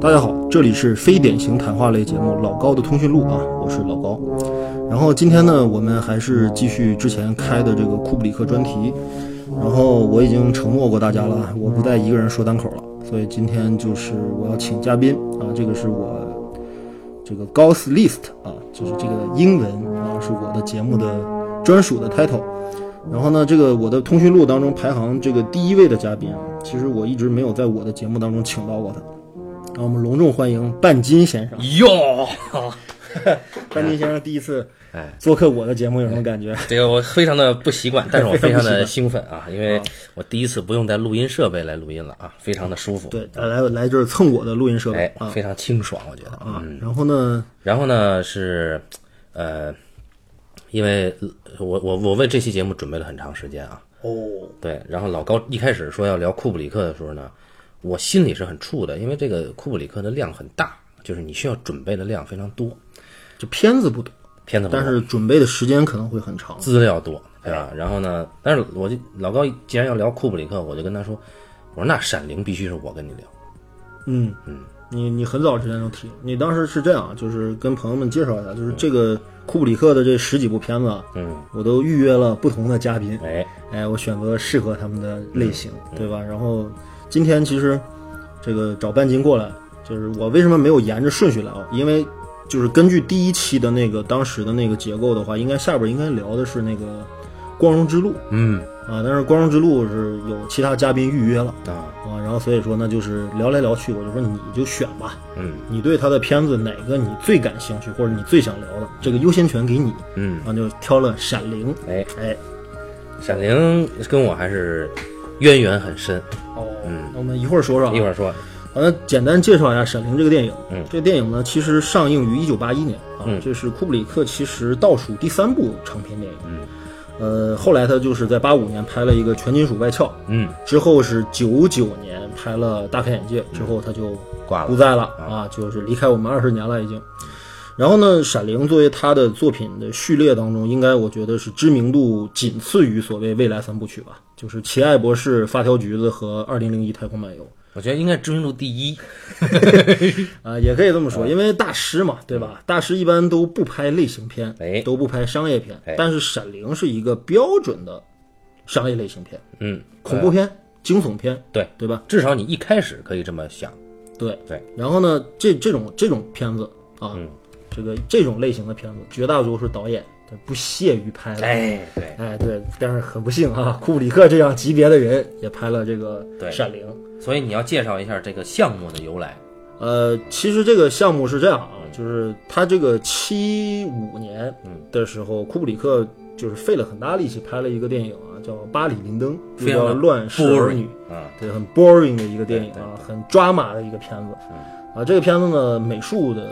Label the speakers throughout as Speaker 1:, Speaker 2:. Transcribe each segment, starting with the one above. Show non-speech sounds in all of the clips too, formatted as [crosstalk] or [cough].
Speaker 1: 大家好，这里是非典型谈话类节目《老高的通讯录》啊，我是老高。然后今天呢，我们还是继续之前开的这个库布里克专题。然后我已经承诺过大家了啊，我不再一个人说单口了，所以今天就是我要请嘉宾啊，这个是我这个 Gauss List 啊，就是这个英文啊，是我的节目的专属的 title。然后呢，这个我的通讯录当中排行这个第一位的嘉宾啊，其实我一直没有在我的节目当中请到过他。让我们隆重欢迎半斤先生。
Speaker 2: 哟，
Speaker 1: 半斤先生第一次
Speaker 2: 哎
Speaker 1: 做客我的节目，有什么感觉？
Speaker 2: 这个我非常的不习
Speaker 1: [laughs]
Speaker 2: 惯，但是我非常
Speaker 1: 非常不
Speaker 2: 的兴奋啊，因为我第一次不用带录音设备来录音了啊，非常的舒服，
Speaker 1: 对，来来这儿蹭我的录音设备
Speaker 2: 哎，
Speaker 1: 啊
Speaker 2: 非常清爽，我觉得。
Speaker 1: 啊！然后呢，
Speaker 2: 然后呢是，呃，因为呃我我我为这期节目准备了很长时间啊，
Speaker 1: 哦，
Speaker 2: 对，然后老高一开始说要聊库布里克的时候呢，我心里是很怵的，因为这个库布里克的量很大，就是你需要准备的量非常多，
Speaker 1: 这片子不多，
Speaker 2: 片子不
Speaker 1: 但
Speaker 2: 多
Speaker 1: 是准备的时间可能会很长。
Speaker 2: 资料多，对吧？然后呢，但是我就老高既然要聊库布里克，我就跟他说，我说那《闪灵》必须是我跟你聊，
Speaker 1: 嗯嗯，你你很早之前就提，你当时是这样，就是跟朋友们介绍一下，就是这个库布里克的这十几部片子，啊
Speaker 2: 嗯，
Speaker 1: 我都预约了不同的嘉宾，
Speaker 2: 哎，
Speaker 1: 哎，我选择适合他们的类型，
Speaker 2: 嗯
Speaker 1: 对吧？然后今天其实这个找半斤过来，就是我为什么没有沿着顺序聊，因为就是根据第一期的那个当时的那个结构的话，应该下边应该聊的是那个《光荣之路》
Speaker 2: 嗯
Speaker 1: 啊，但是《光荣之路》是有其他嘉宾预约了
Speaker 2: 啊，
Speaker 1: 啊，然后所以说呢，就是聊来聊去，我就说你就选吧，
Speaker 2: 嗯
Speaker 1: 你对他的片子哪个你最感兴趣，或者你最想聊的，这个优先权给你，
Speaker 2: 嗯，
Speaker 1: 然后就挑了《闪灵》，
Speaker 2: 哎，
Speaker 1: 哎。
Speaker 2: 《闪灵》跟我还是渊源很深，
Speaker 1: 哦，那我们一会儿说说啊
Speaker 2: 嗯一会儿说，
Speaker 1: 好，那简单介绍一下《闪灵》这个电影。
Speaker 2: 嗯
Speaker 1: 这个电影呢，其实上映于一九八一年啊，
Speaker 2: 嗯
Speaker 1: 这是库布里克其实倒数第三部长篇电影。嗯，呃，后来他就是在八五年拍了一个《全金属外壳》，
Speaker 2: 嗯，
Speaker 1: 之后是九九年拍了《大开眼界》，之后他就
Speaker 2: 挂
Speaker 1: 不
Speaker 2: 了，
Speaker 1: 在了啊，就是离开我们二十年了已经。然后呢，《闪灵》作为他的作品的序列当中，应该我觉得是知名度仅次于所谓未来三部曲吧，就是《奇爱博士》《发条橘子》和《二零零一太空漫游》。
Speaker 2: 我觉得应该知名度第一，
Speaker 1: 啊，也可以这么说，
Speaker 2: 嗯
Speaker 1: 因为大师嘛，对吧？大师一般都不拍类型片，
Speaker 2: 哎
Speaker 1: 都不拍商业片
Speaker 2: 哎，
Speaker 1: 但是《闪灵》是一个标准的商业类型片，
Speaker 2: 嗯，
Speaker 1: 恐怖片、惊悚片，
Speaker 2: 对，
Speaker 1: 对吧？
Speaker 2: 至少你一开始可以这么想，
Speaker 1: 对
Speaker 2: 对。嗯
Speaker 1: 然后呢，这这种这种片子啊，这个这种类型的片子，绝大多数导演他不屑于拍了。
Speaker 2: 哎，对，
Speaker 1: 哎，对，但是很不幸啊，库布里克这样级别的人也拍了这个
Speaker 2: 对
Speaker 1: 《闪灵》。
Speaker 2: 所以你要介绍一下这个项目的由来，
Speaker 1: 呃，其实这个项目是这样啊，就是他这个七五年
Speaker 2: 嗯
Speaker 1: 的时候，库布里克就是费了很大力气拍了一个电影啊，叫《巴里林登》，又
Speaker 2: 非
Speaker 1: 叫《
Speaker 2: 常的
Speaker 1: 乱世儿女》，
Speaker 2: 嗯
Speaker 1: 对，很 boring 的一个电影啊，很抓马的一个片子。啊，这个片子呢，美术的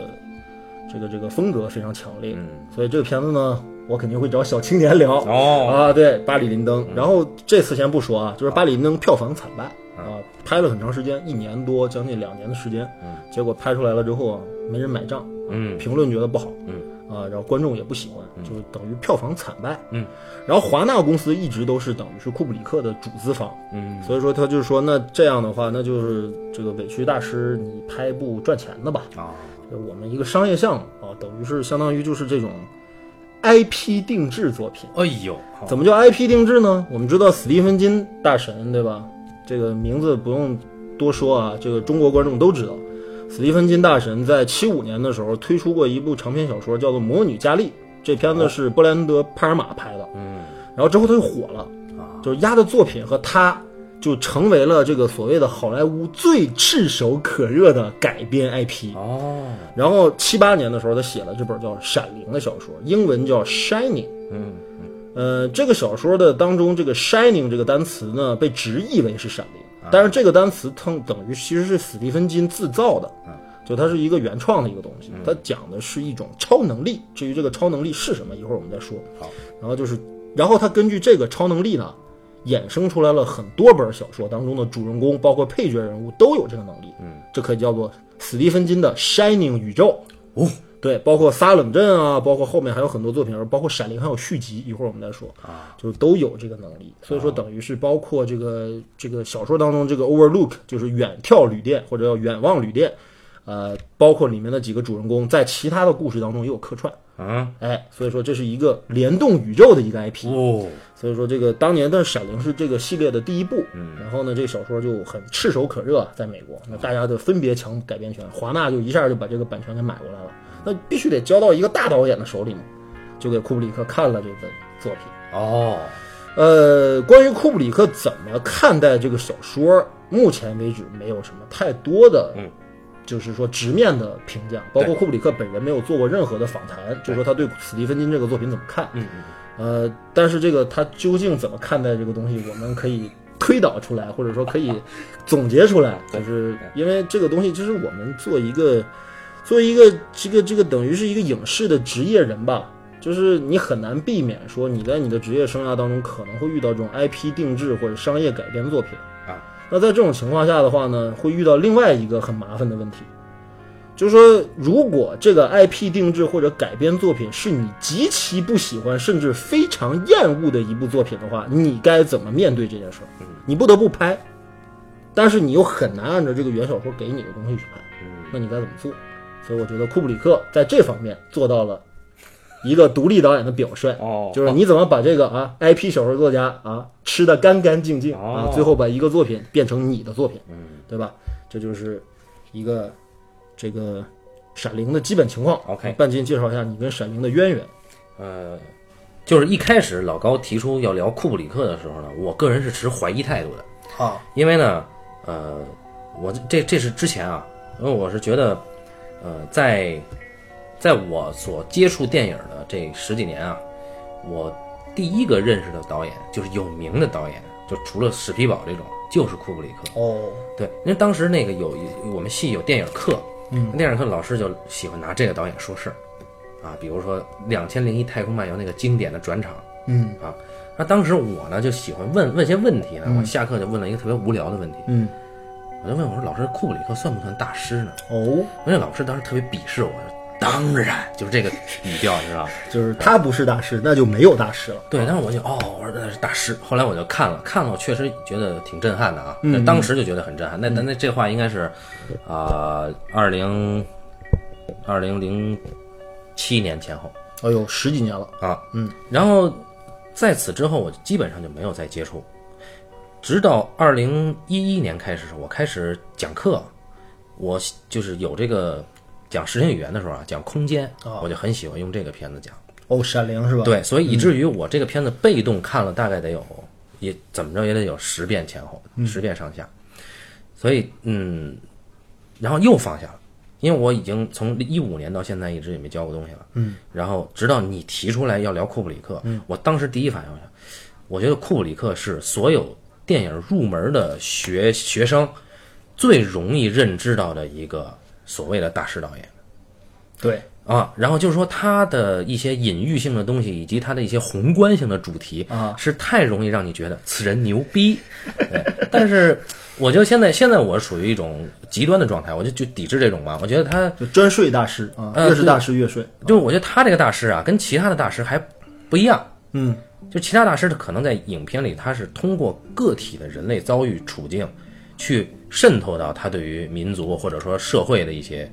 Speaker 1: 这个这个风格非常强烈，
Speaker 2: 嗯，
Speaker 1: 所以这个片子呢，我肯定会找小青年
Speaker 2: [laughs]
Speaker 1: 聊。
Speaker 2: 哦，
Speaker 1: 啊，对，巴里林登。
Speaker 2: 嗯
Speaker 1: 然后这次先不说啊，就是巴里林登票房惨败啊，拍了很长时间，一年多，将近两年的时间，结果拍出来了之后啊，没人买账，
Speaker 2: 嗯
Speaker 1: 评论觉得不好，
Speaker 2: 嗯
Speaker 1: 啊，然后观众也不喜欢，就是等于票房惨败，
Speaker 2: 嗯。
Speaker 1: 然后华纳公司一直都是等于是库布里克的主资方，
Speaker 2: 嗯，
Speaker 1: 所以说他就是说，那这样的话，那就是这个委屈大师，你拍一部赚钱的吧，
Speaker 2: 啊，
Speaker 1: 就我们一个商业项目啊，等于是相当于就是这种 IP 定制作品。
Speaker 2: 哎呦，好
Speaker 1: 怎么叫 IP 定制呢？我们知道斯蒂芬金大神，对吧？这个名字不用多说啊，这个中国观众都知道。斯蒂芬金大神在七五年的时候推出过一部长篇小说，叫做《魔女佳丽》。这片子是布兰德·帕尔玛拍的，
Speaker 2: 哦嗯
Speaker 1: 然后之后他就火了，
Speaker 2: 啊，
Speaker 1: 就是他的作品和他就成为了这个所谓的好莱坞最炙手可热的改编 IP。
Speaker 2: 哦，
Speaker 1: 然后七八年的时候，他写了这本叫《闪灵》的小说，英文叫《Shining》。
Speaker 2: 嗯
Speaker 1: 呃，这个小说的当中，这个 “shining” 这个单词呢，被直译为是闪灵，
Speaker 2: 啊
Speaker 1: 但是这个单词它等于其实是史蒂芬金自造的，
Speaker 2: 啊
Speaker 1: 就它是一个原创的一个东西，
Speaker 2: 嗯
Speaker 1: 它讲的是一种超能力。至于这个超能力是什么，一会儿我们再说。
Speaker 2: 好，
Speaker 1: 然后就是，然后他根据这个超能力呢，衍生出来了很多本小说当中的主人公，包括配角人物都有这个能力。嗯，这可以叫做史蒂芬金的 “shining” 宇宙。
Speaker 2: 哦，
Speaker 1: 对，包括《撒冷镇》啊，包括后面还有很多作品，包括《闪灵》还有续集，一会儿我们再说
Speaker 2: 啊，
Speaker 1: 就是都有这个能力。所以说，等于是包括这个这个小说当中这个 overlook，就是远眺旅店或者叫远望旅店，呃，包括里面的几个主人公在其他的故事当中也有客串，
Speaker 2: 啊，
Speaker 1: 哎，所以说这是一个联动宇宙的一个 IP，
Speaker 2: 哦，
Speaker 1: 所以说这个当年的《闪灵》是这个系列的第一部，嗯，然后呢，这个小说就很炙手可热，在美国，那大家就分别抢改编权，华纳就一下就把这个版权给买过来了，那必须得交到一个大导演的手里嘛，就给库布里克看了这本作品。
Speaker 2: 哦，
Speaker 1: 呃，关于库布里克怎么看待这个小说，目前为止没有什么太多的，
Speaker 2: 嗯
Speaker 1: 就是说直面的评价，包括库布里克本人没有做过任何的访谈，就说他对史蒂芬金这个作品怎么看。
Speaker 2: 嗯嗯，
Speaker 1: 呃，但是这个他究竟怎么看待这个东西，我们可以推导出来，或者说可以总结出来，就是因为这个东西，就是我们做一个作为一个这个这个等于是一个影视的职业人吧，就是你很难避免说你在你的职业生涯当中可能会遇到这种 IP 定制或者商业改编作品
Speaker 2: 啊。
Speaker 1: 那在这种情况下的话呢，会遇到另外一个很麻烦的问题，就是说，如果这个 IP 定制或者改编作品是你极其不喜欢甚至非常厌恶的一部作品的话，你该怎么面对这件事儿？你不得不拍，但是你又很难按照这个原小说给你的东西去拍，那你该怎么做？所以我觉得库布里克在这方面做到了一个独立导演的表率，
Speaker 2: 哦
Speaker 1: 就是你怎么把这个啊 IP 小说作家啊吃的干干净净啊
Speaker 2: 哦，嗯
Speaker 1: 最后把一个作品变成你的作品，对吧？这就是一个这个《闪灵》的基本情况。
Speaker 2: OK
Speaker 1: 半斤介绍一下你跟《闪灵》的渊源。
Speaker 2: 呃，就是一开始老高提出要聊库布里克的时候呢，我个人是持怀疑态度的，
Speaker 1: 啊，
Speaker 2: 因为呢，呃，我这这这是之前啊，因为我是觉得，呃，在在我所接触电影的这十几年啊，我第一个认识的导演就是有名的导演，就除了史皮堡这种，就是库布里克。
Speaker 1: 哦，
Speaker 2: 对，因为当时那个有一我们系有电影课，嗯，电影课老师就喜欢拿这个导演说事儿，啊，比如说《两千零一太空漫游》那个经典的转场，
Speaker 1: 嗯
Speaker 2: 啊，那当时我呢就喜欢问问些问题呢，我下课就问了一个特别无聊的问题，
Speaker 1: 嗯，
Speaker 2: 我就问我说老师库布里克算不算大师呢？
Speaker 1: 哦，
Speaker 2: 因为老师当时特别鄙视我，说当然就是这个语调，你知道吗？
Speaker 1: 就是他不是大师，那就没有大师了。
Speaker 2: 对，但是我就哦，我说那是大师。后来我就看了，看了，我确实觉得挺震撼的啊。那当时就觉得很震撼。那那那这话应该是，啊、二零二零零七年前后
Speaker 1: 哎呦，十几年了。
Speaker 2: 啊。嗯。然后在此之后，我基本上就没有再接触，直到二零一一年开始，我开始讲课，我就是有这个讲视听语言的时候啊，讲空间，我就很喜欢用这个片子讲。
Speaker 1: 哦，《闪灵》是吧？，
Speaker 2: 对，所以以至于我这个片子被动看了大概得有，也怎么着也得有十遍前后，十遍上下。所以嗯，然后又放下了，因为我已经从一五年到现在一直也没教过东西了。嗯，然后直到你提出来要聊库布里克，我当时第一反应是，我觉得库布里克是所有电影入门的学学生最容易认知到的一个所谓的大师导演。
Speaker 1: 对，
Speaker 2: 啊，然后就是说它的一些隐喻性的东西，以及它的一些宏观性的主题
Speaker 1: 啊，
Speaker 2: 是太容易让你觉得此人牛逼。对，但是我就现在现在我属于一种极端的状态，我就就抵制这种嘛。我觉得他
Speaker 1: 就专睡大师啊，
Speaker 2: 呃
Speaker 1: 越是大师越睡。
Speaker 2: 就我觉得他这个大师啊，跟其他的大师还不一样。
Speaker 1: 嗯，
Speaker 2: 就其他大师可能在影片里，他是通过个体的人类遭遇处境，去渗透到他对于民族或者说社会的一些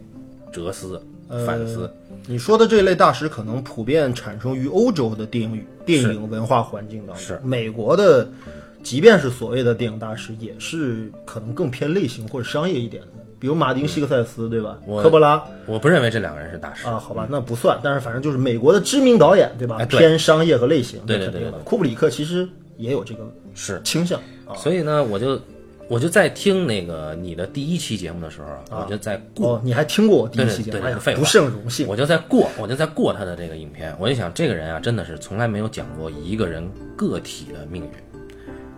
Speaker 2: 哲思
Speaker 1: 呃
Speaker 2: 反思。
Speaker 1: 你说的这类大师可能普遍产生于欧洲的电影语电影文化环境当中，
Speaker 2: 是
Speaker 1: 美国的，即便是所谓的电影大师，也是可能更偏类型或者商业一点的，比如马丁·西克塞斯，对吧？
Speaker 2: 嗯我
Speaker 1: 科波拉
Speaker 2: 我不认为这两个人是大师
Speaker 1: 啊，好吧，那不算，但是反正就是美国的知名导演，对吧？
Speaker 2: 哎对
Speaker 1: 偏商业和类型，
Speaker 2: 对
Speaker 1: 这
Speaker 2: 对
Speaker 1: 肯
Speaker 2: 对
Speaker 1: 定的
Speaker 2: 对
Speaker 1: 库布里克其实也有这个
Speaker 2: 是
Speaker 1: 倾向啊。
Speaker 2: 所以呢，我就我就在听那个你的第一期节目的时候，啊、我就在过，
Speaker 1: 哦，你还听过我第一期节目？
Speaker 2: 对对对
Speaker 1: 哎呀
Speaker 2: 废，话
Speaker 1: 不胜荣幸。
Speaker 2: 我就在过，我就在过他的这个影片，我就想这个人啊，真的是从来没有讲过一个人个体的命运，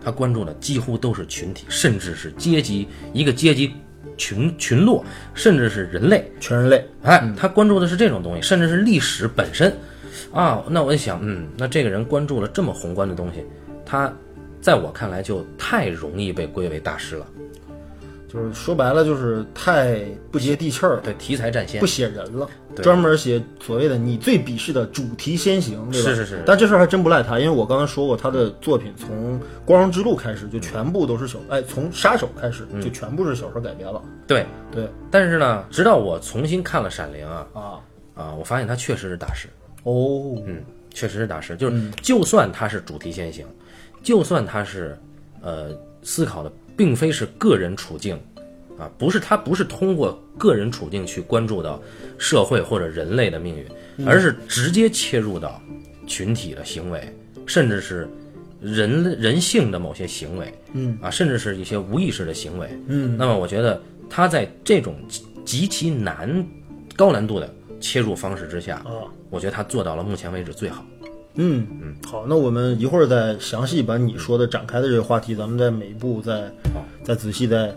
Speaker 2: 他关注的几乎都是群体，甚至是阶级，一个阶级群群落，甚至是人类，
Speaker 1: 全人类，
Speaker 2: 哎，他关注的是这种东西，甚至是历史本身。啊，那我一想，嗯，那这个人关注了这么宏观的东西，他在我看来就太容易被归为大师了。
Speaker 1: 就是说白了就是太不接地气儿，
Speaker 2: 对题材占先
Speaker 1: 不，写人了，
Speaker 2: 对
Speaker 1: 专门写所谓的你最鄙视的主题先行，对吧？
Speaker 2: 是是是
Speaker 1: 但这事儿还真不赖他，因为我刚才说过，他的作品从《光荣之路》开始就全部都是小，哎，从《杀手》开始
Speaker 2: 嗯
Speaker 1: 就全部是小说改编了。
Speaker 2: 对。
Speaker 1: 对
Speaker 2: 但是呢，直到我重新看了《闪灵》啊
Speaker 1: 啊，
Speaker 2: 啊，我发现他确实是大师，
Speaker 1: 哦，
Speaker 2: 嗯，确实是大师。就是就算他是主题先行，就算他是呃思考的并非是个人处境啊，不是他不是通过个人处境去关注到社会或者人类的命运，而是直接切入到群体的行为，甚至是人人性的某些行为，嗯啊，甚至是一些无意识的行为，嗯。那么我觉得他在这种极极其难高难度的切入方式之下，
Speaker 1: 啊，
Speaker 2: 我觉得他做到了目前为止最好。
Speaker 1: 嗯嗯，好，那我们一会儿再详细把你说的展开的这个话题，咱们再每一步再再仔细再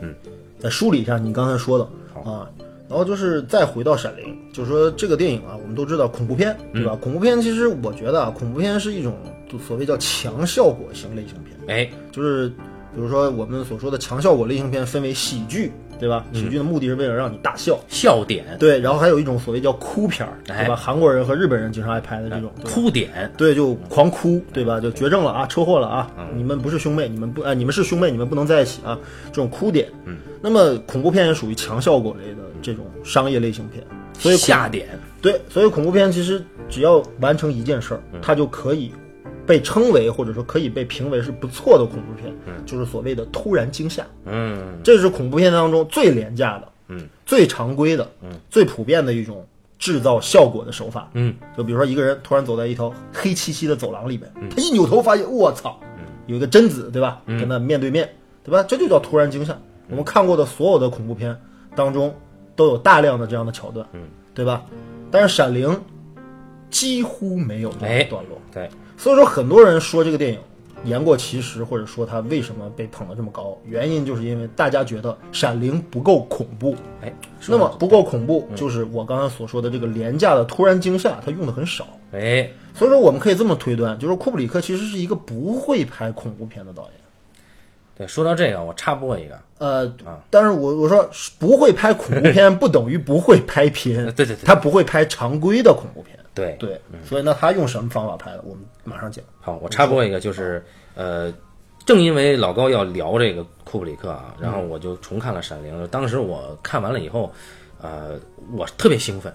Speaker 1: 再梳理一下你刚才说的啊。然后就是再回到《闪灵》，就是说这个电影啊，我们都知道恐怖片，对吧？恐怖片其实我觉得啊，恐怖片是一种就所谓叫强效果型类型片，
Speaker 2: 哎，
Speaker 1: 就是比如说我们所说的强效果类型片分为喜剧，对吧？喜剧的目的是为了让你大笑，
Speaker 2: 笑点、
Speaker 1: 对。然后还有一种所谓叫哭片儿，对吧？
Speaker 2: 哎
Speaker 1: 韩国人和日本人经常爱拍的这种，对吧
Speaker 2: 哭点，
Speaker 1: 对，就狂哭，对吧？就绝症了啊，车祸了啊！你们不是兄妹，你们不哎，你们是兄妹，你们不能在一起啊！这种哭点，嗯，那么恐怖片也属于强效果类的这种商业类型片，所以恐
Speaker 2: 下点，
Speaker 1: 对，所以恐怖片其实只要完成一件事儿，它就可以被称为或者说可以被评为是不错的恐怖片，就是所谓的突然惊吓，
Speaker 2: 嗯，
Speaker 1: 这是恐怖片当中最廉价的，嗯，最常规的，嗯，最普遍的一种制造效果的手法，
Speaker 2: 嗯，
Speaker 1: 就比如说一个人突然走在一条黑漆漆的走廊里面，他一扭头发现，我操，有一个贞子，对吧？跟他面对面，对吧？这就叫突然惊吓。我们看过的所有的恐怖片当中，都有大量的这样的桥段，嗯，对吧？但是《闪灵》几乎没有那
Speaker 2: 哎
Speaker 1: 种段落，
Speaker 2: 对，
Speaker 1: 所以说，很多人说这个电影言过其实，或者说它为什么被捧得这么高，原因就是因为大家觉得《闪灵》不够恐怖。
Speaker 2: 哎，
Speaker 1: 那么不够恐
Speaker 2: 嗯
Speaker 1: 怖，就是我刚刚所说的这个廉价的突然惊吓，它用的很少。
Speaker 2: 哎，
Speaker 1: 所以说，我们可以这么推断，就是库布里克其实是一个不会拍恐怖片的导演。
Speaker 2: 对，说到这个，我插播一个，
Speaker 1: 呃，
Speaker 2: 啊
Speaker 1: 但是我我说不会拍恐怖
Speaker 2: [laughs]
Speaker 1: 片，不等于不会拍片。
Speaker 2: 对对对嗯
Speaker 1: 他不会拍常规的恐怖片。
Speaker 2: 对，
Speaker 1: 对，所以那他用什么方法拍的？我们马上讲。
Speaker 2: 好，我插播一个，就是呃，正因为老高要聊这个库布里克啊，然后我就重看了《闪灵》。当时我看完了以后，呃，我特别兴奋，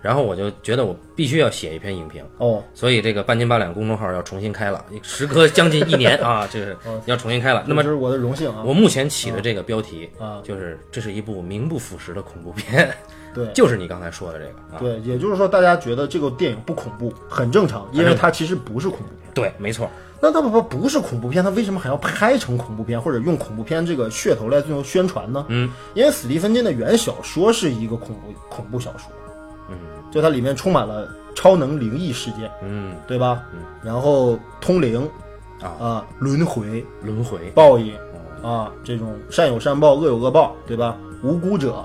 Speaker 2: 然后我就觉得我必须要写一篇影评。
Speaker 1: 哦，
Speaker 2: 所以这个半斤八两公众号要重新开了，时隔将近一年 [laughs] 啊，这是要重新开了。那么
Speaker 1: 这是我的荣幸啊。
Speaker 2: 我目前起的这个标题啊，就是这是一部名不副实的恐怖片，
Speaker 1: 对，
Speaker 2: 就是你刚才说的这个啊，
Speaker 1: 对，也就是说，大家觉得这个电影不恐怖，很正常，
Speaker 2: 哎
Speaker 1: 因为它其实不是恐怖片。
Speaker 2: 对，没错，
Speaker 1: 那它不不是恐怖片，它为什么还要拍成恐怖片，或者用恐怖片这个噱头来进行宣传呢？嗯，因为史蒂芬金的原小说是一个恐怖恐怖小说，嗯，就它里面充满了超能灵异事件，
Speaker 2: 嗯
Speaker 1: 对吧？然后通灵
Speaker 2: 啊
Speaker 1: 轮回、
Speaker 2: 轮回，嗯
Speaker 1: 报应啊，这种善有善报，恶有恶报，对吧？无辜者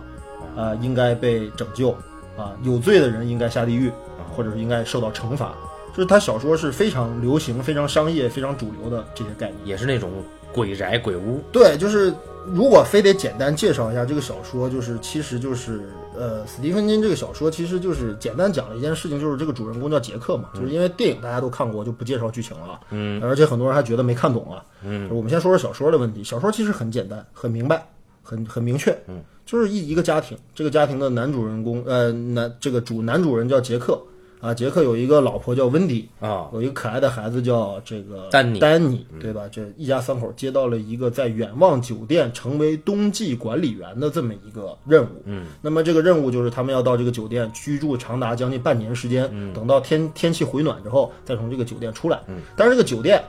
Speaker 1: 啊、应该被拯救啊、有罪的人应该下地狱，或者是应该受到惩罚。就是他小说是非常流行、非常商业、非常主流的这些概念。
Speaker 2: 也是那种鬼宅鬼屋，
Speaker 1: 对，就是如果非得简单介绍一下这个小说，就是其实就是呃，斯蒂芬金这个小说其实就是简单讲了一件事情，就是这个主人公叫杰克嘛，就是因为电影大家都看过，就不介绍剧情了。嗯，而且很多人还觉得没看懂啊。嗯，我们先说说小说的问题，小说其实很简单，很明白，很很明确。嗯，就是一一个家庭，这个家庭的男主人公呃男这个主男主人叫杰克。啊，杰克有一个老婆叫温迪
Speaker 2: 啊，
Speaker 1: 有一个可爱的孩子叫这个
Speaker 2: 丹尼嗯
Speaker 1: 丹尼，对吧？这一家三口接到了一个在远望酒店成为冬季管理员的这么一个任务。嗯，那么这个任务就是他们要到这个酒店居住长达将近半年时间，
Speaker 2: 嗯
Speaker 1: 等到天天气回暖之后，再从这个酒店出来。嗯，但是这个酒店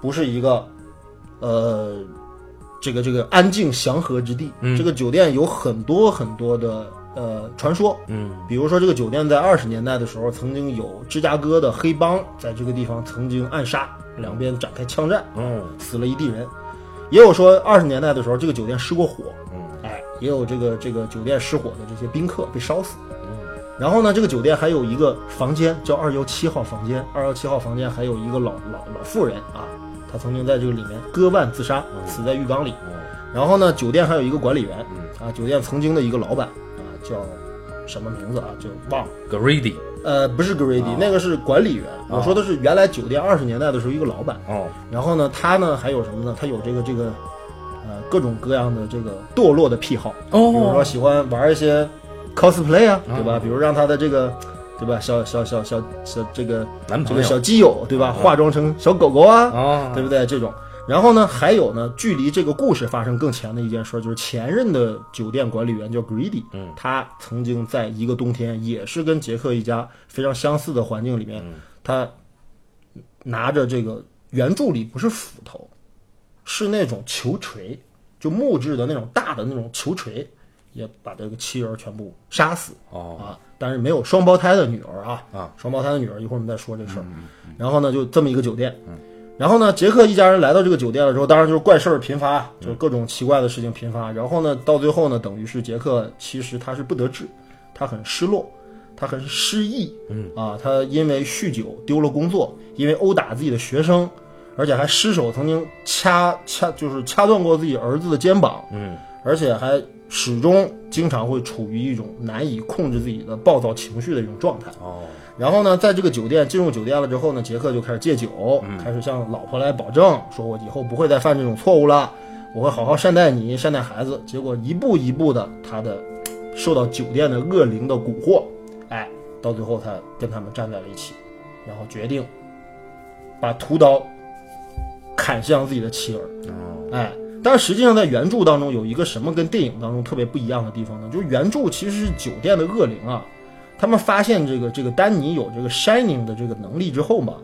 Speaker 1: 不是一个，呃。这个这个安静祥和之地，
Speaker 2: 嗯
Speaker 1: 这个酒店有很多很多的呃传说，
Speaker 2: 嗯，
Speaker 1: 比如说，这个酒店在二十年代的时候，曾经有芝加哥的黑帮在这个地方曾经暗杀，两边展开枪战，
Speaker 2: 嗯
Speaker 1: 死了一地人。也有说，二十年代的时候，这个酒店失过火，
Speaker 2: 嗯
Speaker 1: 哎，也有这个这个酒店失火的这些宾客被烧死。然后呢，这个酒店还有一个房间叫二幺七号房间，二幺七号房间还有一个老老老妇人啊，她曾经在这个里面割腕自杀，死在浴缸里。
Speaker 2: 嗯
Speaker 1: 然后呢，酒店还有一个管理员，啊，酒店曾经的一个老板啊，叫什么名字啊，就忘了。
Speaker 2: ，Greedy
Speaker 1: 呃，不是 Grady，、那
Speaker 2: 哦
Speaker 1: 个是管理员。我说的是原来酒店二十年代的时候一个老板。
Speaker 2: 哦，
Speaker 1: 然后呢，他呢还有什么呢？他有这个这个，呃，各种各样的这个堕落的癖好，
Speaker 2: 哦
Speaker 1: 比如说喜欢玩一些 cosplay 啊，对吧？比如让他的这个，对吧？小小小小小这个
Speaker 2: 男
Speaker 1: 这
Speaker 2: 朋
Speaker 1: 个
Speaker 2: 友哦
Speaker 1: 小基友，对吧？化妆成小狗狗啊，
Speaker 2: 啊，
Speaker 1: 对不对？这种。然后呢，还有呢，距离这个故事发生更前的一件事儿，就是前任的酒店管理员叫 Greedy，嗯，他曾经在一个冬天，也是跟杰克一家非常相似的环境里面，他拿着这个圆柱里不是斧头，是那种球锤，就木质的那种大的那种球锤，也把这个妻儿全部杀死。
Speaker 2: 哦
Speaker 1: 啊，但是没有双胞胎的女儿啊啊，嗯双胞胎的女儿一会儿我们再说这事儿。然后呢，就这么一个酒店。然后呢，杰克一家人来到这个酒店了之后，当然就是怪事儿频发，啊就是各种奇怪的事情频发。然后呢，到最后呢，等于是杰克其实他是不得志，他很失落，他很失意，嗯啊，他因为酗酒丢了工作，因为殴打自己的学生，而且还失手曾经掐掐就是掐断过自己儿子的肩膀，嗯，而且还始终经常会处于一种难以控制自己的暴躁情绪的一种状态。
Speaker 2: 哦，
Speaker 1: 然后呢，在这个酒店进入酒店了之后呢，杰克就开始戒酒，开始向老婆来保证，说我以后不会再犯这种错误了，我会好好善待你，善待孩子。结果一步一步的，他的受到酒店的恶灵的蛊惑，哎，到最后他跟他们站在了一起，然后决定把屠刀砍向自己的妻儿。
Speaker 2: 哦
Speaker 1: 哎，但实际上在原著当中有一个什么跟电影当中特别不一样的地方呢？就是原著其实是酒店的恶灵啊，他们发现这个这个丹尼有这个 shining 的这个能力之后嘛，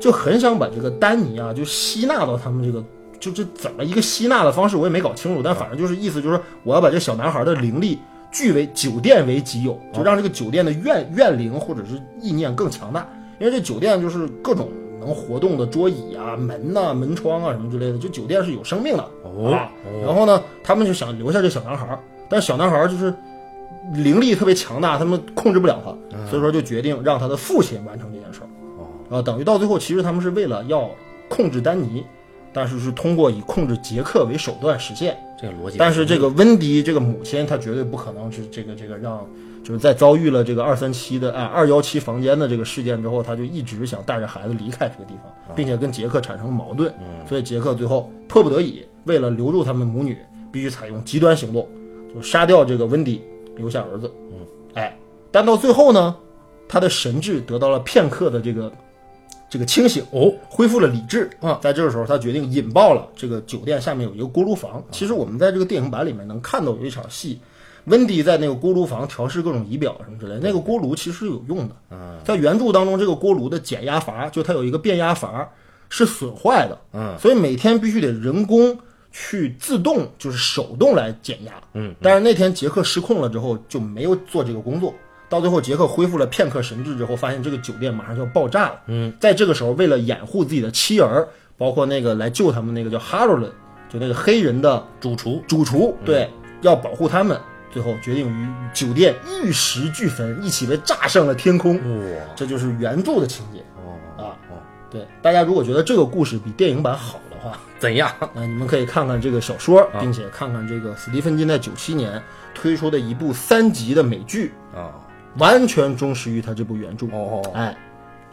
Speaker 1: 就很想把这个丹尼啊就吸纳到他们这个。就这怎么一个吸纳的方式，我也没搞清楚，但反正就是意思就是我要把这小男孩的灵力据为酒店为己
Speaker 2: 啊
Speaker 1: 有，就让这个酒店的怨怨灵或者是意念更强大，因为这酒店就是各种能活动的桌椅啊、门呐、门窗啊什么之类的，就酒店是有生命的
Speaker 2: 哦
Speaker 1: 啊。然后呢，他们就想留下这小男孩儿，但是小男孩儿就是灵力特别强大，他们控制不了
Speaker 2: 嗯
Speaker 1: 他，所以说就决定让他的父亲完成这件事儿。
Speaker 2: 哦
Speaker 1: 啊，等于到最后，其实他们是为了要控制丹尼，但是是通过以控制杰克为手段实现。
Speaker 2: 这个逻辑，
Speaker 1: 但是这个温迪这个母亲，她绝对不可能是这个这个让，就是在遭遇了这个二三七的啊二幺七房间的这个事件之后，她就一直想带着孩子离开这个地
Speaker 2: 啊
Speaker 1: 方，并且跟杰克产生矛盾。
Speaker 2: 嗯
Speaker 1: 所以杰克最后迫不得已，为了留住他们母女，必须采用极端行动，就杀掉这个温迪，留下儿子。嗯，哎，但到最后呢，他的神智得到了片刻的这个这个清醒。
Speaker 2: 哦，
Speaker 1: 恢复了理智
Speaker 2: 啊，
Speaker 1: 在这个时候，他决定引爆了这个酒店下面有一个锅炉房。其实我们在这个电影版里面能看到有一场戏，温迪在那个锅炉房调试各种仪表什么之类的。那个锅炉其实是有用的，在原著当中，这个锅炉的减压阀就它有一个变压阀是损坏的，
Speaker 2: 嗯，
Speaker 1: 所以每天必须得人工去自动就是手动来减压，嗯，但是那天杰克失控了之后就没有做这个工作。到最后，杰克恢复了片刻神智之后，发现这个酒店马上就要爆炸了。嗯，在这个时候，为了掩护自己的妻儿，包括那个来救他们那个叫哈罗伦，就那个黑人的
Speaker 2: 主厨
Speaker 1: 主厨对，要保护他们，最后决定与酒店玉石俱焚，一起被炸上了天空。
Speaker 2: 哇
Speaker 1: 这就是原著的情节
Speaker 2: 哦
Speaker 1: 啊。
Speaker 2: 哦，
Speaker 1: 对，大家如果觉得这个故事比电影版好的话，
Speaker 2: 怎样？
Speaker 1: 那你们可以看看这个小说，并且看看这个斯蒂芬金在九七年推出的一部三集的美剧，
Speaker 2: 啊
Speaker 1: 完全忠实于他这部原著。
Speaker 2: 哦哦
Speaker 1: 哎，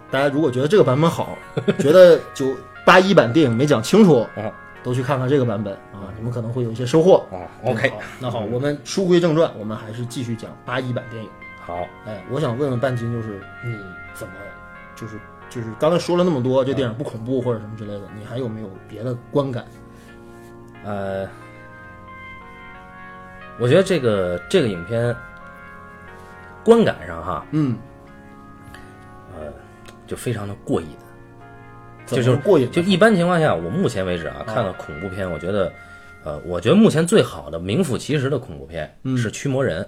Speaker 1: 大家如果觉得这个版本好， [laughs] 觉得九八一版电影没讲清楚，
Speaker 2: 哦
Speaker 1: 都去看看这个版本啊，你们可能会有一些收获。
Speaker 2: 哦，OK，
Speaker 1: 好那好，我们书归正传，我们还是继续讲八一版电影。
Speaker 2: 好，
Speaker 1: 哎，我想问问半斤，就是你怎么，就是就是刚才说了那么多，这电影不恐怖或者什么之类的，你还有没有别的观感？
Speaker 2: 呃，我觉得这个这个影片观感上哈，呃
Speaker 1: 嗯，
Speaker 2: 就非常的过瘾。
Speaker 1: 怎么
Speaker 2: 就是
Speaker 1: 过瘾？
Speaker 2: 就一般情况下，我目前为止啊，看了恐怖片，我觉得，呃，我觉得目前最好的名副其实的恐怖片是《驱魔人》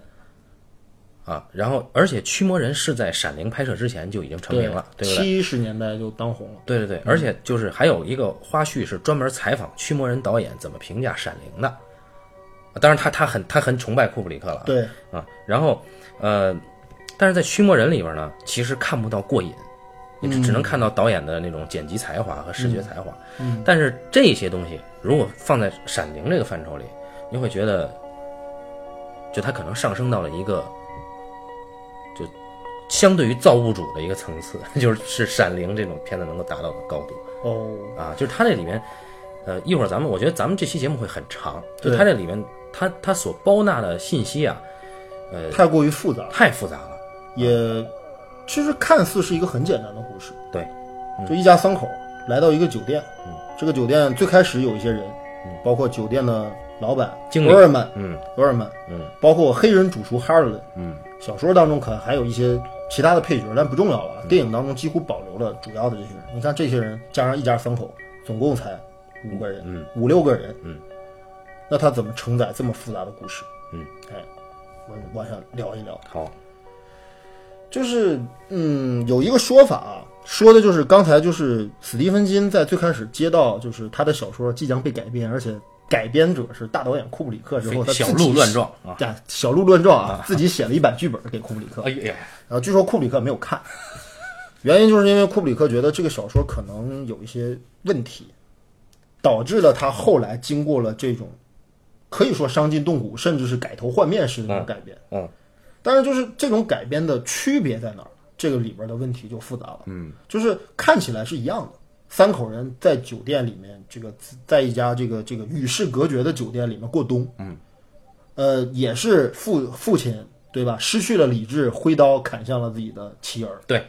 Speaker 2: 啊，然后而且《驱魔人》是在《闪灵》拍摄之前就已经成名了，对不对？
Speaker 1: 七十年代就当红了。
Speaker 2: 对对对，而且就是还有一个花絮是专门采访《驱魔人》导演怎么评价《闪灵》的，啊当然他他很他很崇拜库布里克了啊，
Speaker 1: 对，
Speaker 2: 啊，然后呃，但是在《驱魔人》里边呢，其实看不到过瘾，你只只能看到导演的那种剪辑才华和视觉才华。但是这些东西如果放在《闪灵》这个范畴里，你会觉得，就它可能上升到了一个，就相对于造物主的一个层次， [laughs] 就是是《闪灵》这种片子能够达到的高度。
Speaker 1: 哦，
Speaker 2: 啊，就是它这里面，呃，一会儿咱们我觉得咱们这期节目会很长，就
Speaker 1: 对
Speaker 2: 它这里面它它所包纳的信息啊，
Speaker 1: 太过于复杂，
Speaker 2: 太复杂了。
Speaker 1: 也其实看似是一个很简单的故事，
Speaker 2: 对，嗯
Speaker 1: 就一家三口来到一个酒店，这个酒店最开始有一些人，包括酒店的老板
Speaker 2: 嗯经理
Speaker 1: 罗尔曼，
Speaker 2: 嗯，
Speaker 1: 罗尔曼，嗯，包括黑人主厨哈尔伦，嗯，小说当中可能还有一些其他的配角，但不重要了。
Speaker 2: 嗯
Speaker 1: 电影当中几乎保留了主要的这些人。你看这些人加上一家三口，总共才五个人，嗯，五六个人，嗯，那他怎么承载这么复杂的故事？
Speaker 2: 嗯，
Speaker 1: 哎，我我想聊一聊。
Speaker 2: 好，
Speaker 1: 就是嗯，有一个说法啊，说的就是刚才就是史蒂芬金在最开始接到就是他的小说即将被改编，而且改编者是大导演库布里克之后，他
Speaker 2: 小
Speaker 1: 自己
Speaker 2: 鹿乱撞啊！
Speaker 1: 对，小鹿乱撞啊，自己写了一版剧本给库布里克，
Speaker 2: 哎呀，
Speaker 1: 然后据说库布里克没有看，原因就是因为库布里克觉得这个小说可能有一些问题，导致了他后来经过了这种可以说伤筋动骨，甚至是改头换面式的那种改编。
Speaker 2: 嗯，
Speaker 1: 但是就是这种改编的区别在哪儿？这个里边的问题就复杂了。嗯，就是看起来是一样的，三口人在酒店里面，这个在一家这个这个与世隔绝的酒店里面过冬。嗯，呃，也是父父亲对吧？失去了理智，挥刀砍向了自己的妻儿。
Speaker 2: 对，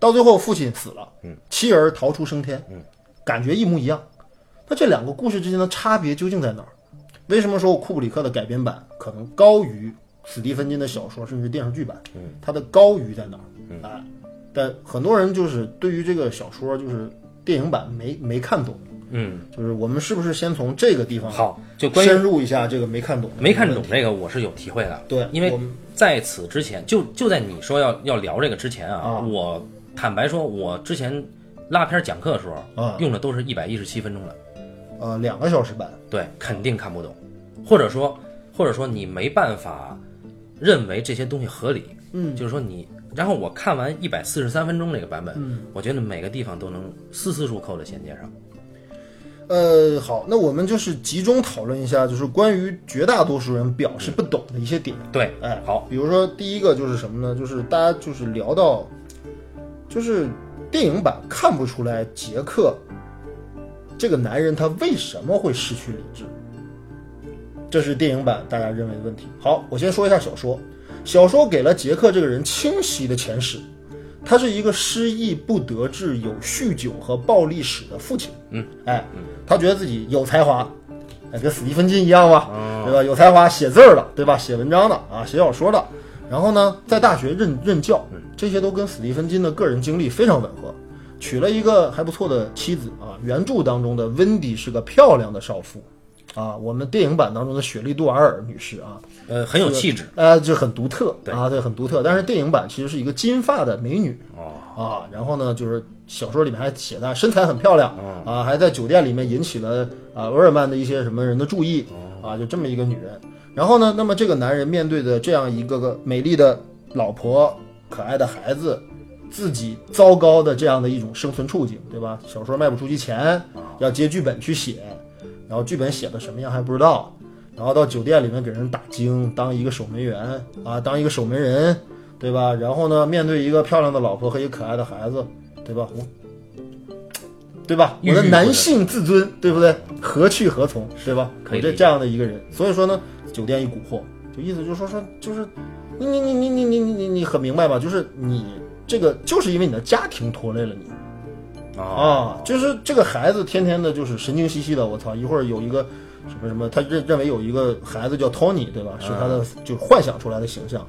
Speaker 1: 到最后父亲死了，嗯，妻儿逃出升天，嗯，感觉一模一样。那这两个故事之间的差别究竟在哪儿？为什么说库布里克的改编版可能高于史蒂芬金的小说甚至电视剧版？嗯，它的高于在哪儿？嗯、哎，但很多人就是对于这个小说就是电影版没没看懂，
Speaker 2: 嗯，
Speaker 1: 就是我们是不是先从这个地方
Speaker 2: 好，就关于
Speaker 1: 深入一下这个没看懂的
Speaker 2: 没看
Speaker 1: 问
Speaker 2: 懂
Speaker 1: 题
Speaker 2: 这个，我是有体会的。
Speaker 1: 对
Speaker 2: 因为
Speaker 1: 我们
Speaker 2: 在此之前，就就在你说要要聊这个之前啊，我坦白说，我之前拉片讲课的时候，
Speaker 1: 啊
Speaker 2: 用的都是一百一十七分钟的，
Speaker 1: 呃两个小时版，
Speaker 2: 对，肯定看不懂，或者说或者说你没办法认为这些东西合理，嗯，就是说你。然后我看完一百四十三分钟这个版本，
Speaker 1: 嗯
Speaker 2: 我觉得每个地方都能丝丝入扣的衔接上。
Speaker 1: 呃，好，那我们就是集中讨论一下，就是关于绝大多数人表示不懂的一些点。
Speaker 2: 对，
Speaker 1: 哎，
Speaker 2: 好，
Speaker 1: 比如说第一个就是什么呢？就是大家就是聊到，就是电影版看不出来杰克这个男人他为什么会失去理智，这是电影版大家认为的问题。好，我先说一下小说，小说给了杰克这个人清晰的前史，他是一个失意、不得志、有酗酒和暴力史的父亲。嗯，哎，他觉得自己有才华，哎，跟史蒂芬金一样嘛，对吧？有才华，写字儿的，对吧？写文章的啊，写小说的。然后呢，在大学任任教，这些都跟史蒂芬金的个人经历非常吻合。娶了一个还不错的妻子啊，原著当中的温迪是个漂亮的少妇，啊，我们电影版当中的雪莉·杜瓦尔女士啊，
Speaker 2: 呃，很有气质。
Speaker 1: 呃，就很独特啊，对，很独特。但是电影版其实是一个金发的美女
Speaker 2: 哦
Speaker 1: 啊，然后呢，就是小说里面还写她身材很漂亮啊，还在酒店里面引起了啊厄尔曼的一些什么人的注意啊，就这么一个女人。然后呢，那么这个男人面对的这样一个个美丽的老婆、可爱的孩子，自己糟糕的这样的一种生存处境，对吧？小说卖不出去钱，要接剧本去写，然后剧本写的什么样还不知道，然后到酒店里面给人打更，当一个守门员啊，当一个守门人，对吧？然后呢，面对一个漂亮的老婆和一个可爱的孩子，对吧？我，对吧？
Speaker 2: 郁郁
Speaker 1: 我的
Speaker 2: 不
Speaker 1: 男
Speaker 2: 得
Speaker 1: 性自尊，对不对？何去何从，对吧？
Speaker 2: 可以
Speaker 1: 我这
Speaker 2: 理解
Speaker 1: 这样的一个人，所以说呢，酒店一蛊惑，就意思就是说说就是你你你你你你你你你很明白吧？就是你这个就是因为你的家庭拖累了你。
Speaker 2: 哦
Speaker 1: 啊，就是这个孩子天天的就是神经兮兮的，我操！一会儿有一个什么什么，他认认为有一个孩子叫 Tony，对吧？是他的就幻想出来的形象。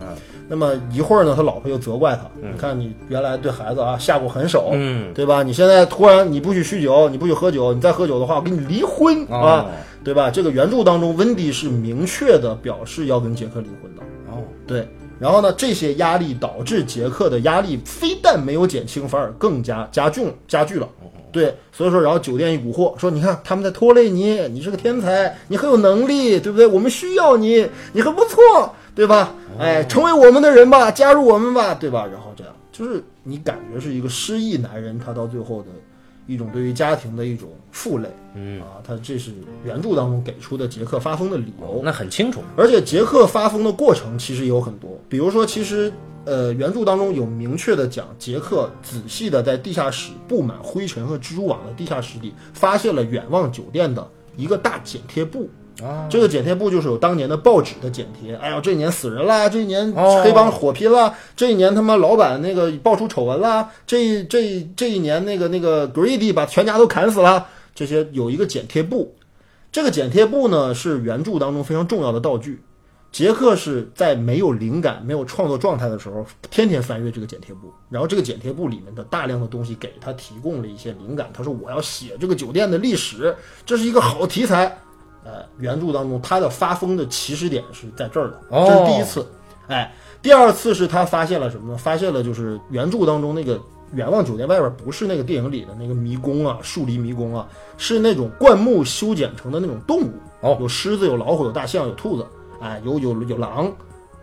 Speaker 1: 那么一会儿呢，他老婆又责怪他，你看你原来对孩子啊下过狠手，
Speaker 2: 嗯，
Speaker 1: 对吧？你现在突然你不许酗酒，你不许喝酒，你再喝酒的话，我跟你离婚啊
Speaker 2: 哦，
Speaker 1: 对吧？这个原著当中，温迪是明确的表示要跟杰克离婚的。
Speaker 2: 哦，
Speaker 1: 对，然后呢，这些压力导致杰克的压力非但没有减轻，反而更加加重加剧了。对，所以说，然后酒店一蛊惑，说你看他们在拖累你，你是个天才，你很有能力，对不对？我们需要你，你很不错，对吧？哎，成为我们的人吧，加入我们吧，对吧？然后这样，就是你感觉是一个失意男人，他到最后的一种对于家庭的一种负累，
Speaker 2: 嗯
Speaker 1: 啊，他这是原著当中给出的杰克发疯的理由。
Speaker 2: 那很清楚，
Speaker 1: 而且杰克发疯的过程其实有很多，比如说，其实呃原著当中有明确的讲，杰克仔细的在地下室布满灰尘和蜘蛛网的地下室里，发现了远望酒店的一个大剪贴簿。
Speaker 2: 啊，
Speaker 1: 这个剪贴簿就是有当年的报纸的剪贴，哎呦，这一年死人啦，这一年
Speaker 2: 哦
Speaker 1: 黑帮火拼啦，这一年他妈老板那个爆出丑闻啦，这这这一年那个那个 Greedy 把全家都砍死了，这些有一个剪贴簿，这个剪贴簿呢是原著当中非常重要的道具。杰克是在没有灵感、没有创作状态的时候，天天翻阅这个剪贴簿，然后这个剪贴簿里面的大量的东西给他提供了一些灵感。他说：“我要写这个酒店的历史，这是一个好题材。”呃，原著当中他的发疯的起始点是在这儿的，
Speaker 2: 哦
Speaker 1: 这是第一次。哎，第二次是他发现了什么呢？发现了就是原著当中那个远望酒店外边不是那个电影里的那个迷宫啊，树篱迷宫啊，是那种灌木修剪成的那种动物，
Speaker 2: 哦
Speaker 1: 有狮子，有老虎，有大象，有兔子，哎，有有有狼，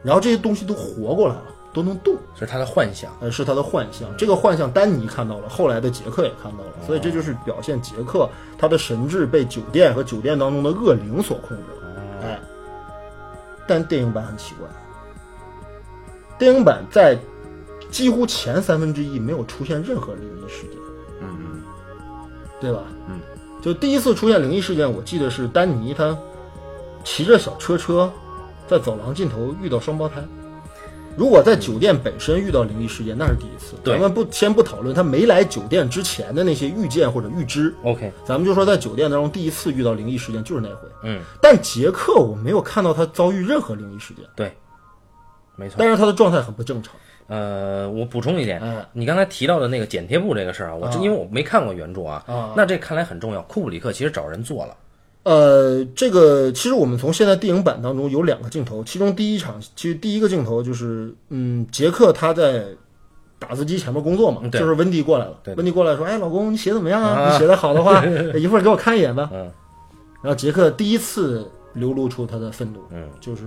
Speaker 1: 然后这些东西都活过来了，都能动。
Speaker 2: 是他的幻想，
Speaker 1: 呃，是他的幻象。这个幻象，丹尼看到了，后来的杰克也看到了，所以这就是表现杰克他的神智被酒店和酒店当中的恶灵所控制。哎，但电影版很奇怪，电影版在几乎前三分之一没有出现任何灵异事件，
Speaker 2: 嗯
Speaker 1: 对吧？
Speaker 2: 嗯，
Speaker 1: 就第一次出现灵异事件，我记得是丹尼他骑着小车车在走廊尽头遇到双胞胎。如果在酒店本身遇到灵异事件，那是第一次。
Speaker 2: 对
Speaker 1: 咱们不先不讨论他没来酒店之前的那些预见或者预知，
Speaker 2: ，OK，
Speaker 1: 咱们就说在酒店当中第一次遇到灵异事件就是那回。
Speaker 2: 嗯，
Speaker 1: 但杰克我没有看到他遭遇任何灵异事件，
Speaker 2: 对，没错。
Speaker 1: 但是他的状态很不正常。
Speaker 2: 呃，我补充一点
Speaker 1: 嗯，
Speaker 2: 你刚才提到的那个剪贴簿这个事儿啊，我这因为我没看过原著啊
Speaker 1: 啊，
Speaker 2: 那这看来很重要。库布里克其实找人做了，
Speaker 1: 呃，这个其实我们从现在电影版当中有两个镜头，其中第一场，其实第一个镜头就是，嗯，杰克他在打字机前面工作嘛，
Speaker 2: 嗯对
Speaker 1: 就是温迪过来了，
Speaker 2: 对对
Speaker 1: 温迪过来说，哎，老公，你写怎么样
Speaker 2: 啊
Speaker 1: 你写的好的
Speaker 2: [laughs]
Speaker 1: 话，一会儿给我看一眼吧。
Speaker 2: 嗯
Speaker 1: 然后杰克第一次流露出他的愤怒，
Speaker 2: 嗯，
Speaker 1: 就是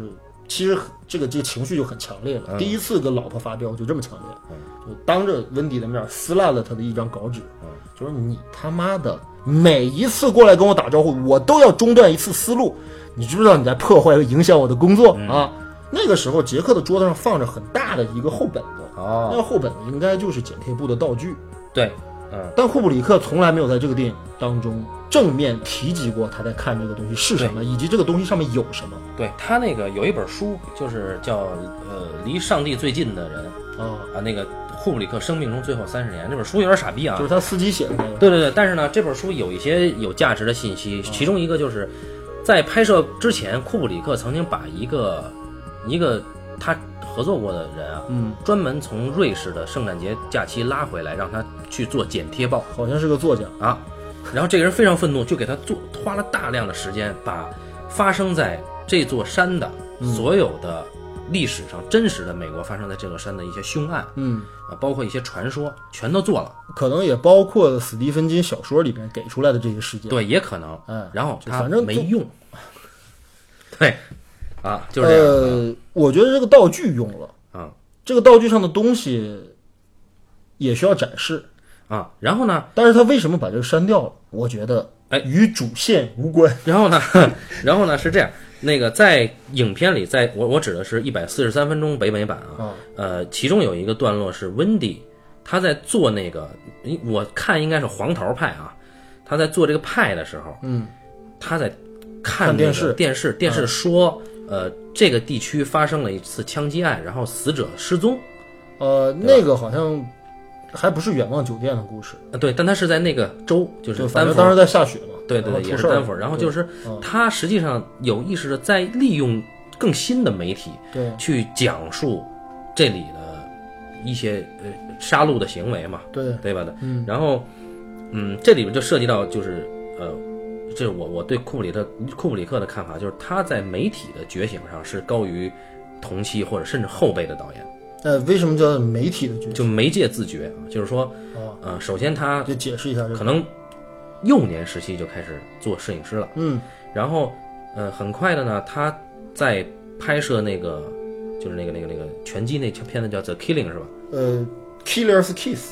Speaker 1: 其实这个这个情绪就很强烈了，第一次跟老婆发飙就这么强烈，
Speaker 2: 嗯
Speaker 1: 就当着温迪的面撕烂了他的一张稿纸，就是你他妈的每一次过来跟我打招呼，我都要中断一次思路，你知不知道你在破坏和影响我的工作、啊？那个时候，杰克的桌子上放着很大的一个厚本子，那
Speaker 2: 哦，
Speaker 1: 个厚本子应该就是剪贴布的道具。
Speaker 2: 对，嗯，
Speaker 1: 但库布里克从来没有在这个电影当中正面提及过他在看这个东西是什么，以及这个东西上面有什么
Speaker 2: 对他那个有一本书，就是叫呃离上帝最近的人
Speaker 1: 啊，
Speaker 2: 啊，那个库布里克生命中最后三十年这本书有点傻逼啊
Speaker 1: 就是，他司机写的那个。
Speaker 2: 对对对，但是呢，这本书有一些有价值的信息，
Speaker 1: 嗯
Speaker 2: 其中一个就是在拍摄之前，库布里克曾经把一个一个他合作过的人啊，
Speaker 1: 嗯，
Speaker 2: 专门从瑞士的圣诞节假期拉回来，让他去做剪贴报
Speaker 1: 好像是个作家。
Speaker 2: 啊。然后这个人非常愤怒，就给他做花了大量的时间，把发生在这座山的
Speaker 1: 嗯
Speaker 2: 所有的历史上真实的美国发生在这座山的一些凶案
Speaker 1: 嗯，
Speaker 2: 啊，包括一些传说，全都做了。
Speaker 1: 可能也包括史蒂芬金小说里面给出来的这些事件。
Speaker 2: 对，也可能。
Speaker 1: 嗯
Speaker 2: 然后
Speaker 1: 就
Speaker 2: 他
Speaker 1: 反正
Speaker 2: 没
Speaker 1: 就
Speaker 2: 用。对，啊，就是这样的。
Speaker 1: 呃，我觉得这个道具用了，
Speaker 2: 嗯
Speaker 1: 这个道具上的东西也需要展示，
Speaker 2: 啊，然后呢，
Speaker 1: 但是他为什么把这个删掉了？我觉得，
Speaker 2: 哎
Speaker 1: 与主线无
Speaker 2: [laughs]
Speaker 1: 关。
Speaker 2: 然后呢，然后呢是这样，那个在影片里，在我我指的是一百四十三分钟北美版啊，
Speaker 1: 啊
Speaker 2: 呃，其中有一个段落是温迪他在做那个，因我看应该是黄桃派啊，他在做这个派的时候，
Speaker 1: 嗯，
Speaker 2: 他在
Speaker 1: 看
Speaker 2: 看那个
Speaker 1: 电视嗯
Speaker 2: 电视电视说，呃，这个地区发生了一次枪击案，然后死者失踪。
Speaker 1: 呃，那个好像还不是远望酒店的故事，
Speaker 2: 啊，对，但他是在那个州，就是
Speaker 1: 就反
Speaker 2: 丹
Speaker 1: 正
Speaker 2: 佛，
Speaker 1: 当时在下雪嘛，
Speaker 2: 对对
Speaker 1: 然后
Speaker 2: 对，
Speaker 1: 出
Speaker 2: 也
Speaker 1: 事
Speaker 2: 是
Speaker 1: 儿
Speaker 2: 丹
Speaker 1: 了
Speaker 2: 佛。然后
Speaker 1: 对
Speaker 2: 就是
Speaker 1: 嗯
Speaker 2: 他实际上有意识的在利用更新的媒体
Speaker 1: 对
Speaker 2: 去讲述这里的一些呃杀戮的行为嘛，
Speaker 1: 对，
Speaker 2: 对吧的？嗯，然后嗯，这里边就涉及到就是呃，这是我我对库布里克库布里克的看法，就是他在媒体的觉醒上是高于同期或者甚至后辈的导演，
Speaker 1: 呃，为什么叫媒体的角色？
Speaker 2: 就媒介自觉啊，就是说
Speaker 1: 啊，
Speaker 2: 呃，首先他
Speaker 1: 就解释一下这
Speaker 2: 可
Speaker 1: 个。
Speaker 2: 能幼年时期就开始做摄影师了。
Speaker 1: 嗯，
Speaker 2: 然后，呃，很快的呢，他在拍摄那个就是那个那个那个拳击那片子叫《The Killing》是吧？
Speaker 1: 呃，Killer's Kiss，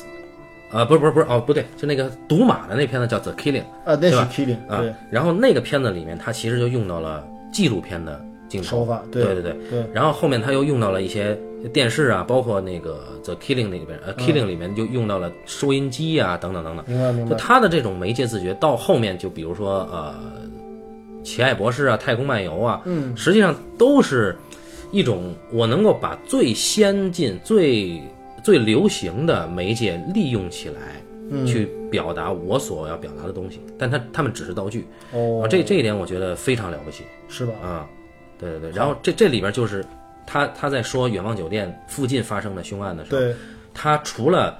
Speaker 2: 呃，不是不是不是哦，不对，就那个赌马的那片子叫《The Killing》
Speaker 1: 啊，那
Speaker 2: 对
Speaker 1: 是
Speaker 2: 吧
Speaker 1: Killing，
Speaker 2: 啊
Speaker 1: 对，，
Speaker 2: 然后那个片子里面，它其实就用到了纪录片的镜头
Speaker 1: 手法，
Speaker 2: 对
Speaker 1: 对
Speaker 2: 对
Speaker 1: 对
Speaker 2: 然后后面他又用到了一些电视啊，包括那个《The Killing》里边，呃，《Killing》里面就用到了收音机啊，等等等等。
Speaker 1: 明白明
Speaker 2: 就
Speaker 1: 白，
Speaker 2: 他的这种媒介自觉，到后面就比如说呃，《奇爱博士》啊，《太空漫游》啊，
Speaker 1: 嗯，
Speaker 2: 实际上都是一种我能够把最先进、最最流行的媒介利用起来，
Speaker 1: 嗯
Speaker 2: 去表达我所要表达的东西。但他他们只是道具啊
Speaker 1: 哦，，
Speaker 2: 这这一点我觉得非常了不起
Speaker 1: 是吧？
Speaker 2: 啊！对对对，然后这这里边就是他他在说远望酒店附近发生的凶案的时候，
Speaker 1: 对，
Speaker 2: 他除了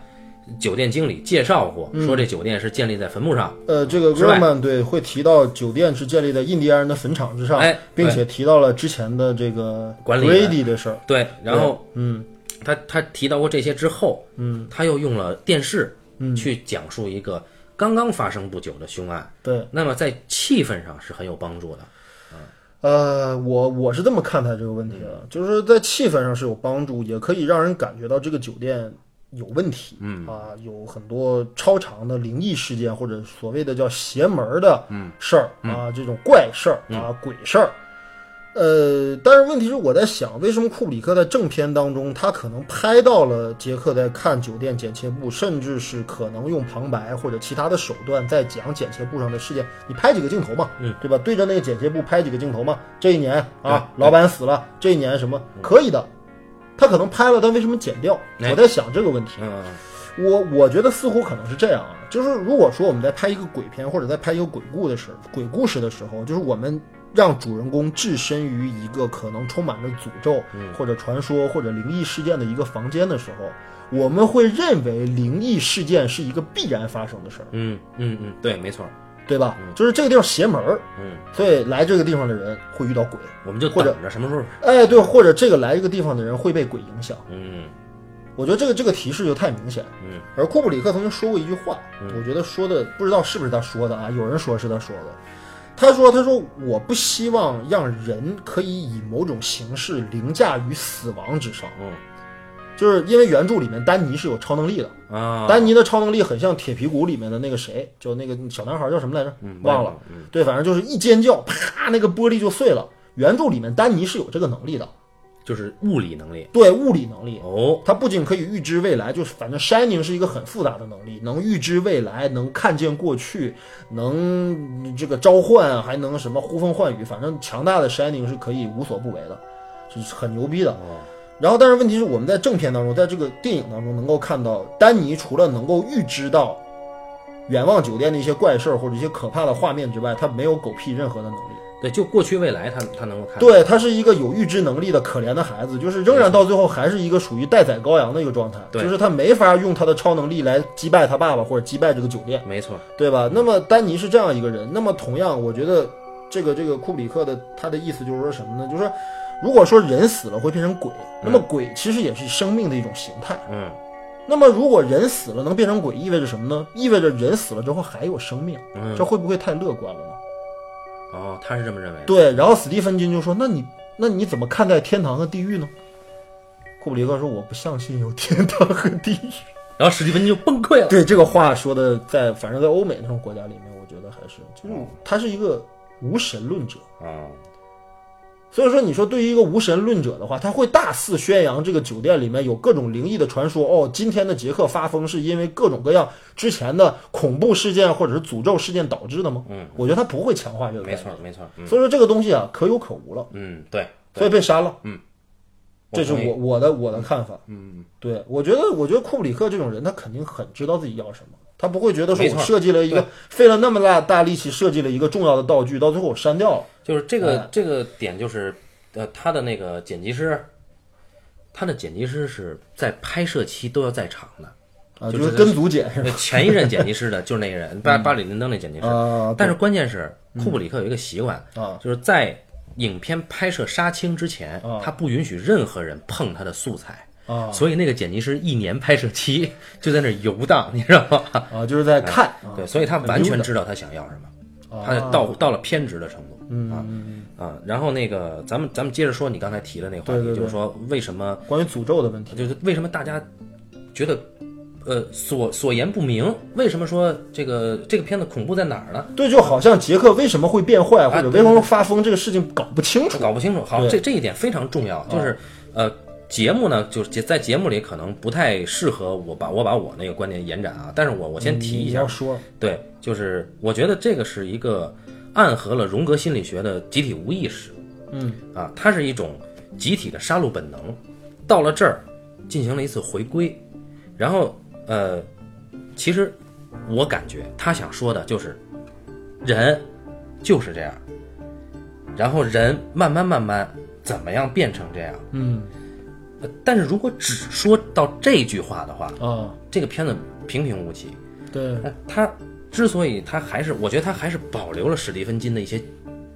Speaker 2: 酒店经理介绍过，
Speaker 1: 嗯
Speaker 2: 说这酒店是建立在坟墓上，
Speaker 1: 呃，这个
Speaker 2: 之外
Speaker 1: Grumman 对会提到酒店是建立在印第安人的坟场之上，
Speaker 2: 哎
Speaker 1: 并且提到了之前的这个
Speaker 2: 管理员
Speaker 1: Grady 的事儿，
Speaker 2: 对，然后
Speaker 1: 嗯，
Speaker 2: 他他提到过这些之后，嗯，他又用了电视，嗯，去讲述一个刚刚发生不久的凶案，
Speaker 1: 对，
Speaker 2: 那么在气氛上是很有帮助的，
Speaker 1: 呃，我我是这么看待这个问题的，就是在气氛上是有帮助，也可以让人感觉到这个酒店有问题，嗯啊，有很多超常的灵异事件或者所谓的叫邪门儿的
Speaker 2: 嗯
Speaker 1: 事儿、啊，这种怪事儿、啊，鬼事儿。呃，但是问题是我在想，为什么库布里克在正片当中，他可能拍到了杰克在看酒店剪切布，甚至是可能用旁白或者其他的手段在讲剪切布上的事件。你拍几个镜头嘛，嗯，对吧？对着那个剪切布拍几个镜头嘛。这一年啊，老板死了，这一年什么可以的，他可能拍了，但为什么剪掉？
Speaker 2: 哎
Speaker 1: 我在想这个问题。
Speaker 2: 嗯，
Speaker 1: 我我觉得似乎可能是这样啊，就是如果说我们在拍一个鬼片或者在拍一个鬼故的时鬼故事的时候，就是我们让主人公置身于一个可能充满着诅咒、或者传说或者灵异事件的一个房间的时候，我们会认为灵异事件是一个必然发生的事儿，
Speaker 2: 嗯嗯嗯，对，没错，
Speaker 1: 对吧？就是这个地方邪门儿，
Speaker 2: 嗯，
Speaker 1: 所以来这个地方的人会遇到鬼，
Speaker 2: 我们就
Speaker 1: 或
Speaker 2: 等
Speaker 1: 者
Speaker 2: 着什么时候，
Speaker 1: 哎，对，或者这个来这个地方的人会被鬼影响。
Speaker 2: 嗯
Speaker 1: 我觉得这个这个提示就太明显。
Speaker 2: 嗯，
Speaker 1: 而库布里克曾经说过一句话，我觉得说的不知道是不是他说的啊，有人说是他说的。他说：“他说我不希望让人可以以某种形式凌驾于死亡之上，
Speaker 2: 嗯
Speaker 1: 就是因为原著里面丹尼是有超能力的，
Speaker 2: 啊，
Speaker 1: 丹尼的超能力很像《铁皮鼓》里面的那个谁，就那个小男孩叫什么来着？
Speaker 2: 嗯
Speaker 1: 忘了。，对，反正就是一尖叫，啪，那个玻璃就碎了。原著里面丹尼是有这个能力的，
Speaker 2: 就是物理能力
Speaker 1: 对物理能力。
Speaker 2: 哦，
Speaker 1: 它不仅可以预知未来，就是反正 Shining 是一个很复杂的能力，能预知未来，能看见过去，能这个召唤，还能什么呼风唤雨，反正强大的 Shining 是可以无所不为的， [laughs] 就是很牛逼的。然后，但是问题是我们在正片当中，在这个电影当中能够看到，丹尼除了能够预知到远望酒店的一些怪事儿或者一些可怕的画面之外，他没有狗屁任何的能力。
Speaker 2: 对，就过去未来他他能够看，
Speaker 1: 对他是一个有预知能力的可怜的孩子，就是仍然到最后还是一个属于待宰羔羊的一个状态，
Speaker 2: 对
Speaker 1: 就是他没法用他的超能力来击败他爸爸或者击败这个酒店，
Speaker 2: 没错，
Speaker 1: 对吧？那么丹尼是这样一个人，那么同样，我觉得这个这个库布里克的他的意思就是说什么呢？就是说，如果说人死了会变成鬼，那么鬼其实也是生命的一种形态。
Speaker 2: 嗯，
Speaker 1: 那么如果人死了能变成鬼，意味着什么呢？意味着人死了之后还有生命，
Speaker 2: 嗯
Speaker 1: 这会不会太乐观了呢？
Speaker 2: 哦，他是这么认为的，
Speaker 1: 对，然后史蒂芬金就说：“那你那你怎么看待天堂和地狱呢？”库布里克说：“我不相信有天堂和地狱。 [laughs]
Speaker 2: 然后史蒂芬就崩溃”了，
Speaker 1: 对这个话说的在，反正在欧美那种国家里面，我觉得还是就是
Speaker 2: 嗯
Speaker 1: 他是一个无神论者。
Speaker 2: 啊，
Speaker 1: 所以说，你说对于一个无神论者的话，他会大肆宣扬这个酒店里面有各种灵异的传说。哦，今天的杰克发疯是因为各种各样之前的恐怖事件或者是诅咒事件导致的吗？嗯，我觉得他不会强化这个概
Speaker 2: 没
Speaker 1: 念。
Speaker 2: 错没错，嗯
Speaker 1: 所以说这个东西啊，可有可无了。
Speaker 2: 嗯，对，
Speaker 1: 所以被删了。
Speaker 2: 嗯，
Speaker 1: 这是
Speaker 2: 我同意
Speaker 1: 我我的我的看法。嗯，对，我觉得我觉得库布里克这种人，他肯定很知道自己要什么，他不会觉得说
Speaker 2: 没
Speaker 1: 我
Speaker 2: 错
Speaker 1: 设计了一个费了那么大大力气设计了一个重要的道具，到最后我删掉了。
Speaker 2: 就是这个、这个点，就是呃，他的那个剪辑师，他的剪辑师是在拍摄期都要在场 [laughs] 的。
Speaker 1: 啊，
Speaker 2: 就
Speaker 1: 就是
Speaker 2: 是
Speaker 1: 跟组剪是吧？
Speaker 2: 那前一任剪辑师的就是那个人，巴巴里林登那剪辑师。
Speaker 1: 啊
Speaker 2: 但是关键是库布里克有一个习惯，
Speaker 1: 啊
Speaker 2: 就是在影片拍摄杀青之前，他不允许任何人碰他的素材。
Speaker 1: 啊
Speaker 2: 所以那个剪辑师一年拍摄期 [laughs] 就在那儿游荡，你知道吗？
Speaker 1: 啊，就是在看啊，
Speaker 2: 对，所以他完全知道他想要什
Speaker 1: 哦
Speaker 2: 么，他到到了偏执的程度，
Speaker 1: 嗯
Speaker 2: 啊啊，然后那个咱们咱们接着说你刚才提的那个话题，
Speaker 1: 对对对
Speaker 2: 就是说为什么
Speaker 1: 关于诅咒的问题。
Speaker 2: 就是为什么大家觉得呃所所言不明。为什么说这个这个片子恐怖在哪儿呢？
Speaker 1: 对，就好像杰克为什么会变坏，
Speaker 2: 啊
Speaker 1: 或者为什么发疯，这个事情搞不清楚。
Speaker 2: 搞不清楚。好，这这一点非常重要，
Speaker 1: 哦
Speaker 2: 就是呃，节目呢，就是节在节目里可能不太适合我把我把我那个观点延展啊，但是我我先提一
Speaker 1: 你
Speaker 2: 下，
Speaker 1: 要说，
Speaker 2: 对，就是我觉得这个是一个暗合了荣格心理学的集体无意识，嗯啊，它是一种集体的杀戮本能，到了这儿进行了一次回归，然后呃，其实我感觉他想说的就是人就是这样，然后人慢慢慢慢怎么样变成这样，嗯。但是如果只说到这句话的话，
Speaker 1: 啊，
Speaker 2: 这个片子平平无奇。
Speaker 1: 对，
Speaker 2: 哎，他之所以他还是，我觉得他还是保留了史蒂芬金的一些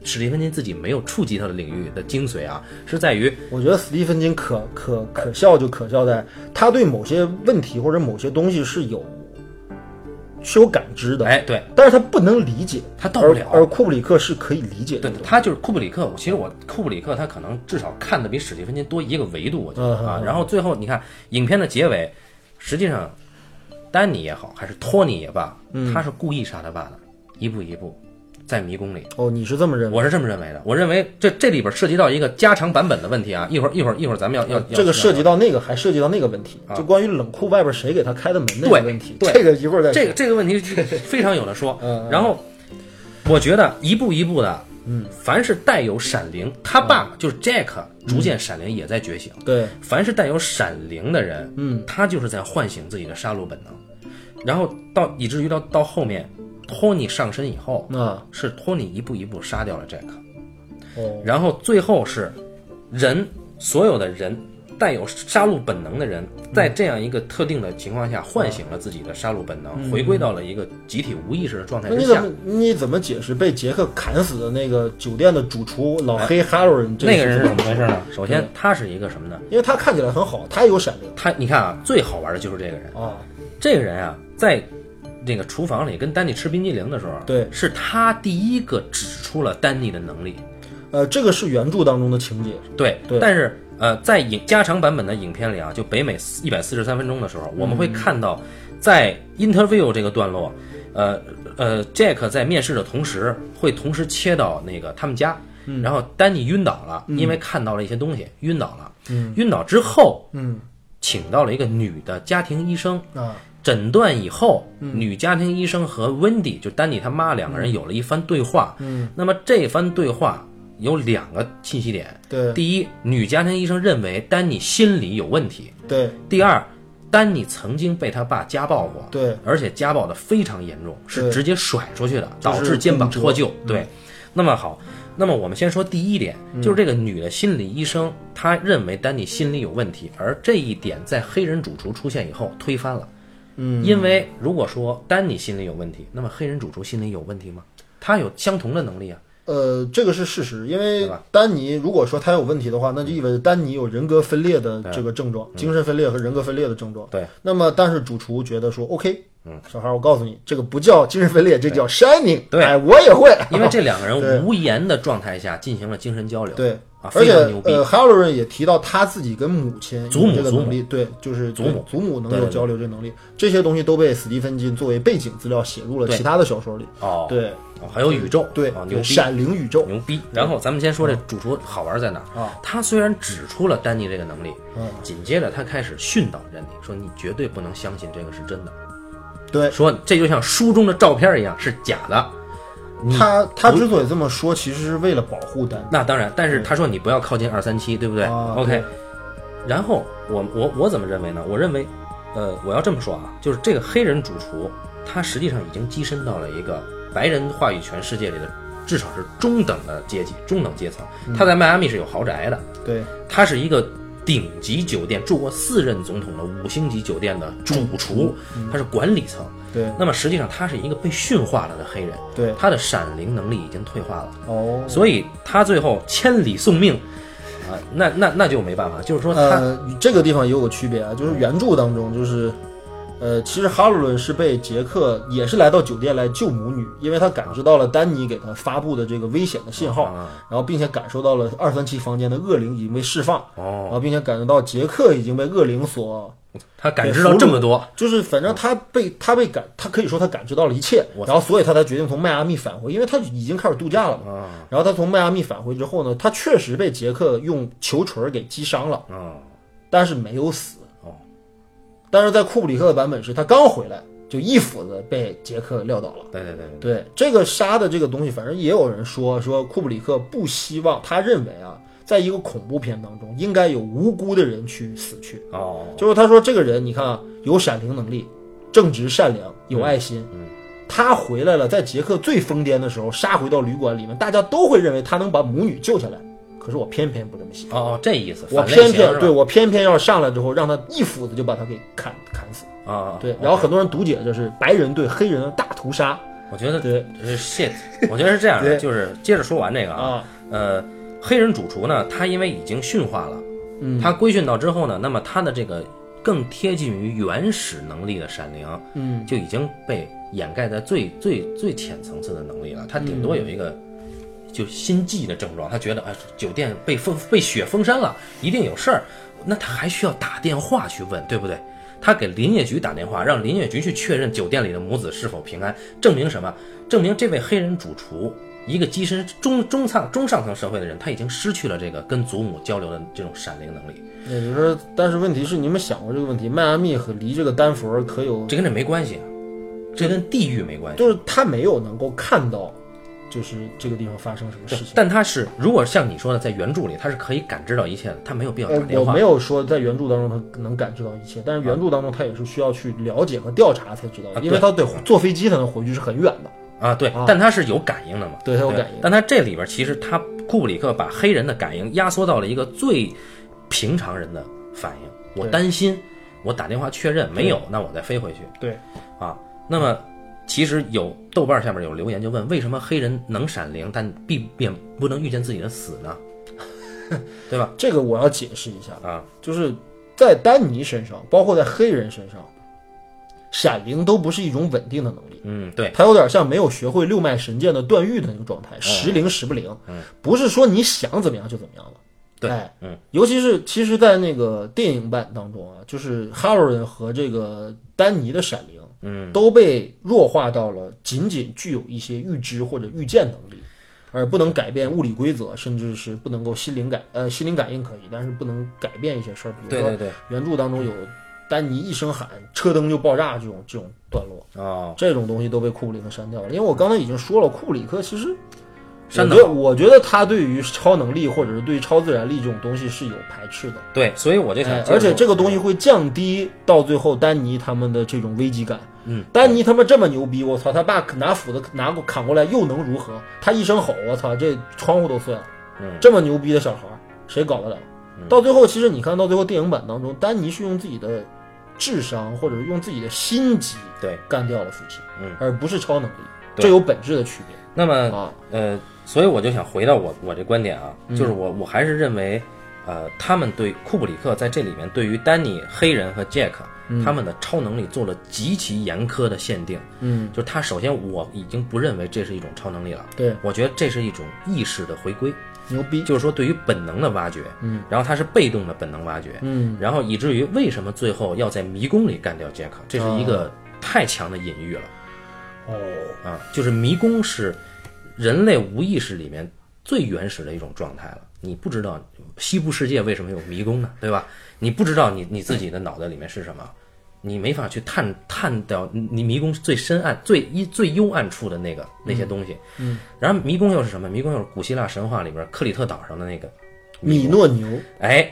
Speaker 2: 史蒂芬金自己没有触及他的领域的精髓啊，是在于
Speaker 1: 我觉得斯蒂芬金可可可笑就可笑在，他对某些问题或者某些东西是有是有感知的，
Speaker 2: 哎，对
Speaker 1: 但是他不能理解，
Speaker 2: 他到不了
Speaker 1: 而而库布里克是可以理解的
Speaker 2: 对，，他就是库布里克。其实我库布里克他可能至少看的比史蒂芬金多一个维度，我觉
Speaker 1: 嗯
Speaker 2: 得啊。然后最后你看影片的结尾，实际上丹尼也好，还是托尼也罢，
Speaker 1: 嗯
Speaker 2: 他是故意杀他爸的，一步一步在迷宫里。
Speaker 1: 哦，你是这么认为？
Speaker 2: 我是这么认为的，我认为这这里边涉及到一个加长版本的问题啊，一会儿一会儿一会儿咱们要要
Speaker 1: 这个
Speaker 2: 涉
Speaker 1: 涉及到那个，还涉及到那个问题，就关于冷库外边谁给他开的门那
Speaker 2: 啊对
Speaker 1: 个问题，
Speaker 2: 对
Speaker 1: 这个一会儿再
Speaker 2: 这
Speaker 1: 说
Speaker 2: 个这个问题非常有的说。然后我觉得一步一步的，嗯，凡是带有闪灵，他爸就是 Jack，逐渐闪灵也在觉醒。
Speaker 1: 对，
Speaker 2: 凡是带有闪灵的人，嗯，他就是在唤醒自己的杀戮本能，然后到以至于到到后面，托尼上身以后，
Speaker 1: 啊，
Speaker 2: 是托尼一步一步杀掉了 Jack，
Speaker 1: 哦，
Speaker 2: 然后最后是人所有的人带有杀戮本能的人，在这样一个特定的情况下唤醒了自己的杀戮本能，回归到了一个集体无意识的状态
Speaker 1: 那
Speaker 2: 之
Speaker 1: 你
Speaker 2: 下
Speaker 1: 怎。么你怎么解释被杰克砍死的那个酒店的主厨老黑哈罗人？这
Speaker 2: 哎那个人
Speaker 1: 是
Speaker 2: 是
Speaker 1: 怎
Speaker 2: 怎
Speaker 1: 么
Speaker 2: 么回事呢？首先，他是一个什么呢？
Speaker 1: 因为他看起来很好，他也有闪灵
Speaker 2: 他你看啊，最好玩的就是这个人。
Speaker 1: 啊，
Speaker 2: 这个人啊，在那个厨房里跟丹尼吃冰激凌的时候，
Speaker 1: 对
Speaker 2: 是他第一个指出了丹尼的能力。
Speaker 1: 呃，这个是原著当中的情节，
Speaker 2: 对，
Speaker 1: 对
Speaker 2: 但是呃，在影加长版本的影片里啊，就北美一百四十三分钟的时候，我们会看到，在 interview 这个段落，呃呃，Jack 在面试的同时，会同时切到那个他们家，然后丹尼晕倒了，因为看到了一些东西，晕倒了，晕倒之后，
Speaker 1: 嗯
Speaker 2: 请到了一个女的家庭医生，
Speaker 1: 啊，
Speaker 2: 诊断以后，女家庭医生和温迪，就丹尼他妈两个人有了一番对话。嗯，那么这番对话有两个信息点：
Speaker 1: 对
Speaker 2: 第一，女家庭医生认为丹尼心理有问题；
Speaker 1: 对
Speaker 2: 第二，丹尼曾经被他爸家暴过，
Speaker 1: 对，
Speaker 2: 而且家暴的非常严重，是
Speaker 1: 对
Speaker 2: 直接甩出去的，导
Speaker 1: 就是
Speaker 2: 致肩膀
Speaker 1: 骨折
Speaker 2: 脱臼。对，那么好，那么我们先说第一点，
Speaker 1: 嗯
Speaker 2: 就是这个女的心理医生，她认为丹尼心理有问题，而这一点在黑人主厨出现以后推翻了。嗯，因为如果说丹尼心理有问题，那么黑人主厨心理有问题吗？他有相同的能力啊。
Speaker 1: 呃，这个是事实，因为
Speaker 2: 对吧
Speaker 1: 丹尼如果说他有问题的话，那就意味着丹尼有人格分裂的这个症状，精神分裂和人格分裂的症状。
Speaker 2: 嗯对，
Speaker 1: 那么但是主厨觉得说，OK，嗯，小孩儿，我告诉你，这个不叫精神分裂，这叫 shining。
Speaker 2: 对
Speaker 1: 哎，我也会， [laughs]
Speaker 2: 因为这两个人无言的状态下进行了精神交流，
Speaker 1: 对，
Speaker 2: 啊，
Speaker 1: 而
Speaker 2: 非
Speaker 1: 且
Speaker 2: 常牛逼。
Speaker 1: 呃，哈罗人也提到他自己跟母亲
Speaker 2: 祖母
Speaker 1: 有这个能力，对，就是
Speaker 2: 祖母
Speaker 1: 对祖母能
Speaker 2: 对
Speaker 1: 有
Speaker 2: 对对
Speaker 1: 交流这能力，这些东西都被史蒂芬金作为背景资料写入了
Speaker 2: 对
Speaker 1: 其他的小说里。
Speaker 2: 哦，
Speaker 1: 对
Speaker 2: 哦，还有宇宙，
Speaker 1: 对
Speaker 2: 啊，，牛
Speaker 1: 有嗯
Speaker 2: 逼，
Speaker 1: 闪灵宇宙，
Speaker 2: 牛逼。然后咱们先说这主厨好玩在哪儿
Speaker 1: 啊？
Speaker 2: 他虽然指出了丹尼这个能力
Speaker 1: 嗯，
Speaker 2: 紧接着他开始训导丹尼，说你绝对不能相信这个是真的，
Speaker 1: 对。
Speaker 2: 说这就像书中的照片一样是假的。你
Speaker 1: 他他之所以这么说，其实是为了保护丹尼。
Speaker 2: 那当然，但是他说你不要靠近二三七，对不对
Speaker 1: 啊
Speaker 2: ？OK
Speaker 1: 对。
Speaker 2: 然后我我我怎么认为呢？我认为，呃，我要这么说啊，就是这个黑人主厨，他实际上已经跻身到了一个白人话语权世界里的至少是中等的阶级、中等阶层。
Speaker 1: 嗯
Speaker 2: 他在迈阿密是有豪宅的，
Speaker 1: 对，
Speaker 2: 他是一个顶级酒店住过四任总统的五星级酒店的主厨，
Speaker 1: 嗯
Speaker 2: 他是管理层。
Speaker 1: 对，
Speaker 2: 那么实际上他是一个被驯化了的黑人，
Speaker 1: 对
Speaker 2: 他的闪灵能力已经退化了。
Speaker 1: 哦，
Speaker 2: 所以他最后千里送命，啊、那那那就没办法，就是说他、
Speaker 1: 呃，这个地方也有个区别啊，就是原著当中就是。呃，其实哈鲁伦是被杰克也是来到酒店来救母女，因为他感知到了丹尼给他发布的这个危险的信号，
Speaker 2: 啊
Speaker 1: 然后并且感受到了二三七房间的恶灵已经被释放，
Speaker 2: 哦
Speaker 1: 然后并且感觉到杰克已经被恶灵所
Speaker 2: 他感知到这么多，
Speaker 1: 就是反正他被他被感，他可以说他感知到了一切，然后所以他才决定从迈阿密返回，因为他已经开始度假了嘛。然后他从迈阿密返回之后呢，他确实被杰克用球锤儿给击伤了，
Speaker 2: 嗯，
Speaker 1: 但是没有死。
Speaker 2: 哦，
Speaker 1: 但是在库布里克的版本是他刚回来就一斧子被杰克撂倒了。
Speaker 2: 对对对，
Speaker 1: 对这个杀的这个东西，反正也有人说说库布里克不希望，他认为啊，在一个恐怖片当中应该有无辜的人去死去。
Speaker 2: 哦，
Speaker 1: 就是他说这个人，你看啊，有闪灵能力，正直善良，有爱心。嗯，他回来了，在杰克最疯癫的时候，杀回到旅馆里面，大家都会认为他能把母女救下来。可是我偏偏不这么想，
Speaker 2: 哦哦，这意思，
Speaker 1: 我
Speaker 2: 反类
Speaker 1: 偏
Speaker 2: 型
Speaker 1: 偏
Speaker 2: 是吧
Speaker 1: 对我偏偏要上来之后，让他一斧子就把他给砍砍死。
Speaker 2: 啊啊，
Speaker 1: 对，
Speaker 2: 啊
Speaker 1: 然后很多人读解这是白人对黑人的大屠杀。
Speaker 2: 我觉得
Speaker 1: 对
Speaker 2: 是 shit，我觉得是这样的，
Speaker 1: 对
Speaker 2: 就是接着说完这个啊，
Speaker 1: 啊，
Speaker 2: 呃，黑人主厨呢，他因为已经驯化了，
Speaker 1: 嗯
Speaker 2: 他规训到之后呢，那么他的这个更贴近于原始能力的闪灵，
Speaker 1: 嗯，
Speaker 2: 就已经被掩盖在最最最浅层次的能力了，他顶多有一
Speaker 1: 嗯
Speaker 2: 个。就心悸的症状，他觉得啊、哎，酒店被封被雪封山了，一定有事儿，那他还需要打电话去问，对不对？他给林业局打电话，让林业局去确认酒店里的母子是否平安，证明什么？证明这位黑人主厨，一个跻身中中上中上层社会的人，他已经失去了这个跟祖母交流的这种闪灵能力，
Speaker 1: 也就是说，但是问题是，你们想过这个问题？迈阿密和离这个丹佛可有，
Speaker 2: 这跟这没关系啊，这跟地域没关系。
Speaker 1: 就是他没有能够看到，就是这个地方发生什么事情。
Speaker 2: 但他是，如果像你说的，在原著里他是可以感知到一切的，他没有必要打
Speaker 1: 呃，
Speaker 2: 电
Speaker 1: 我
Speaker 2: 话
Speaker 1: 没。有说在原著当中他能感知到一切，但是原著当中他也是需要去了解和调查才知道
Speaker 2: 啊，
Speaker 1: 因为他得坐飞机才能回去，是很远的。
Speaker 2: 啊，对，但他是有感应的嘛，
Speaker 1: 对他有感应
Speaker 2: 但他这里边其实他库布里克把黑人的感应压缩到了一个最平常人的反应。我
Speaker 1: 对
Speaker 2: 担心，我打电话确认没有，那我再飞回去
Speaker 1: 对，
Speaker 2: 啊。那么其实有豆瓣下面有留言就问，为什么黑人能闪灵，但避免不能预见自己的死呢？ [laughs] 对吧？
Speaker 1: 这个我要解释一下，
Speaker 2: 啊，
Speaker 1: 就是在丹尼身上，包括在黑人身上，闪灵都不是一种稳定的能力。
Speaker 2: 嗯，对，
Speaker 1: 他有点像没有学会六脉神剑的段誉的那个状
Speaker 2: 哎
Speaker 1: 态，时灵时不灵，不是说你想怎么样就怎么样了。
Speaker 2: 嗯对
Speaker 1: 哎，
Speaker 2: 嗯，
Speaker 1: 尤其是其实，在那个电影版当中啊，就是哈罗人和这个丹尼的闪灵，嗯，都被弱化到了仅仅具有一些预知或者预见能力，而不能改变物理规则，甚至是不能够心灵感呃心灵感应可以，但是不能改变一些事儿，比
Speaker 2: 对
Speaker 1: 如说
Speaker 2: 对对，
Speaker 1: 原著当中有丹尼一声喊车灯就爆炸这种这种段落。
Speaker 2: 哦，
Speaker 1: 这种东西都被库布里克删掉了。因为我刚才已经说了，库布里克其实，
Speaker 2: 删
Speaker 1: 我觉得我觉得他对于超能力或者是对于超自然力这种东西是有排斥的，
Speaker 2: 对，所以我就想
Speaker 1: 哎
Speaker 2: 接着，说，
Speaker 1: 而且这个东西会降低到最后丹尼他们的这种危机感。
Speaker 2: 嗯，
Speaker 1: 丹尼他妈这么牛逼，我操，他爸拿斧子拿过砍过来又能如何？他一声吼，我操，这窗户都碎了。
Speaker 2: 嗯，
Speaker 1: 这么牛逼的小孩儿，谁搞得了？到最后，其实你看到最后电影版当中，丹尼是用自己的智商或者是用自己的心机，
Speaker 2: 对，
Speaker 1: 干掉了父亲，
Speaker 2: 嗯，
Speaker 1: 而不是超能力，
Speaker 2: 对
Speaker 1: 这有本质的区别
Speaker 2: 那么
Speaker 1: 啊。
Speaker 2: 呃，所以我就想回到我我这观点啊，
Speaker 1: 嗯
Speaker 2: 就是我我还是认为，呃，他们对库布里克在这里面对于丹尼、黑人和杰克、他们的超能力做了极其严苛的限定。
Speaker 1: 嗯，
Speaker 2: 就是他首先我已经不认为这是一种超能力了，
Speaker 1: 对，
Speaker 2: 我觉得这是一种意识的回归，
Speaker 1: 牛逼，
Speaker 2: 就是说对于本能的挖掘，嗯，然后它是被动的本能挖掘，
Speaker 1: 嗯，
Speaker 2: 然后以至于为什么最后要在迷宫里干掉杰克，这是一个太强的隐喻了。
Speaker 1: 哦，
Speaker 2: 啊，就是迷宫是人类无意识里面最原始的一种状态了。你不知道西部世界为什么有迷宫呢，对吧？你不知道你你自己的脑袋里面是什么，你没法去探探到你你迷宫最深暗、最一最幽暗处的那个那些东西。嗯，然后迷宫又是什么？迷宫又是古希腊神话里边克里特岛上的那个
Speaker 1: 米诺牛
Speaker 2: 哎，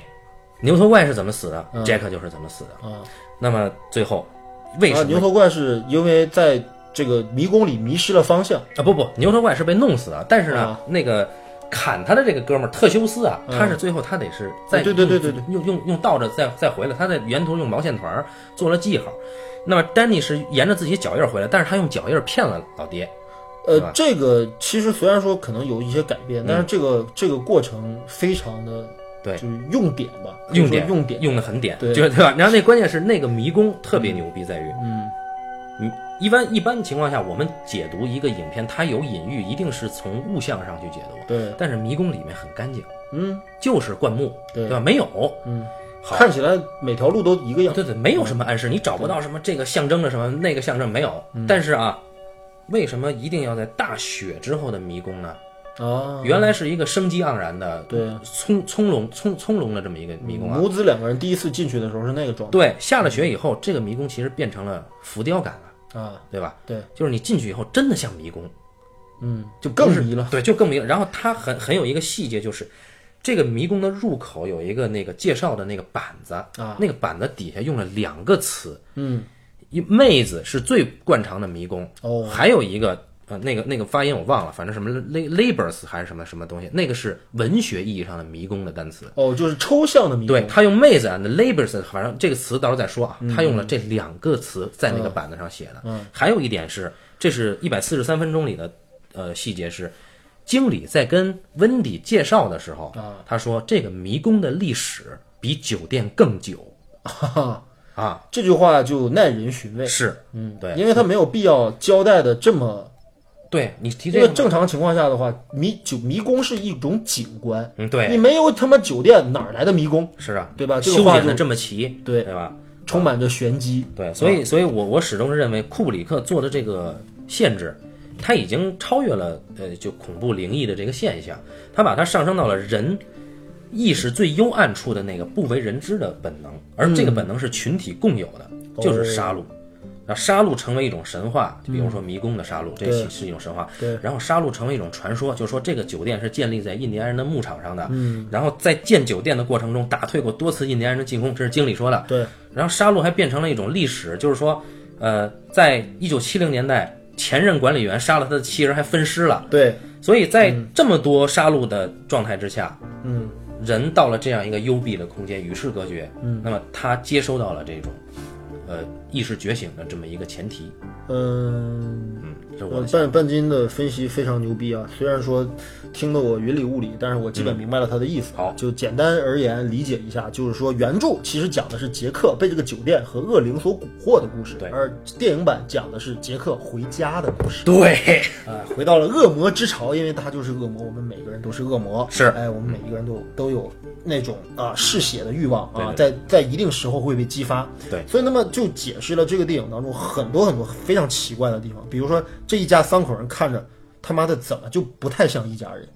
Speaker 2: 牛头怪是怎么死
Speaker 1: 嗯
Speaker 2: 的？杰克就是怎么死的。
Speaker 1: 啊
Speaker 2: 那么最后为
Speaker 1: 啊！
Speaker 2: 什么
Speaker 1: 牛头怪是因为在这个迷宫里迷失了方向，
Speaker 2: 啊，不不，牛头怪是被弄死的，但是呢，
Speaker 1: 啊嗯
Speaker 2: 那个砍他的这个哥们儿特修斯啊，他是最后他得是再、
Speaker 1: 对对对对对，
Speaker 2: 用用用倒着再再回来，他在沿途用毛线团儿做了记号。那么丹尼是沿着自己脚印儿回来，但是他用脚印儿骗了老爹。是吧嗯
Speaker 1: 呃，这个其实虽然说可能有一些改变，但是这个这个过程非常的
Speaker 2: 对
Speaker 1: 就是用典吧，
Speaker 2: 用
Speaker 1: 可以
Speaker 2: 点
Speaker 1: 说用典，
Speaker 2: 用的很点，
Speaker 1: 对
Speaker 2: 就是对吧？然后那关键是那个迷宫特别牛逼，在于，嗯，你一般一般情况下，我们解读一个影片，它有隐喻，一定是从物象上去解读，
Speaker 1: 对，
Speaker 2: 但是迷宫里面很干净，
Speaker 1: 嗯，
Speaker 2: 就是灌木，
Speaker 1: 对
Speaker 2: 吧？没有，
Speaker 1: 嗯，
Speaker 2: 好
Speaker 1: 看起嗯来每条路都一个样。
Speaker 2: 对对，没有什么暗示，你找不到什么这个象征着什么，那个象征没有。
Speaker 1: 嗯
Speaker 2: 但是啊，为什么一定要在大雪之后的迷宫呢？
Speaker 1: 啊，
Speaker 2: 原来是一个生机盎然的，
Speaker 1: 对啊
Speaker 2: 葱葱胧葱葱胧的这么一个迷宫啊。
Speaker 1: 母子两个人第一次进去的时候是那个状
Speaker 2: 对，下了雪以后，这个迷宫其实变成了浮雕感了，
Speaker 1: 态啊，
Speaker 2: 对吧？
Speaker 1: 对，
Speaker 2: 就是你进去以后，真的像迷宫，
Speaker 1: 嗯，就
Speaker 2: 不
Speaker 1: 更
Speaker 2: 是
Speaker 1: 迷了。
Speaker 2: 对，就更迷了。然后它很很有一个细节，就是这个迷宫的入口有一个那个介绍的那个板子
Speaker 1: 啊，
Speaker 2: 那个板子底下用了两个词，
Speaker 1: 嗯，
Speaker 2: 一妹子是最惯常的迷宫，
Speaker 1: 哦
Speaker 2: 还有一个呃那个那个发音我忘了，反正什么 la- labors 还是什么什么东西，那个是文学意义上的迷宫的单词。
Speaker 1: 哦，就是抽象的迷宫
Speaker 2: 对他用妹子 and labors，反正这个词到时候再说啊。
Speaker 1: 嗯
Speaker 2: 他用了这两个词在那个板子上写的。还有一点是，这是一百四十三分钟里的呃细节是，经理在跟温迪介绍的时候，
Speaker 1: 啊
Speaker 2: 他说这个迷宫的历史比酒店
Speaker 1: [laughs]
Speaker 2: 更久
Speaker 1: 哈哈，
Speaker 2: 啊，
Speaker 1: 这句话就耐人寻味，
Speaker 2: 是，嗯，对，
Speaker 1: 因为他没有必要交代的这么。
Speaker 2: 对你提
Speaker 1: 因
Speaker 2: 这
Speaker 1: 为
Speaker 2: 个，
Speaker 1: 正常情况下的话，迷酒迷宫是一种景观，
Speaker 2: 嗯，对，
Speaker 1: 你没有他妈酒店哪儿来的迷宫？
Speaker 2: 是啊，
Speaker 1: 对吧这个
Speaker 2: 修
Speaker 1: 话
Speaker 2: 剪
Speaker 1: 就
Speaker 2: 的这么齐，
Speaker 1: 对
Speaker 2: 对吧？
Speaker 1: 充满着玄机。
Speaker 2: 对，啊所以，所以我我始终是认为库布里克做的这个限制，他已经超越了呃，就恐怖灵异的这个现象，他把它上升到了人意识最幽暗处的那个不为人知的本能，而这个本能是群体共有的，就是杀戮。然后杀戮成为一种神话，就比如说迷宫的杀戮，这是是一种神话。
Speaker 1: 对
Speaker 2: 然后杀戮成为一种传说，就说这个酒店是建立在印第安人的牧场上的。嗯，然后在建酒店的过程中打退过多次印第安人的进攻，这是经理说的。
Speaker 1: 对，
Speaker 2: 然后杀戮还变成了一种历史，就是说，呃，在一九七零年代，前任管理员杀了他的妻儿，还分尸了。
Speaker 1: 对，
Speaker 2: 所以在这么多杀戮的状态之下，嗯，人到了这样一个幽闭的空间，与世隔绝，嗯，那么他接收到了这种，呃，意识觉醒的这么一个前提，
Speaker 1: 嗯，
Speaker 2: 嗯，这是我
Speaker 1: 呃
Speaker 2: 的想
Speaker 1: 半半斤的分析非常牛逼啊！虽然说听得我云里雾里，但是我基本明白了他的意思。
Speaker 2: 好
Speaker 1: 就简单而言理解一下，就是说原著其实讲的是杰克被这个酒店和恶灵所蛊惑的故事，
Speaker 2: 对
Speaker 1: 而电影版讲的是杰克回家的故事。
Speaker 2: 对，
Speaker 1: 哎，回到了恶魔之潮，因为他就是恶魔，我们每个人都是恶魔。
Speaker 2: 是
Speaker 1: 哎，我们每一个人都都有那种啊嗜血的欲望啊，
Speaker 2: 对
Speaker 1: 在在一定时候会被激发。
Speaker 2: 对
Speaker 1: 所以那么就解释了这个电影当中很多很多非常奇怪的地方，比如说这一家三口人看着他妈的怎么就不太像一家人，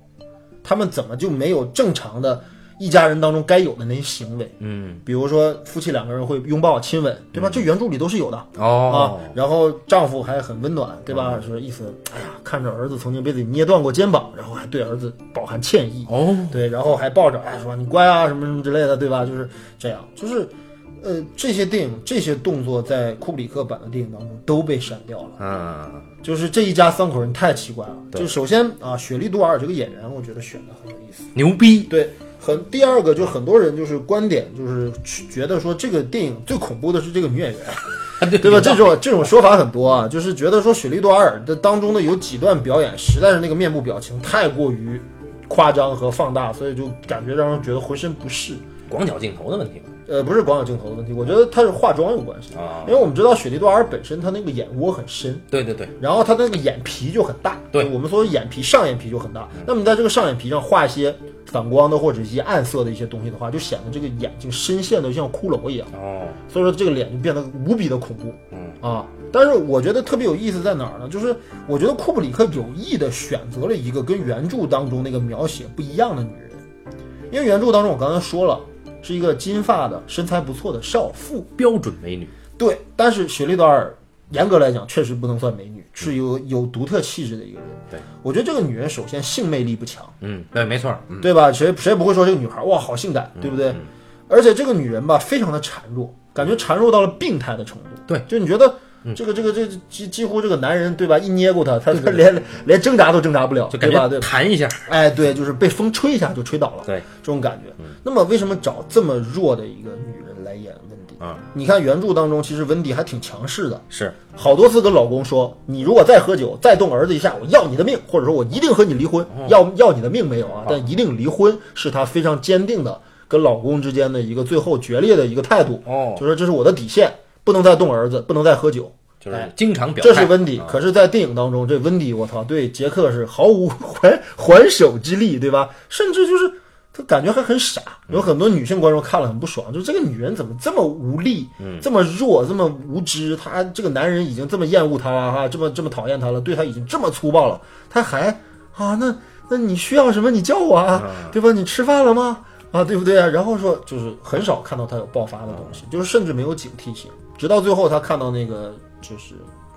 Speaker 1: 他们怎么就没有正常的一家人当中该有的那些行为？
Speaker 2: 嗯，
Speaker 1: 比如说夫妻两个人会拥抱亲吻，对吧？这原著里都是有的。
Speaker 2: 哦
Speaker 1: 啊，，然后丈夫还很温暖，对吧？说意思，哎呀，看着儿子曾经被自己捏断过肩膀，然后还对儿子饱含歉意，
Speaker 2: 哦，
Speaker 1: 对，然后还抱着，哎，说你乖啊，什么什么之类的，对吧？就是这样，就是，呃，这些电影这些动作在库布里克版的电影当中都被删掉了。
Speaker 2: 嗯，
Speaker 1: 就是这一家三口人太奇怪了。
Speaker 2: 对
Speaker 1: 就首先啊，雪莉·杜瓦尔这个演员，我觉得选的很有意思。
Speaker 2: 牛逼，
Speaker 1: 对，很第二个就很多人就是观点就是去觉得说这个电影最恐怖的是这个女演员。
Speaker 2: 啊
Speaker 1: 对吧？这种这种说法很多啊，就是觉得说雪莉·多尔的当中的有几段表演，实在是那个面部表情太过于夸张和放大，所以就感觉让人觉得浑身不适。
Speaker 2: 广角镜头的问题嘛，
Speaker 1: 呃，不是光有镜头的问题，我觉得它是化妆有关系
Speaker 2: 啊
Speaker 1: 因为我们知道雪莉·多尔本身她那个眼窝很深，
Speaker 2: 对对对，
Speaker 1: 然后她那个眼皮就很大，
Speaker 2: 对嗯
Speaker 1: 我们说眼皮上眼皮就很大。那么在这个上眼皮上画一些反光的或者一些暗色的一些东西的话，就显得这个眼睛深陷的像骷髅一样。
Speaker 2: 哦，
Speaker 1: 所以说这个脸就变得无比的恐怖，
Speaker 2: 嗯
Speaker 1: 啊，但是我觉得特别有意思在哪儿呢？就是我觉得库布里克有意的选择了一个跟原著当中那个描写不一样的女人，因为原著当中我刚才说了，是一个金发的身材不错的少妇，
Speaker 2: 标准美女，
Speaker 1: 对，但是雪莉·道尔严格来讲确实不能算美女，是有有独特气质的一个人。
Speaker 2: 嗯对，
Speaker 1: 我觉得这个女人首先性魅力不强，
Speaker 2: 嗯，对，没错，嗯，
Speaker 1: 对吧？谁谁不会说这个女孩哇好性感，对不对？而且这个女人吧，非常的孱弱，感觉孱弱到了病态的程度。
Speaker 2: 嗯对，嗯
Speaker 1: 就你觉得这个这个这个几几乎这个男人对吧？一捏过她，她她连连挣扎都挣扎不了，
Speaker 2: 就
Speaker 1: 对
Speaker 2: 感
Speaker 1: 吧？
Speaker 2: 觉
Speaker 1: 对，
Speaker 2: 弹一下，
Speaker 1: 哎，对，就是被风吹一下就吹倒了，
Speaker 2: 对，嗯
Speaker 1: 这种感觉。那么为什么找这么弱的一个女人来演温迪？
Speaker 2: 嗯，
Speaker 1: 你看原著当中，其实温迪还挺强势的，
Speaker 2: 是，
Speaker 1: 好多次跟老公说，你如果再喝酒，再动儿子一下，我要你的命，或者说我一定和你离婚，要要你的命没有啊？但一定离婚是她非常坚定的跟老公之间的一个最后决裂的一个态度，
Speaker 2: 哦
Speaker 1: 就说这是我的底线，不能再动儿子，不能再喝酒。
Speaker 2: 就是哎经常表态，
Speaker 1: 这是温迪，可是，在电影当中，这 [laughs] 温迪，我操，对杰克是毫无还还手之力，对吧？甚至就是他感觉还很傻，有很多女性观众看了很不爽，就这个女人怎么这么无力，
Speaker 2: 嗯
Speaker 1: 这么弱，这么无知？她这个男人已经这么厌恶她了，哈、这么这么讨厌她了，对她已经这么粗暴了，她还啊，那那你需要什么？你叫我啊，对吧？你吃饭了吗？啊，对不对啊？然后说就是很少看到她有爆发的东西，就是甚至没有警惕性，直到最后她看到那个就是。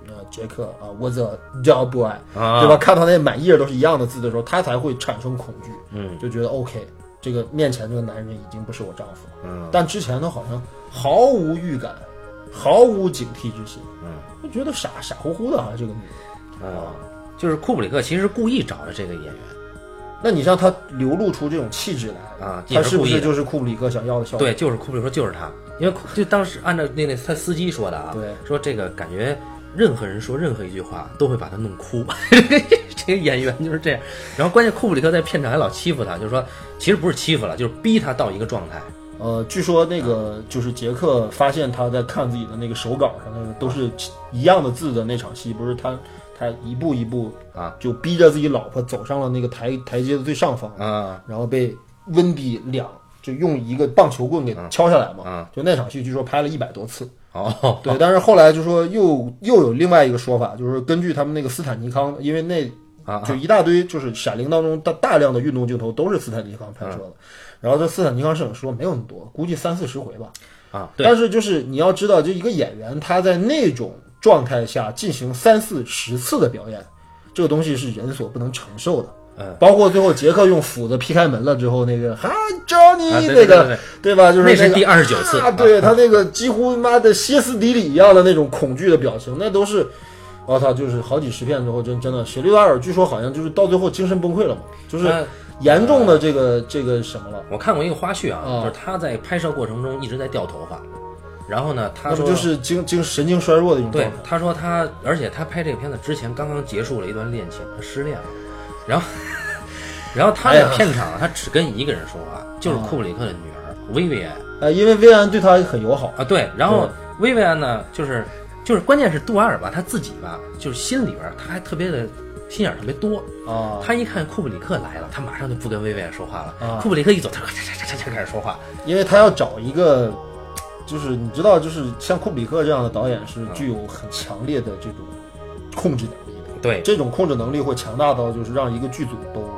Speaker 1: 呃，杰克啊，was a dog boy，、
Speaker 2: 啊
Speaker 1: 对吧？看到那满页都是一样的字的时候，她才会产生恐惧。
Speaker 2: 嗯
Speaker 1: 就觉得 OK，这个面前这个男人已经不是我丈夫了。
Speaker 2: 嗯
Speaker 1: 但之前呢，好像毫无预感，毫无警惕之心，
Speaker 2: 嗯
Speaker 1: 就觉得傻傻乎乎的啊，这个女人。哦
Speaker 2: 啊，就是库布里克其实故意找的这个演员，
Speaker 1: 那你让她流露出这种气质来
Speaker 2: 啊
Speaker 1: 她是不
Speaker 2: 也是故意
Speaker 1: 是
Speaker 2: 的
Speaker 1: 就是库布里克想要的效果？
Speaker 2: 对，就是库布里克就是他，因为库就当时按照那那他司机说的啊，
Speaker 1: 对
Speaker 2: 说这个感觉任何人说任何一句话都会把他弄哭， [laughs] 这个演员就是这样。然后关键库布里克在片场还老欺负他，就是说其实不是欺负了，就是逼他到一个状态。
Speaker 1: 呃，据说那
Speaker 2: 啊
Speaker 1: 个就是杰克发现他在看自己的那个手稿上，那个都是一样的字的那场戏，不是他他一步一步
Speaker 2: 啊，
Speaker 1: 就逼着自己老婆走上了那个台台阶的最上方
Speaker 2: 啊，
Speaker 1: 然后被温迪两就用一个棒球棍给敲下来嘛，
Speaker 2: 嗯
Speaker 1: 就那场戏据说拍了一百多次，
Speaker 2: 哦，
Speaker 1: 对，但是后来就说又又有另外一个说法，就是根据他们那个斯坦尼康，因为那
Speaker 2: 啊
Speaker 1: 就一大堆就是《闪灵》当中大大量的运动镜头都是斯坦尼康拍摄
Speaker 2: 嗯
Speaker 1: 的，然后这斯坦尼康摄影师说没有那么多，估计三四十回吧，
Speaker 2: 啊，对，
Speaker 1: 但是就是你要知道，就一个演员他在那种状态下进行三四十次的表演，这个东西是人所不能承受的。
Speaker 2: 嗯，
Speaker 1: 包括最后杰克用斧子劈开门了之后，那个哈 Johnny、
Speaker 2: 啊对
Speaker 1: 那
Speaker 2: 对
Speaker 1: 个
Speaker 2: 对对
Speaker 1: 对吧？就是
Speaker 2: 那
Speaker 1: 个
Speaker 2: 是第29次
Speaker 1: 啊，对他那个几乎妈的歇斯底里一样的那种恐惧的表情，那都是。我操，就是好几十遍之后，真真的，雪莉瓦尔据说好像就是到最后精神崩溃了嘛，就是
Speaker 2: 嗯
Speaker 1: 严重的这个、这个什么了，
Speaker 2: 我看过一个花絮啊，
Speaker 1: 啊
Speaker 2: 就是他在拍摄过程中一直在掉头发，然后呢，他
Speaker 1: 那不
Speaker 2: 说
Speaker 1: 就是嗯精精神经衰弱的一种状
Speaker 2: 对
Speaker 1: 态吗，
Speaker 2: 他说他，而且他拍这个片子之前刚刚结束了一段恋情，他失恋了，然后， [laughs] 然后他
Speaker 1: 哎
Speaker 2: 在
Speaker 1: 呀
Speaker 2: 片场、他只跟一个人说话，就是库布里克的女儿薇薇安
Speaker 1: 呃，因为薇安对他很友好，
Speaker 2: 啊，对，然后薇薇安呢，就是就是关键是杜阿尔吧，他自己吧，就是心里边儿他还特别的心眼儿特别多，
Speaker 1: 啊，
Speaker 2: 他一看库布里克来了，他马上就不跟薇薇安说话了，
Speaker 1: 啊
Speaker 2: 库布里克一走，他咔嚓嚓嚓嚓开始说话，
Speaker 1: 因为他要找一个，就是你知道，就是像库布里克这样的导演
Speaker 2: 嗯
Speaker 1: 是具有很强烈的这种控制能力的，
Speaker 2: 对
Speaker 1: 这种控制能力会强大到就是让一个剧组都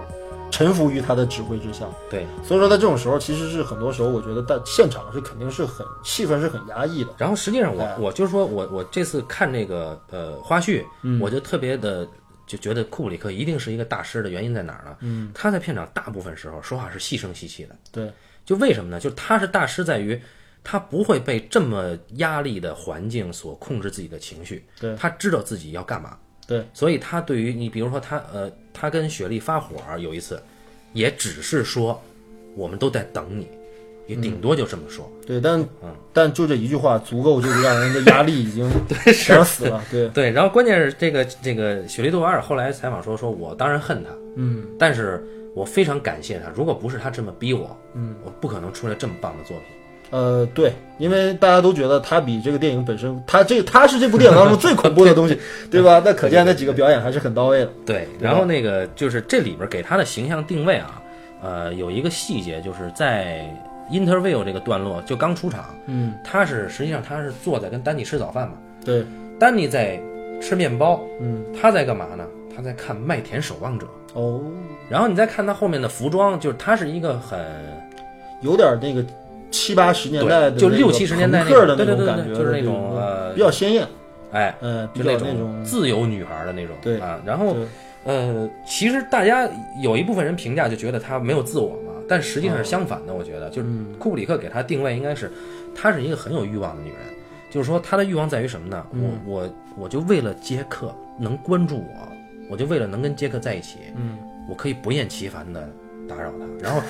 Speaker 1: 臣服于他的指挥之下。
Speaker 2: 对，
Speaker 1: 所以说，在这种时候，其实是很多时候，我觉得在现场是肯定是很气氛是很压抑的。
Speaker 2: 然后实际上我
Speaker 1: 哎
Speaker 2: 我就是说我我这次看这个呃花絮，
Speaker 1: 嗯
Speaker 2: 我就特别的就觉得库布里克一定是一个大师的原因在哪儿呢？嗯，他在片场大部分时候说话是细声细气的，
Speaker 1: 对，
Speaker 2: 就为什么呢？就他是大师在于。他不会被这么压力的环境所控制自己的情绪，
Speaker 1: 对
Speaker 2: 他知道自己要干嘛，
Speaker 1: 对，
Speaker 2: 所以他对于你，比如说他呃，他跟雪莉发火儿有一次，也只是说我们都在等你，也
Speaker 1: 嗯
Speaker 2: 顶多就这么说，
Speaker 1: 对，但
Speaker 2: 嗯
Speaker 1: 但就这一句话，足够就是让人的压力已经 [laughs] 想死了。对，
Speaker 2: 对，然后关键是这个这个雪莉杜瓦尔后来采访说，说我当然恨他，嗯，但是我非常感谢他，如果不是他这么逼我，嗯，我不可能出来这么棒的作品。
Speaker 1: 呃，对，因为大家都觉得他比这个电影本身，他这他是这部电影当中最恐怖的东
Speaker 2: [laughs]
Speaker 1: 西，对吧？那可见那几个表演还是很到位的。
Speaker 2: 对，然后那个就是这里边给他的形象定位啊，呃，有一个细节就是在 interview 这个段落就刚出场，
Speaker 1: 嗯，
Speaker 2: 他是实际上他是坐在跟丹尼吃早饭嘛，
Speaker 1: 对，
Speaker 2: 丹尼在吃面包，
Speaker 1: 嗯，
Speaker 2: 他在干嘛呢？他在看《麦田守望者
Speaker 1: 哦，》，
Speaker 2: 然后你再看他后面的服装，就是他是一个很。
Speaker 1: 有点那个七八十年代的那
Speaker 2: 对，
Speaker 1: 个
Speaker 2: 就六七十年代
Speaker 1: 朋克的那
Speaker 2: 种对对
Speaker 1: 种
Speaker 2: 对
Speaker 1: 感
Speaker 2: 对
Speaker 1: 觉，
Speaker 2: 对就是那
Speaker 1: 对
Speaker 2: 种呃
Speaker 1: 比，较鲜艳，
Speaker 2: 哎，
Speaker 1: 呃，比
Speaker 2: 就
Speaker 1: 较
Speaker 2: 那
Speaker 1: 那种嗯
Speaker 2: 自由女孩的那种，
Speaker 1: 对
Speaker 2: 啊。然后
Speaker 1: 对
Speaker 2: 呃，其实大家有一部分人评价就觉得她没有自我嘛，但实际上是相反的。我觉得就是库布里克给她定位应该是，她是一个很有欲望的女人，就是说她的欲望在于什么呢？我我我就为了杰克能关注我，我就为了能跟杰克在一起，嗯，我可以不厌其烦的。打扰他，然后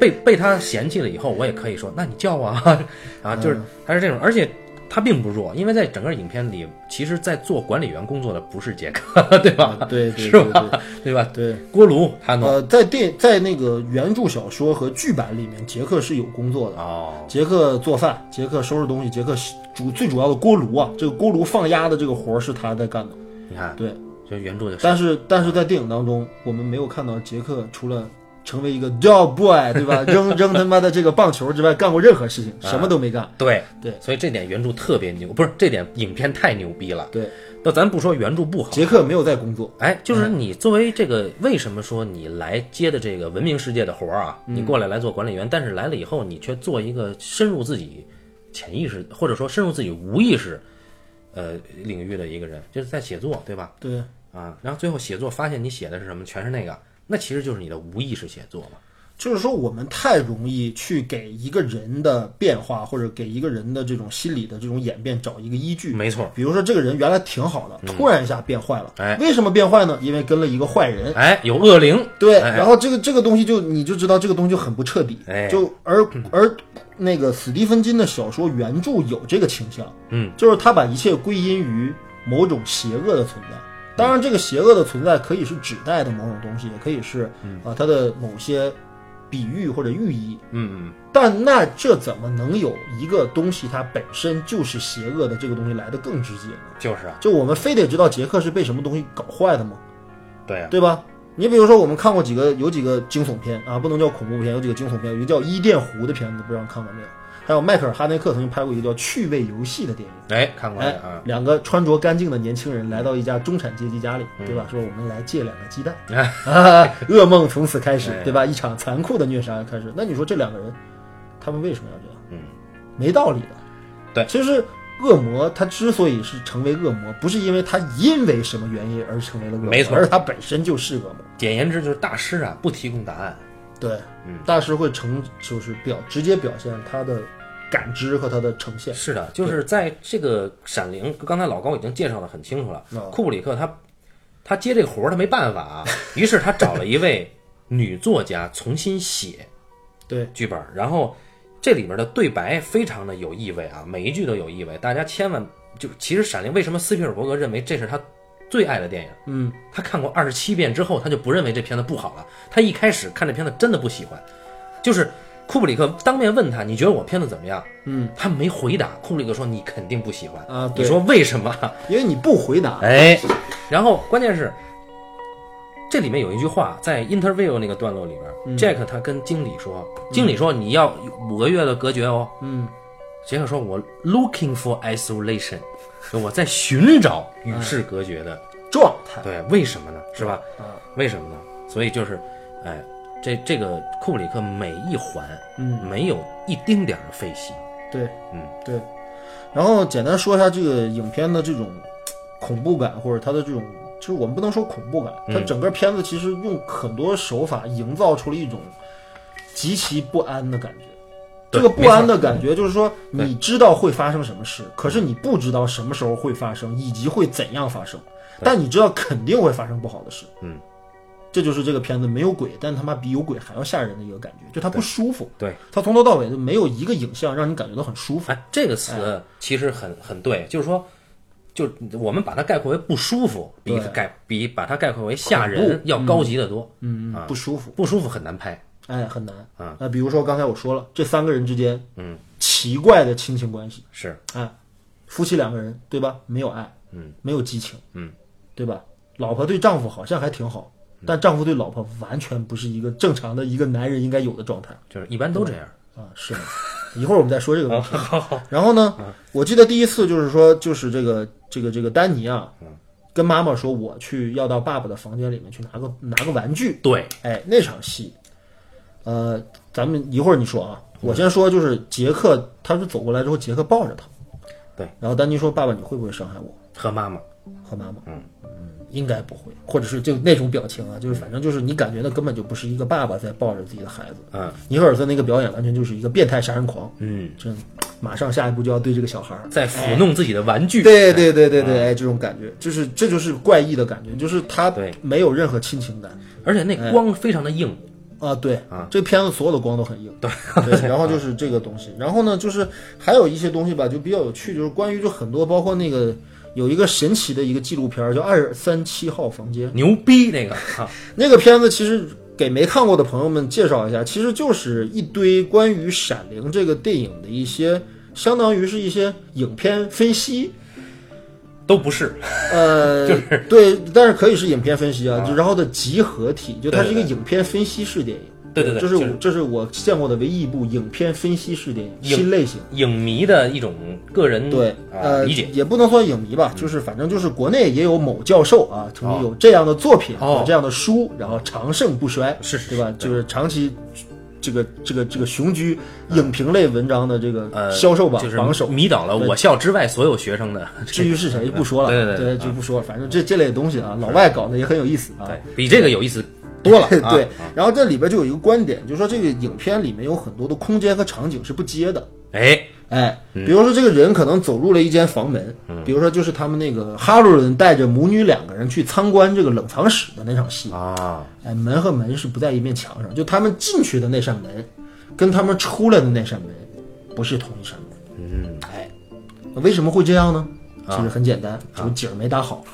Speaker 2: 被被他嫌弃了以后，我也可以说，那你叫我啊，啊，就是他是这种，而且他并不弱，因为在整个影片里，其实，在做管理员工作的不是杰克， [laughs] 对吧？
Speaker 1: 对对
Speaker 2: 是
Speaker 1: 对
Speaker 2: 吧？ [laughs] 对吧？
Speaker 1: 对。
Speaker 2: 锅炉他弄
Speaker 1: 呃，在电在那个原著小说和剧版里面，杰克是有工作的，
Speaker 2: 哦，
Speaker 1: 杰克做饭，杰克收拾东西，杰克主最主要的锅炉啊，这个锅炉放鸭的这个活儿是他在干的，
Speaker 2: 你看，
Speaker 1: 对。
Speaker 2: 就原著就是
Speaker 1: 但是但是在电影当中，我们没有看到杰克除了成为一个 dog boy，对 [laughs] 吧？扔扔他妈的这个棒球之外，干过任何事情，什么都没干。
Speaker 2: 对
Speaker 1: 对
Speaker 2: 所以这点原著特别牛，不是这点影片太牛逼了。
Speaker 1: 对，
Speaker 2: 那咱不说原著不好，
Speaker 1: 杰克没有在工作，
Speaker 2: 哎，就是你作为这个，为什么说你来接的这个文明世界的活儿啊？你过来来做管理员，但是来了以后，你却做一个深入自己潜意识，或者说深入自己无意识，呃，领域的一个人，就是在写作，对吧？
Speaker 1: 对，
Speaker 2: 啊，然后最后写作发现你写的是什么，全是那个，那其实就是你的无意识写作嘛。
Speaker 1: 就是说我们太容易去给一个人的变化或者给一个人的这种心理的这种演变找一个依据。
Speaker 2: 没错，
Speaker 1: 比如说这个人原来挺好的，突然一下变坏了，
Speaker 2: 嗯哎
Speaker 1: 为什么变坏呢？因为跟了一个坏人。
Speaker 2: 哎，有恶灵，
Speaker 1: 对，
Speaker 2: 哎
Speaker 1: 然后这个这个东西就你就知道这个东西就很不彻底，
Speaker 2: 哎
Speaker 1: 就而而那个史蒂芬金的小说原著有这个倾向，
Speaker 2: 嗯，
Speaker 1: 就是他把一切归因于某种邪恶的存在。当然，这个邪恶的存在可以是指代的某种东西，也可以是啊、它的某些比喻或者寓意。
Speaker 2: 嗯，
Speaker 1: 但那这怎么能有一个东西它本身就是邪恶的这个东西来的更直接呢？
Speaker 2: 就是啊，
Speaker 1: 就我们非得知道杰克是被什么东西搞坏的吗？
Speaker 2: 对啊，
Speaker 1: 对吧？你比如说，我们看过几个，有几个惊悚片啊，不能叫恐怖片，有几个惊悚片，有一个叫《伊甸湖》的片子，不知道看过没有？还有迈克尔·哈内克曾经拍过一个叫《趣味游戏》的电影。
Speaker 2: 哎，看过
Speaker 1: 哎
Speaker 2: 来啊，，
Speaker 1: 两个穿着干净的年轻人来到一家中产阶级家里，对吧？说我们来借两个鸡蛋，啊，噩梦从此开始，对吧？一场残酷的虐杀开始。那你说这两个人，他们为什么要这样？
Speaker 2: 嗯，
Speaker 1: 没道理的。
Speaker 2: 对
Speaker 1: 其实恶魔他之所以是成为恶魔，不是因为他因为什么原因而成为了恶魔，
Speaker 2: 没错
Speaker 1: 而是他本身就是恶魔。
Speaker 2: 简言之就是大师啊，不提供答案，
Speaker 1: 对，
Speaker 2: 嗯
Speaker 1: 大师会呈就是表直接表现他的感知和他的呈现。
Speaker 2: 是的，就是在这个《闪灵》，刚才老高已经介绍的很清楚了。
Speaker 1: 哦
Speaker 2: 库布里克他他接这个活儿，他没办法啊，于是他找了一位女作家重新写
Speaker 1: 对，
Speaker 2: 剧本儿，然后这里面的对白非常的有意味啊，每一句都有意味，大家千万就其实《闪灵》为什么斯皮尔伯格认为这是他最爱的电影？
Speaker 1: 嗯，
Speaker 2: 他看过二十七遍之后，他就不认为这片子不好了。他一开始看这片子真的不喜欢，就是库布里克当面问他：“你觉得我片子怎么样？”
Speaker 1: 嗯，
Speaker 2: 他没回答。库布里克说：“你肯定不喜欢
Speaker 1: 啊对
Speaker 2: 你说为什么？
Speaker 1: 因为你不回答，
Speaker 2: 哎，然后关键是，这里面有一句话，在 interview 那个段落里面、j
Speaker 1: 嗯
Speaker 2: a c k 他跟经理说：“经理说你要五个月的隔绝哦。”
Speaker 1: 嗯，
Speaker 2: 杰克说：“我 looking for isolation，就我在寻找与世隔绝的。
Speaker 1: 状态。
Speaker 2: 对，为什么呢？是吧？
Speaker 1: 啊，
Speaker 2: 为什么呢？所以就是，哎，这这个库布里克每一环，
Speaker 1: 嗯，
Speaker 2: 没有一丁点儿的废戏，
Speaker 1: 对，
Speaker 2: 嗯，
Speaker 1: 对。然后简单说一下这个影片的这种恐怖感，或者它的这种，就是我们不能说恐怖感，它
Speaker 2: 嗯
Speaker 1: 整个片子其实用很多手法营造出了一种极其不安的感觉。这
Speaker 2: 对
Speaker 1: 个不
Speaker 2: 没错
Speaker 1: 安的感觉就是说，你知道会发生什么事，可是你不知道什么时候会发生，以及会怎样发生。但你知道肯定会发生不好的事。
Speaker 2: 嗯，
Speaker 1: 这就是这个片子没有鬼，但他妈比有鬼还要吓人的一个感觉，就它不舒服。
Speaker 2: 对，
Speaker 1: 它从头到尾就没有一个影像让你感觉到很舒服。
Speaker 2: 哎，这个词其实很很对，就是说，就我们把它概括为不舒服，比
Speaker 1: 对
Speaker 2: 概比把它概括为吓
Speaker 1: 恐
Speaker 2: 人要高级得多，嗯啊，
Speaker 1: 不舒服，
Speaker 2: 不舒服很难拍，
Speaker 1: 哎，很难
Speaker 2: 啊。
Speaker 1: 那比如说刚才我说了，这三个人之间，嗯，奇怪的亲情关系，
Speaker 2: 是
Speaker 1: 哎，夫妻两个人，对吧？没有爱，嗯，嗯没有激情，
Speaker 2: 嗯，
Speaker 1: 对吧？老婆对丈夫好像还挺好，但丈夫对老婆完全不是一个正常的一个男人应该有的状态
Speaker 2: 就是一般都这样，
Speaker 1: 啊，是吗？ [laughs] 一会儿我们再说这个问题。然后呢，我记得第一次就是说，就是这个这个这个丹尼啊，跟妈妈说我去要到爸爸的房间里面去拿个拿个玩具，
Speaker 2: 对，
Speaker 1: 哎，那场戏，呃，咱们一会儿你说啊，我先说就是杰克，他是走过来之后，杰克抱着他，
Speaker 2: 对，
Speaker 1: 然后丹尼说：“爸爸，你会不会伤害我
Speaker 2: 和妈妈，
Speaker 1: 和妈妈？”嗯应该不会，或者是就那种表情啊，就是反正就是你感觉那根本就不是一个爸爸在抱着自己的孩子。
Speaker 2: 嗯
Speaker 1: 尼赫尔森那个表演完全就是一个变态杀人狂，
Speaker 2: 嗯，
Speaker 1: 真马上下一步就要对这个小孩儿
Speaker 2: 在抚弄自己的玩具，
Speaker 1: 哎对对对对
Speaker 2: 啊
Speaker 1: 对，哎，这种感觉就是这就是怪异的感觉，就是他
Speaker 2: 对
Speaker 1: 没有任何亲情感。
Speaker 2: 而且
Speaker 1: 哎
Speaker 2: 那光非常的硬，
Speaker 1: 啊，对啊，这片子所有的光都很硬，对，然后就是这个东西，然后呢，就是还有一些东西吧，就比较有趣，就是关于就很多，包括那个有一个神奇的一个纪录片儿叫《二三七号房间》，
Speaker 2: 牛
Speaker 1: [laughs]
Speaker 2: 逼那个啊，
Speaker 1: 那个片子其实给没看过的朋友们介绍一下，其实就是一堆关于《闪灵》这个电影的一些，相当于是一些影片分析。
Speaker 2: 都不是，
Speaker 1: 呃，
Speaker 2: [laughs] 就是
Speaker 1: 对，但是可以是影片分析啊，就然后的集合体，就它是一个
Speaker 2: 对对
Speaker 1: 影片分析式电影。
Speaker 2: 对对对
Speaker 1: 这是
Speaker 2: 就是
Speaker 1: 我这是我见过的唯一一部影片分析式电影
Speaker 2: 影
Speaker 1: 新类型。
Speaker 2: 影迷的一种个人
Speaker 1: 对，
Speaker 2: 啊
Speaker 1: 呃，
Speaker 2: 理解。嗯
Speaker 1: 也不能算影迷吧，就是反正就是国内也有某教授啊，曾经有这样的作品
Speaker 2: 哦
Speaker 1: 和这样的书，然后长盛不衰，
Speaker 2: 是是
Speaker 1: 对吧？
Speaker 2: 是
Speaker 1: 就是长期这个这个这个雄居影评类文章的这个
Speaker 2: 嗯呃，
Speaker 1: 销售榜
Speaker 2: 就是嗯
Speaker 1: 榜首。
Speaker 2: 迷倒了
Speaker 1: 对
Speaker 2: 我校之外所有学生的，
Speaker 1: 至于是谁就不说了，
Speaker 2: 嗯对对对啊
Speaker 1: 就不说了。反正这这类东西啊，老外搞的也很有意思啊。
Speaker 2: 对哎比这个有意思
Speaker 1: 多了
Speaker 2: 啊
Speaker 1: 对，然后这里边就有一个观点，就是说这个影片里面有很多的空间和场景是不接的，
Speaker 2: 哎，
Speaker 1: 哎，比如说这个人可能走入了一间房门，比如说就是他们那个哈鲁人带着母女两个人去参观这个冷藏室的那场戏，
Speaker 2: 啊，
Speaker 1: 哎，门和门是不在一面墙上，就他们进去的那扇门，跟他们出来的那扇门不是同一扇门，嗯，哎，为什么会这样呢？其实很简单，就是景儿没打好，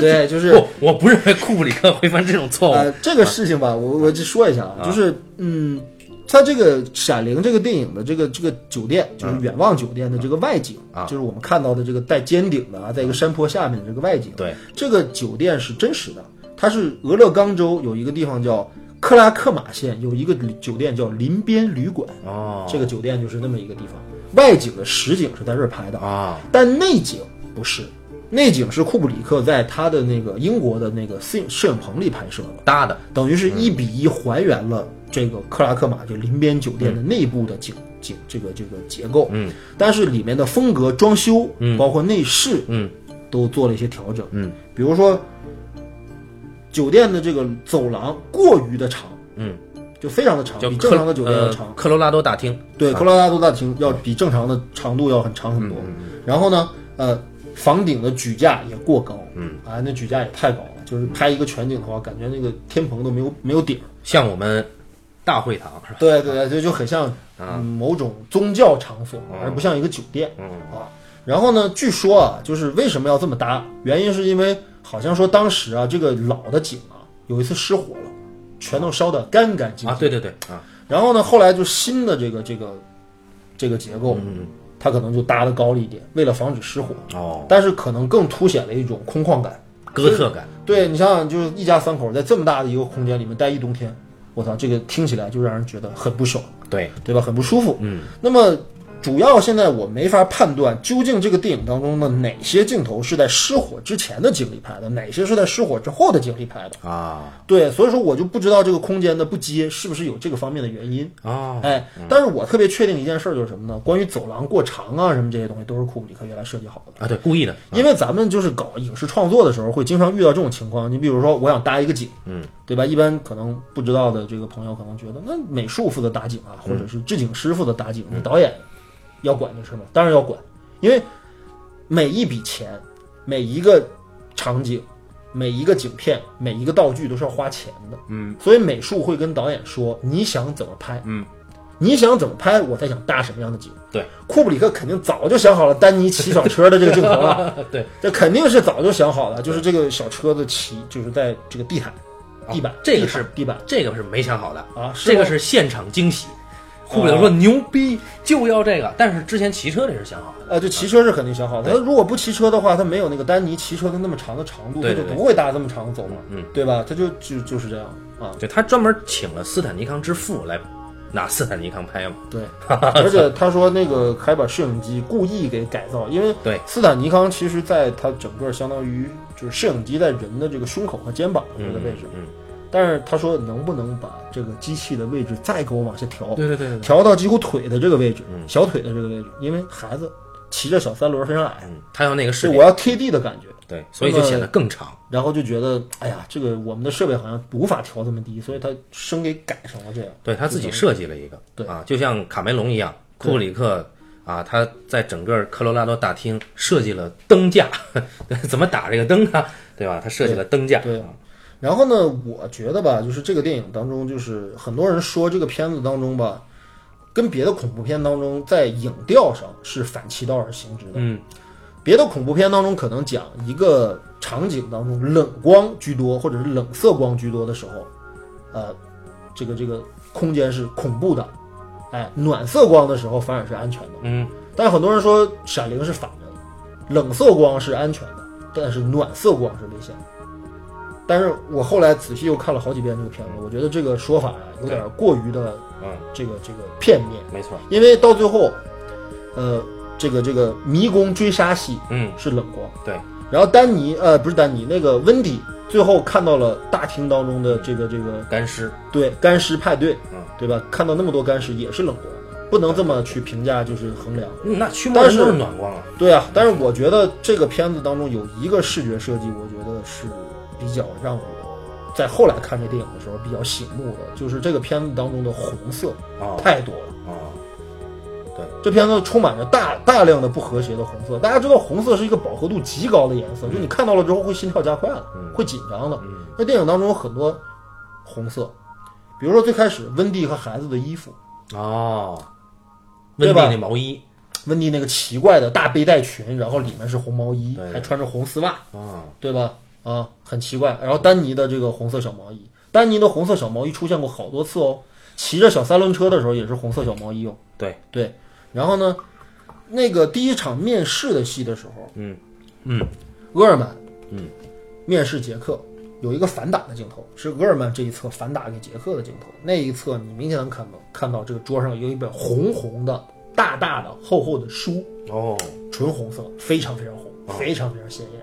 Speaker 1: 对，就是
Speaker 2: 不，我不认为库布里克会犯这种错误
Speaker 1: 呃，这个事情吧，我我就说一下啊，就是嗯，它这个《闪灵》这个电影的这个这个酒店，就是远望酒店的这个外景，
Speaker 2: 嗯啊嗯
Speaker 1: 就是我们看到的这个带尖顶的啊，在一个山坡下面的这个外景，
Speaker 2: 对，
Speaker 1: 这个酒店是真实的，它是俄勒冈州有一个地方叫克拉克马县有一个旅酒店叫林边旅馆，
Speaker 2: 哦
Speaker 1: 这个酒店就是那么一个地方，外景的实景是在这儿拍的
Speaker 2: 啊，
Speaker 1: 但内景不是，内景是库布里克在他的那个英国的那个摄影摄影棚里拍摄的，
Speaker 2: 搭的
Speaker 1: 等于是一比一还原了这个克拉克马就林边酒店的内部的景景这个这个结构。
Speaker 2: 嗯，
Speaker 1: 但是里面的风格、装修，嗯，包括内饰，
Speaker 2: 嗯，
Speaker 1: 都做了一些调整。
Speaker 2: 嗯，
Speaker 1: 比如说酒店的这个走廊过于的长，
Speaker 2: 嗯，
Speaker 1: 就非常的长，
Speaker 2: 叫
Speaker 1: 比
Speaker 2: 克
Speaker 1: 正常的酒店要长。
Speaker 2: 呃科罗拉多大厅，
Speaker 1: 对，科罗拉多大厅要比正常的长度要很长很多。然后呢，呃，房顶的举架也过高，嗯，啊，那举架也太高了，就是拍一个全景的话，感觉那个天棚都没有没有顶儿。
Speaker 2: 像我们大会堂是吧？
Speaker 1: 啊对对对，就就很像、嗯、某种宗教场所，而不像一个酒店、啊。然后呢，据说啊，就是为什么要这么搭？原因是因为好像说当时啊，这个老的井啊，有一次失火了，全都烧得干干净净。
Speaker 2: 啊，对对对啊，
Speaker 1: 然后呢，后来就新的这个这个这个结构，它可能就搭的高了一点，为了防止失火，
Speaker 2: 哦，
Speaker 1: 但是可能更凸显了一种空旷感。
Speaker 2: 哥特感，
Speaker 1: 对你想想，就是一家三口在这么大的一个空间里面待一冬天，我操，这个听起来就让人觉得很不爽，
Speaker 2: 对，
Speaker 1: 对吧？很不舒服。嗯，那么。主要现在我没法判断究竟这个电影当中的哪些镜头是在失火之前的景里拍的，哪些是在失火之后的景里拍的。
Speaker 2: 啊
Speaker 1: 对，所以说我就不知道这个空间的不接是不是有这个方面的原因。
Speaker 2: 哦，
Speaker 1: 哎，但是我特别确定一件事儿就是什么呢？关于走廊过长啊什么这些东西，都是库布里克原来设计好的。
Speaker 2: 啊，对，故意的，
Speaker 1: 因为咱们就是搞影视创作的时候，会经常遇到这种情况。你比如说，我想搭一个景，嗯，对吧？一般可能不知道的这个朋友可能觉得，那美术负责搭景啊，或者是置景师负责搭景，那导演要管这事吗？当然要管，因为每一笔钱、每一个场景、每一个景片、每一个道具都是要花钱的，嗯，所以美术会跟导演说，你想怎么拍，
Speaker 2: 嗯。
Speaker 1: 你想怎么拍，我才想搭什么样的景。
Speaker 2: 对，
Speaker 1: 库布里克肯定早就想好了丹尼骑小车的这个镜头了，
Speaker 2: 呃对，
Speaker 1: 这肯定是早就想好了，就是这个小车子骑，就是在这个地毯、
Speaker 2: 啊
Speaker 1: 地板，
Speaker 2: 这个
Speaker 1: 地毯
Speaker 2: 是
Speaker 1: 地板
Speaker 2: 这个是没想好的，
Speaker 1: 啊，
Speaker 2: 这个
Speaker 1: 吗哦
Speaker 2: 是现场惊喜。库布里克说牛逼，就要这个，但是之前骑车这是想好的，
Speaker 1: 呃，就骑车是肯定想好的。他如果不骑车的话，他没有那个丹尼骑车的那么长的长度，
Speaker 2: 对
Speaker 1: 他
Speaker 2: 对
Speaker 1: 就
Speaker 2: 对
Speaker 1: 不会搭这么长的走廊，
Speaker 2: 嗯，
Speaker 1: 对吧？他就就就是这样啊，
Speaker 2: 对他专门请了斯坦尼康之父来拿斯坦尼康拍嘛， [laughs]
Speaker 1: 对。而且他说那个还把摄影机故意给改造，因为
Speaker 2: 对
Speaker 1: 斯坦尼康其实在他整个相当于就是摄影机在人的这个胸口和肩膀的这个位置，
Speaker 2: 嗯，
Speaker 1: 但是他说能不能把这个机器的位置再给我往下调？
Speaker 2: 对对对对对，
Speaker 1: 调到几乎腿的这个位置，小腿的这个位置，因为孩子骑着小三轮非常矮，
Speaker 2: 嗯，他要那个视
Speaker 1: 是
Speaker 2: 频
Speaker 1: 我，要贴地的感觉，
Speaker 2: 对，所以就显得更长。
Speaker 1: 然后就觉得，哎呀，这个我们的设备好像无法调这么低，所以他生给改成了这样。
Speaker 2: 对他自己设计了一个，
Speaker 1: 对
Speaker 2: 啊，就像卡梅隆一样，库布里克啊，他在整个科罗拉多大厅设计了灯架， [laughs] 怎么打这个灯啊，对吧？他设计了灯架，啊
Speaker 1: 对然后呢，我觉得吧，就是这个电影当中，就是很多人说这个片子当中吧，跟别的恐怖片当中在影调上是反其道而行之的。
Speaker 2: 嗯，
Speaker 1: 别的恐怖片当中可能讲一个场景当中冷光居多，或者是冷色光居多的时候，呃，这个这个空间是恐怖的，哎，暖色光的时候反而是安全的。
Speaker 2: 嗯，
Speaker 1: 但很多人说《闪灵》是反的，冷色光是安全的，但是暖色过往事泪下。但是我后来仔细又看了好几遍这个片子，我觉得这个说法呀有点过于的
Speaker 2: 嗯，
Speaker 1: 这个这个片面，
Speaker 2: 没错，
Speaker 1: 因为到最后，呃，这个这个迷宫追杀戏
Speaker 2: 嗯，
Speaker 1: 是冷光，
Speaker 2: 对，
Speaker 1: 然后丹尼呃不是丹尼，那个温迪最后看到了大厅当中的这个这个
Speaker 2: 干尸，
Speaker 1: 对干尸派对，
Speaker 2: 嗯，
Speaker 1: 对吧？看到那么多干尸也是冷光，不能这么去评价就是衡量。
Speaker 2: 嗯那驱魔人都
Speaker 1: 但
Speaker 2: 是
Speaker 1: 是
Speaker 2: 暖光啊，
Speaker 1: 对啊，但是我觉得这个片子当中有一个视觉设计，我觉得是比较让我在后来看这电影的时候比较醒目的，就是这个片子当中的红色
Speaker 2: 啊
Speaker 1: 太多了。
Speaker 2: 啊，
Speaker 1: 这片子充满着大大量的不和谐的红色。大家知道，红色是一个饱和度极高的颜色，就你看到了之后会心跳加快的，会紧张的。那电影当中有很多红色，比如说最开始温蒂和孩子的衣服，
Speaker 2: 哦，温
Speaker 1: 对
Speaker 2: 蒂
Speaker 1: 吧
Speaker 2: 那毛衣
Speaker 1: 温蒂那个奇怪的大背带裙，然后里面是红毛衣
Speaker 2: 对，
Speaker 1: 还穿着红丝袜，
Speaker 2: 啊，
Speaker 1: 对吧？啊，很奇怪。然后丹尼的这个红色小毛衣，丹尼的红色小毛衣出现过好多次哦，骑着小三轮车的时候也是红色小毛衣哦。
Speaker 2: 对，
Speaker 1: 对，然后呢，那个第一场面试的戏的时候，
Speaker 2: 嗯嗯，
Speaker 1: 厄尔曼，
Speaker 2: 嗯，
Speaker 1: 面试杰克有一个反打的镜头，是厄尔曼这一侧反打给杰克的镜头，那一侧你明显能看到看到这个桌上有一本红红的、大大的、厚厚的书，
Speaker 2: 哦，
Speaker 1: 纯红色，非常非常红，
Speaker 2: 啊
Speaker 1: 非常非常鲜艳。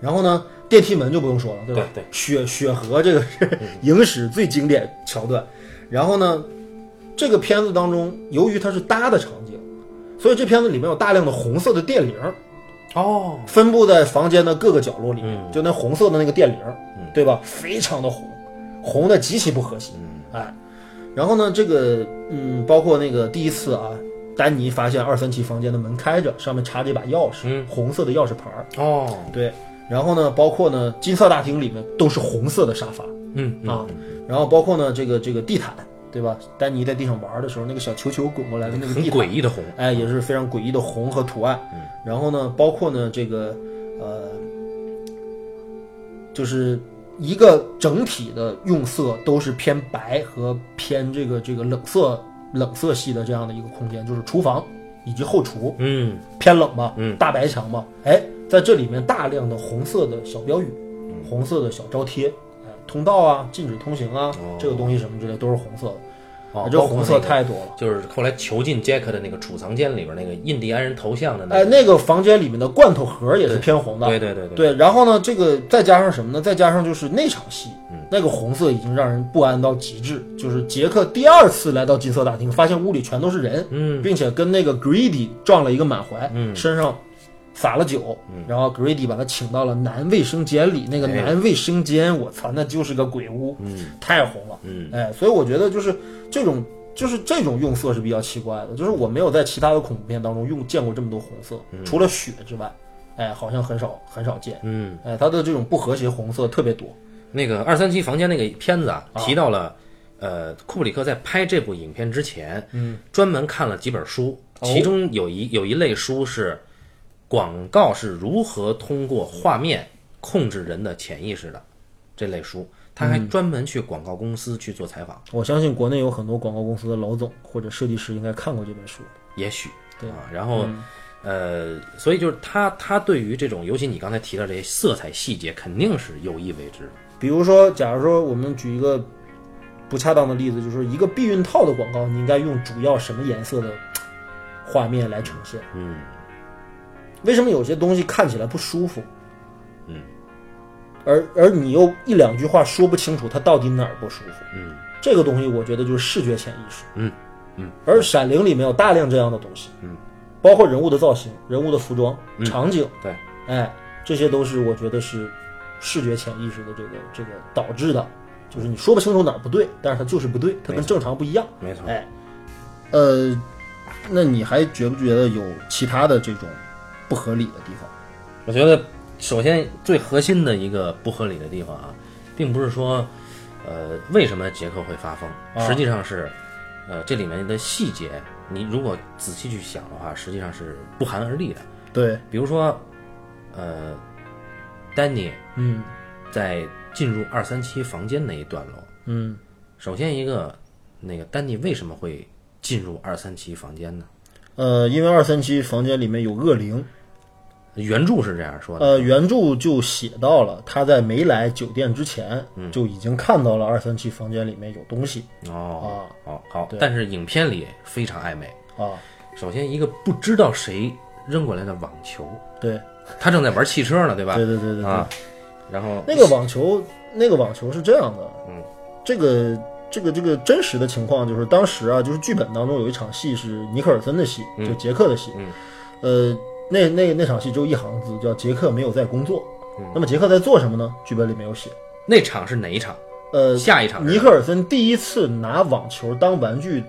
Speaker 1: 然后呢，电梯门就不用说了，对吧？
Speaker 2: 对嗯对
Speaker 1: 雪雪河这个是 [laughs] 影史最经典桥段。然后呢，这个片子当中，由于它是搭的场景，所以这片子里面有大量的红色的电铃儿
Speaker 2: 哦，
Speaker 1: 分布在房间的各个角落里面，就那红色的那个电铃儿，对吧？非常的红，红的极其不和谐。哎，然后呢，这个嗯，包括那个第一次啊，丹尼发现二三七房间的门开着，上面插着一把钥匙，红色的钥匙牌儿。
Speaker 2: 哦，
Speaker 1: 对，然后呢，包括呢，金色大厅里面都是红色的沙发
Speaker 2: 嗯嗯，
Speaker 1: 啊，然后包括呢，这个这个地毯，对吧？丹尼在地上玩的时候，那个小球球滚过来的那个
Speaker 2: 很
Speaker 1: 地毯
Speaker 2: 诡，异的红，
Speaker 1: 哎，也是非常诡异的红和图案。
Speaker 2: 嗯
Speaker 1: 然后呢，包括呢这个呃，就是一个整体的用色都是偏白和偏这个这个冷色冷色系的这样的一个空间，就是厨房以及后厨
Speaker 2: 嗯，
Speaker 1: 偏冷嘛，
Speaker 2: 嗯
Speaker 1: 大白墙嘛，哎，在这里面大量的红色的小标语，
Speaker 2: 嗯
Speaker 1: 红色的小招贴。哎通道啊，禁止通行啊，这个东西什么之类都是红色的，
Speaker 2: 哦，
Speaker 1: 这
Speaker 2: 包括
Speaker 1: 红色
Speaker 2: 那个
Speaker 1: 太多了。
Speaker 2: 就是后来囚禁杰克的那个储藏间里边那个印第安人头像的呃那
Speaker 1: 哎，
Speaker 2: 个，
Speaker 1: 那个房间里面的罐头盒也是偏红的，
Speaker 2: 对对对对，
Speaker 1: 对，然后呢，这个再加上什么呢？再加上就是那场戏，
Speaker 2: 嗯
Speaker 1: 那个红色已经让人不安到极致。就是杰克第二次来到金色大厅，发现屋里全都是人，
Speaker 2: 嗯
Speaker 1: 并且跟那个 Greedy 撞了一个满怀，身上撒了酒，然后 Greedy 把他请到了男卫生间里。那个
Speaker 2: 嗯哎
Speaker 1: 男卫生间，我操，那就是个鬼屋，太红了，
Speaker 2: 嗯
Speaker 1: 哎，所以我觉得就是这种。就是这种用色是比较奇怪的，就是我没有在其他的恐怖片当中用见过这么多红色，除了血之外，哎，好像很少很少见。
Speaker 2: 嗯。
Speaker 1: 哎，它的这种不和谐红色特别多。
Speaker 2: 那个二三七房间那个片子啊，提到了，呃，库布里克在拍这部影片之前，嗯，哦专门看了几本书，其中有一有一类书是广告是如何通过画面控制人的潜意识的这类书，他还专门去广告公司去做采访，
Speaker 1: 我相信国内有很多广告公司的老总或者设计师应该看过这本书。
Speaker 2: 也许啊，然后。呃，所以就是他，他对于这种，尤其你刚才提到这些色彩细节，肯定是有意为之的。
Speaker 1: 比如说，假如说我们举一个不恰当的例子，就是一个避孕套的广告，你应该用主要什么颜色的画面来呈现？嗯，为什么有些东西看起来不舒服？
Speaker 2: 嗯，
Speaker 1: 而而你又一两句话说不清楚它到底哪儿不舒服？
Speaker 2: 嗯，
Speaker 1: 这个东西我觉得就是视觉潜意识。
Speaker 2: 嗯嗯，
Speaker 1: 而《闪灵》里面有大量这样的东西。嗯，包括人物的造型、人物的服装、
Speaker 2: 嗯
Speaker 1: 场景，
Speaker 2: 对，
Speaker 1: 哎，这些都是我觉得是视觉潜意识的这个这个导致的，就是你说不清楚哪儿不对，但是它就是不对，它跟正常不一样。
Speaker 2: 没错。
Speaker 1: 哎，呃，那你还觉不觉得有其他的这种不合理的地方？
Speaker 2: 我觉得首先最核心的一个不合理的地方啊，并不是说，呃，为什么杰克会发疯，实际上是，呃，这里面的细节，你如果仔细去想的话，实际上是不寒而栗的。
Speaker 1: 对，
Speaker 2: 比如说，呃，丹尼
Speaker 1: 嗯
Speaker 2: 在进入二三七房间那一段落，
Speaker 1: 嗯，
Speaker 2: 首先一个，那个丹尼为什么会进入二三七房间呢？
Speaker 1: 呃，因为二三七房间里面有恶灵，
Speaker 2: 原著是这样说的，
Speaker 1: 呃，原著就写到了他在没来酒店之前，就已经看到了二三七房间里面有东西
Speaker 2: 哦哦好，但是影片里非常暧昧。
Speaker 1: 啊。
Speaker 2: 首先，一个不知道谁扔过来的网球，
Speaker 1: 对，
Speaker 2: 他正在玩汽车呢，对吧？
Speaker 1: 对对对对对。
Speaker 2: 啊，然后
Speaker 1: 那个网球，那个网球是这样的，嗯，这个这个这个真实的情况就是当时啊，就是剧本当中有一场戏是尼克尔森的戏，就杰克的戏，
Speaker 2: 嗯
Speaker 1: 呃，那那那场戏只有一行字，叫杰克没有在工作。
Speaker 2: 嗯
Speaker 1: 那么杰克在做什么呢？剧本里没有写。
Speaker 2: 那场是哪一场？
Speaker 1: 呃，
Speaker 2: 下一场是
Speaker 1: 尼克尔森第一次拿网球当玩具，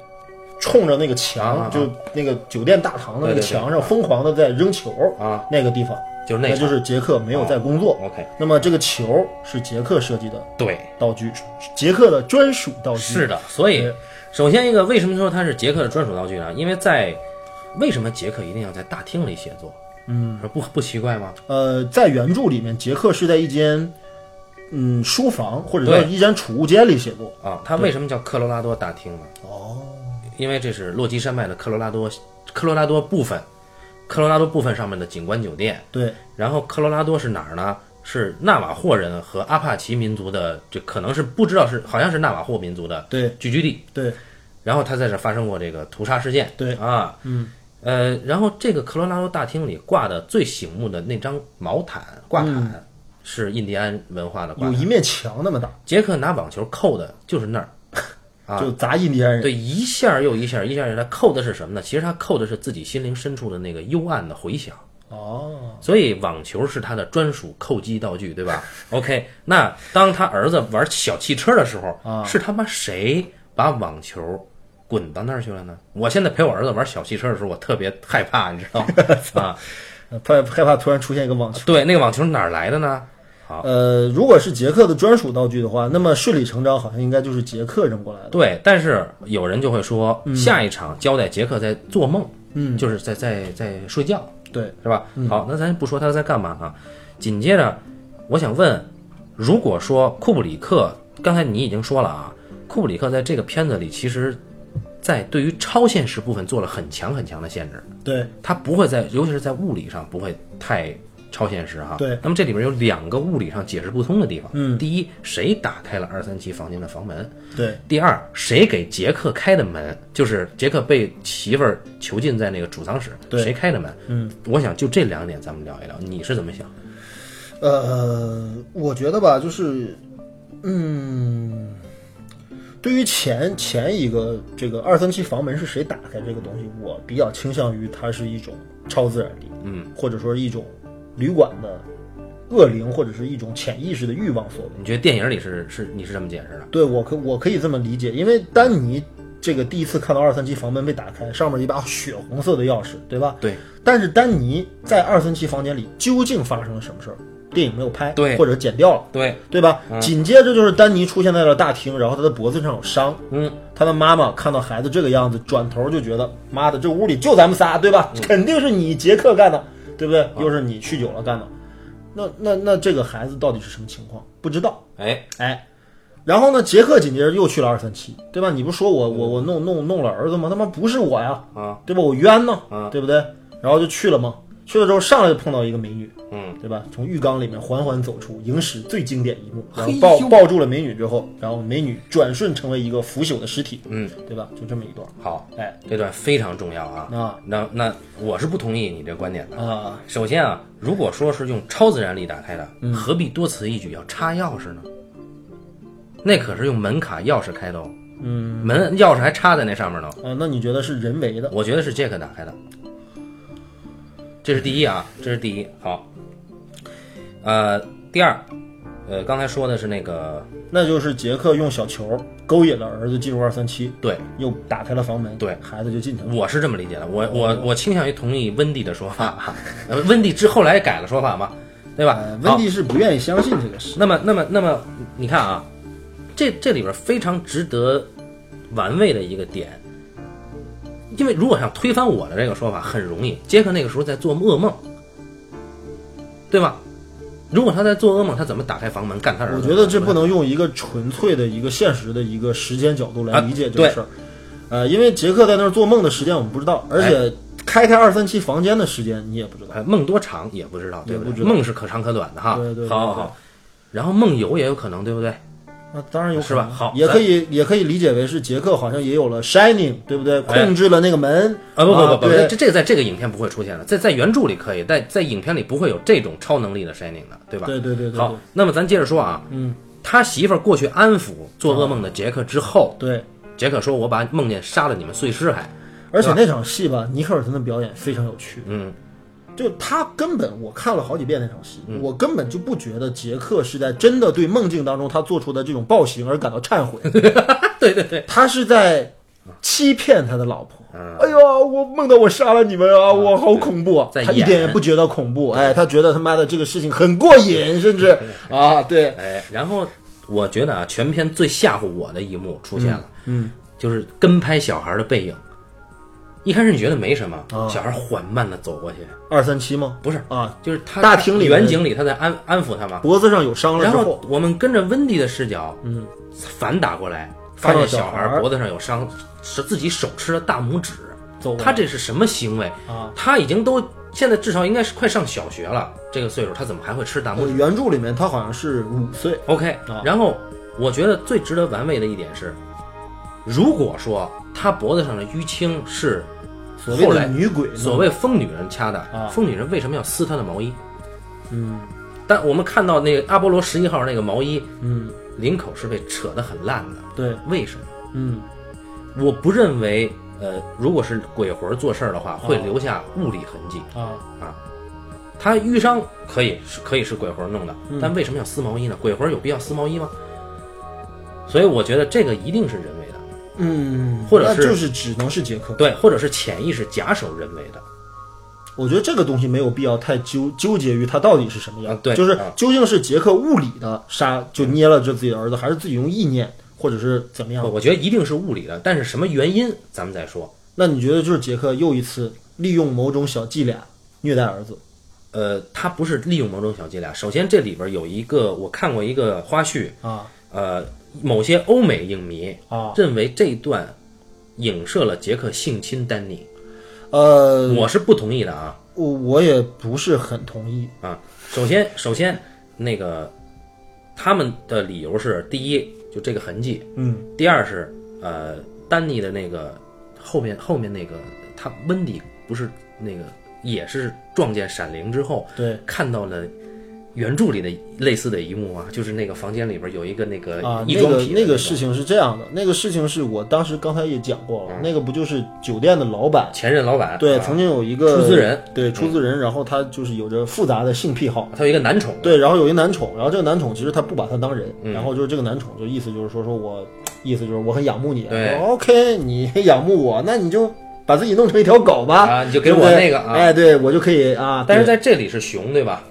Speaker 1: 冲着那个墙，
Speaker 2: 啊啊啊
Speaker 1: 就那个酒店大堂的那
Speaker 2: 对
Speaker 1: 个
Speaker 2: 对对
Speaker 1: 墙上疯狂的在扔球，
Speaker 2: 啊，
Speaker 1: 那个地方，
Speaker 2: 就是那
Speaker 1: 那就
Speaker 2: 场
Speaker 1: 是杰克没有在工作。
Speaker 2: OK，
Speaker 1: 那么这个球是杰克设计的
Speaker 2: 对，
Speaker 1: 道具，杰克的专属道具。
Speaker 2: 是的。所以，首先一个，为什么说它是杰克的专属道具呢？因为在为什么杰克一定要在大厅里写作？嗯，说不不奇怪吗？
Speaker 1: 呃，在原著里面，杰克是在一间嗯书房或者叫
Speaker 2: 对
Speaker 1: 一间储物间里写作。
Speaker 2: 啊，它为什么叫科罗拉多大厅呢？
Speaker 1: 哦，
Speaker 2: 因为这是落基山脉的科罗拉多，科罗拉多部分，科罗拉多部分上面的景观酒店。
Speaker 1: 对，
Speaker 2: 然后科罗拉多是哪儿呢？是纳瓦霍人和阿帕奇民族的，这可能是不知道是好像是纳瓦霍民族的
Speaker 1: 对，
Speaker 2: 聚居地。
Speaker 1: 对，
Speaker 2: 然后他在这儿发生过这个屠杀事件。
Speaker 1: 对
Speaker 2: 啊，
Speaker 1: 嗯，
Speaker 2: 呃，然后这个科罗拉多大厅里挂的最醒目的那张毛毯挂毯、
Speaker 1: 嗯
Speaker 2: 是印第安文化的挂
Speaker 1: 有
Speaker 2: 毯。
Speaker 1: 一面墙那么大，
Speaker 2: 杰克拿网球扣的就是那儿，啊
Speaker 1: 就砸印第安人。
Speaker 2: 对，一下又一下，一下又一下，他扣的是什么呢？其实他扣的是自己心灵深处的那个幽暗的回响。
Speaker 1: 哦，
Speaker 2: 所以网球是他的专属扣击道具，对吧 [laughs] ？OK，那当他儿子玩小汽车的时候，是他妈谁把网球滚到那儿去了呢？我现在陪我儿子玩小汽车的时候，我特别害怕，你知道吗？啊，
Speaker 1: 怕害怕突然出现一个网球。
Speaker 2: 对，那个网球哪儿来的呢？好，
Speaker 1: 呃，如果是杰克的专属道具的话，那么顺理成章，好像应该就是杰克扔过来的。
Speaker 2: 对，但是有人就会说，下一场交代杰克在做梦，嗯，就是在在在睡觉，
Speaker 1: 对，
Speaker 2: 是吧？
Speaker 1: 嗯
Speaker 2: 好，那咱不说他在干嘛啊，紧接着我想问，如果说库布里克，刚才你已经说了啊，库布里克在这个片子里其实，在对于超现实部分做了很强很强的限制，
Speaker 1: 对，
Speaker 2: 他不会在，尤其是在物理上不会太超现实哈。
Speaker 1: 对
Speaker 2: 那么这里边有两个物理上解释不通的地方。
Speaker 1: 嗯
Speaker 2: 第一，谁打开了二三七房间的房门？
Speaker 1: 对，
Speaker 2: 第二，谁给杰克开的门？就是杰克被媳妇儿囚禁在那个储藏室，
Speaker 1: 对
Speaker 2: 谁开的门？嗯，我想就这两点咱们聊一聊，你是怎么想的？
Speaker 1: 呃，我觉得吧，就是，嗯，对于前前一个这个二三七房门是谁打开这个东西，我比较倾向于它是一种超自然力，嗯，或者说一种旅馆的恶灵或者是一种潜意识的欲望所为。
Speaker 2: 你觉得电影里是是你是这么解释的？
Speaker 1: 对我可我可以这么理解，因为丹尼这个第一次看到二三七房门被打开，上面一把血红色的钥匙，对吧？
Speaker 2: 对，
Speaker 1: 但是丹尼在二三七房间里究竟发生了什么事儿？电影没有拍，
Speaker 2: 对
Speaker 1: 或者剪掉了，
Speaker 2: 对，
Speaker 1: 对吧？紧接着就是丹尼出现在了大厅，然后他的脖子上有伤。
Speaker 2: 嗯，
Speaker 1: 他的妈妈看到孩子这个样子，转头就觉得妈的，这屋里就咱们仨，对吧？肯定是你杰克干的，对不对？又是你酗酒了干的。那那那这个孩子到底是什么情况？不知道。
Speaker 2: 哎，嗯
Speaker 1: 哎，然后呢，杰克紧接着又去了二三七，对吧？你不说我我我弄弄弄了儿子吗？他妈不是我呀，
Speaker 2: 啊，
Speaker 1: 对吧？我冤呢，
Speaker 2: 啊
Speaker 1: 对不对？然后就去了嘛，去了之后上来就碰到一个美女，
Speaker 2: 嗯，
Speaker 1: 对吧？从浴缸里面缓缓走出，影史最经典一幕，然后
Speaker 2: 嘿
Speaker 1: 抱
Speaker 2: 呦
Speaker 1: 抱住了美女之后，然后美女转瞬成为一个腐朽的尸体，
Speaker 2: 嗯，
Speaker 1: 对吧？就这么一段，
Speaker 2: 好，
Speaker 1: 哎，
Speaker 2: 这段非常重要啊。
Speaker 1: 啊
Speaker 2: 那那我是不同意你这观点的。
Speaker 1: 啊，
Speaker 2: 首先啊，如果说是用超自然力打开的，何必多此一举要插钥匙呢？那可是用门卡钥匙开的哦，嗯，门钥匙还插在那上面呢。
Speaker 1: 啊，那你觉得是人为的？
Speaker 2: 我觉得是杰克打开的，这是第一啊，这是第一。好，呃，第二，呃，刚才说的是那个，
Speaker 1: 那就是杰克用小球勾引了儿子进入二三七，
Speaker 2: 对，
Speaker 1: 又打开了房门，
Speaker 2: 对
Speaker 1: 孩子就进去了。
Speaker 2: 我是这么理解的，我我
Speaker 1: 嗯
Speaker 2: 我倾向于同意温蒂的说法， [laughs] 呃温蒂之后来改了说法嘛，对吧
Speaker 1: 呃？
Speaker 2: 好
Speaker 1: 温蒂是不愿意相信这个事。
Speaker 2: 那么，那么，那么，你看啊，这这里边非常值得玩味的一个点，因为如果想推翻我的这个说法，很容易。杰克那个时候在做噩梦，对吧？如果他在做噩梦，他怎么打开房门干他儿子？
Speaker 1: 我觉得这不能用一个纯粹的一个现实的一个
Speaker 2: 啊
Speaker 1: 时间角度来理解这个事儿，呃，因为杰克在那儿做梦的时间我们不知道，而且开开二三七房间的时间你也不知道。
Speaker 2: 哎，梦多长也不知道，对
Speaker 1: 也
Speaker 2: 不
Speaker 1: 不
Speaker 2: 对？
Speaker 1: 知道
Speaker 2: 梦是可长可短的哈。
Speaker 1: 对对对
Speaker 2: 好好好。然后梦游也有可能，对不对？
Speaker 1: 那当然有可能
Speaker 2: 是吧好
Speaker 1: 也
Speaker 2: 咱
Speaker 1: 可以也可以理解为是杰克好像也有了 shining，对不对？
Speaker 2: 哎
Speaker 1: 控制了那个门
Speaker 2: 啊不不不不，
Speaker 1: 对
Speaker 2: 这这个在这个影片不会出现的，在在原著里可以，在在影片里不会有这种超能力的 Shining 的，对吧？
Speaker 1: 对对对对
Speaker 2: 好，那么咱接着说啊，嗯，他媳妇儿过去安抚做噩梦的杰克之后，
Speaker 1: 对。
Speaker 2: 杰克说：“我把梦见杀了你们碎尸还。
Speaker 1: 而且那场戏吧，尼克尔森的表演非常有趣”。
Speaker 2: 嗯，
Speaker 1: 就他根本我看了好几遍那场戏，
Speaker 2: 嗯
Speaker 1: 我根本就不觉得杰克是在真的对梦境当中他做出的这种暴行而感到忏悔，
Speaker 2: [laughs] 对对啊对，
Speaker 1: 他是在欺骗他的老婆。哎呦，我梦到我杀了你们啊，我好恐怖啊！
Speaker 2: 在
Speaker 1: 他一
Speaker 2: 演
Speaker 1: 点也不觉得恐怖，哎，他觉得他妈的这个事情很过瘾，甚至啊，对，
Speaker 2: 哎，然后我觉得啊，全片最吓唬我的一幕出现了，嗯，就是跟拍小孩的背影。一开始你觉得没什么，
Speaker 1: 啊
Speaker 2: 小孩缓慢的走过去，
Speaker 1: 二三七吗？
Speaker 2: 不是，
Speaker 1: 啊，
Speaker 2: 就是他
Speaker 1: 大厅里
Speaker 2: 远景里他在安安抚他嘛，
Speaker 1: 脖子上有伤了之
Speaker 2: 然
Speaker 1: 后
Speaker 2: 后，我们跟着温迪的视角，嗯，反打过来，发
Speaker 1: 看到
Speaker 2: 现
Speaker 1: 小
Speaker 2: 小
Speaker 1: 孩
Speaker 2: 孩
Speaker 1: 儿
Speaker 2: 儿脖子上有伤，是自己手吃了大拇指。
Speaker 1: 走过来
Speaker 2: 他这是什么行为
Speaker 1: 哦啊？
Speaker 2: 他已经都现在至少应该是快上小学了，这个岁数他怎么还会吃大拇
Speaker 1: 呃
Speaker 2: 指
Speaker 1: 原著里面他好像是五岁，
Speaker 2: ？OK，
Speaker 1: 啊
Speaker 2: 然后我觉得最值得玩味的一点是，如果说他脖子上的淤青是
Speaker 1: 所谓
Speaker 2: 后
Speaker 1: 的
Speaker 2: 来
Speaker 1: 女鬼呢，
Speaker 2: 所谓疯女人掐的，
Speaker 1: 啊
Speaker 2: 疯女人为什么要撕她的毛衣？嗯，但我们看到那个阿波罗十一号那个毛衣，
Speaker 1: 嗯，
Speaker 2: 领口是被扯得很烂的，
Speaker 1: 对，
Speaker 2: 为什么？
Speaker 1: 嗯，
Speaker 2: 我不认为，呃，如果是鬼魂做事儿的话，会留下物理痕迹。
Speaker 1: 啊，
Speaker 2: 他淤伤可以是可以是鬼魂弄的，但为什么要撕毛衣呢？鬼魂有必要撕毛衣吗？所以我觉得这个一定是人为的，
Speaker 1: 嗯，
Speaker 2: 或者
Speaker 1: 那
Speaker 2: 是
Speaker 1: 就是只能是杰克。
Speaker 2: 对，或者是潜意识假手人为的。
Speaker 1: 我觉得这个东西没有必要太纠纠结于它到底是什么样
Speaker 2: 啊，对
Speaker 1: 就是
Speaker 2: 啊
Speaker 1: 究竟是杰克物理的杀就捏了这自己的儿子，还是自己用意念，或者是怎么样
Speaker 2: 我？我觉得一定是物理的，但是什么原因咱们再说。
Speaker 1: 那你觉得就是杰克又一次利用某种小伎俩虐待儿子？
Speaker 2: 呃，他不是利用某种小伎俩。首先，这里边有一个我看过一个花絮，
Speaker 1: 啊
Speaker 2: 呃，某些欧美影迷
Speaker 1: 啊，
Speaker 2: 认为这段影射了杰克性侵丹尼，
Speaker 1: 呃，
Speaker 2: 我是不同意的啊
Speaker 1: 我我也不是很同意。
Speaker 2: 啊！首先，首先那个他们的理由是：第一，就这个痕迹；
Speaker 1: 嗯
Speaker 2: 第二是呃，丹尼的那个后面后面那个他温迪不是那个也是撞见闪灵之后，
Speaker 1: 对，
Speaker 2: 看到了原著里的类似的一幕啊，就是那个房间里边呃有一个那个
Speaker 1: 啊，
Speaker 2: 异
Speaker 1: 那
Speaker 2: 装
Speaker 1: 个
Speaker 2: 体、
Speaker 1: 那个事，情是这样的，那个事情是我当时刚才也讲过
Speaker 2: 嗯
Speaker 1: 了，那个不就是酒店的老板，
Speaker 2: 前任老板
Speaker 1: 对，
Speaker 2: 啊
Speaker 1: 曾经有一个
Speaker 2: 出资人，嗯
Speaker 1: 对出资人，然后他就是有着复杂的性癖好，
Speaker 2: 他有一个男宠，
Speaker 1: 对，然后有一男宠，然后这个男宠其实他不把他当人，
Speaker 2: 嗯
Speaker 1: 然后就是这个男宠就意思就是说说我意思就是我很仰慕你啊
Speaker 2: 对
Speaker 1: 我说，OK，你仰慕我，那你就把自己弄成一条狗吧，
Speaker 2: 啊你就给
Speaker 1: 对不
Speaker 2: 我
Speaker 1: 对
Speaker 2: 那个啊
Speaker 1: 哎，对我就可以啊，
Speaker 2: 但是
Speaker 1: 对
Speaker 2: 在这里是熊对吧？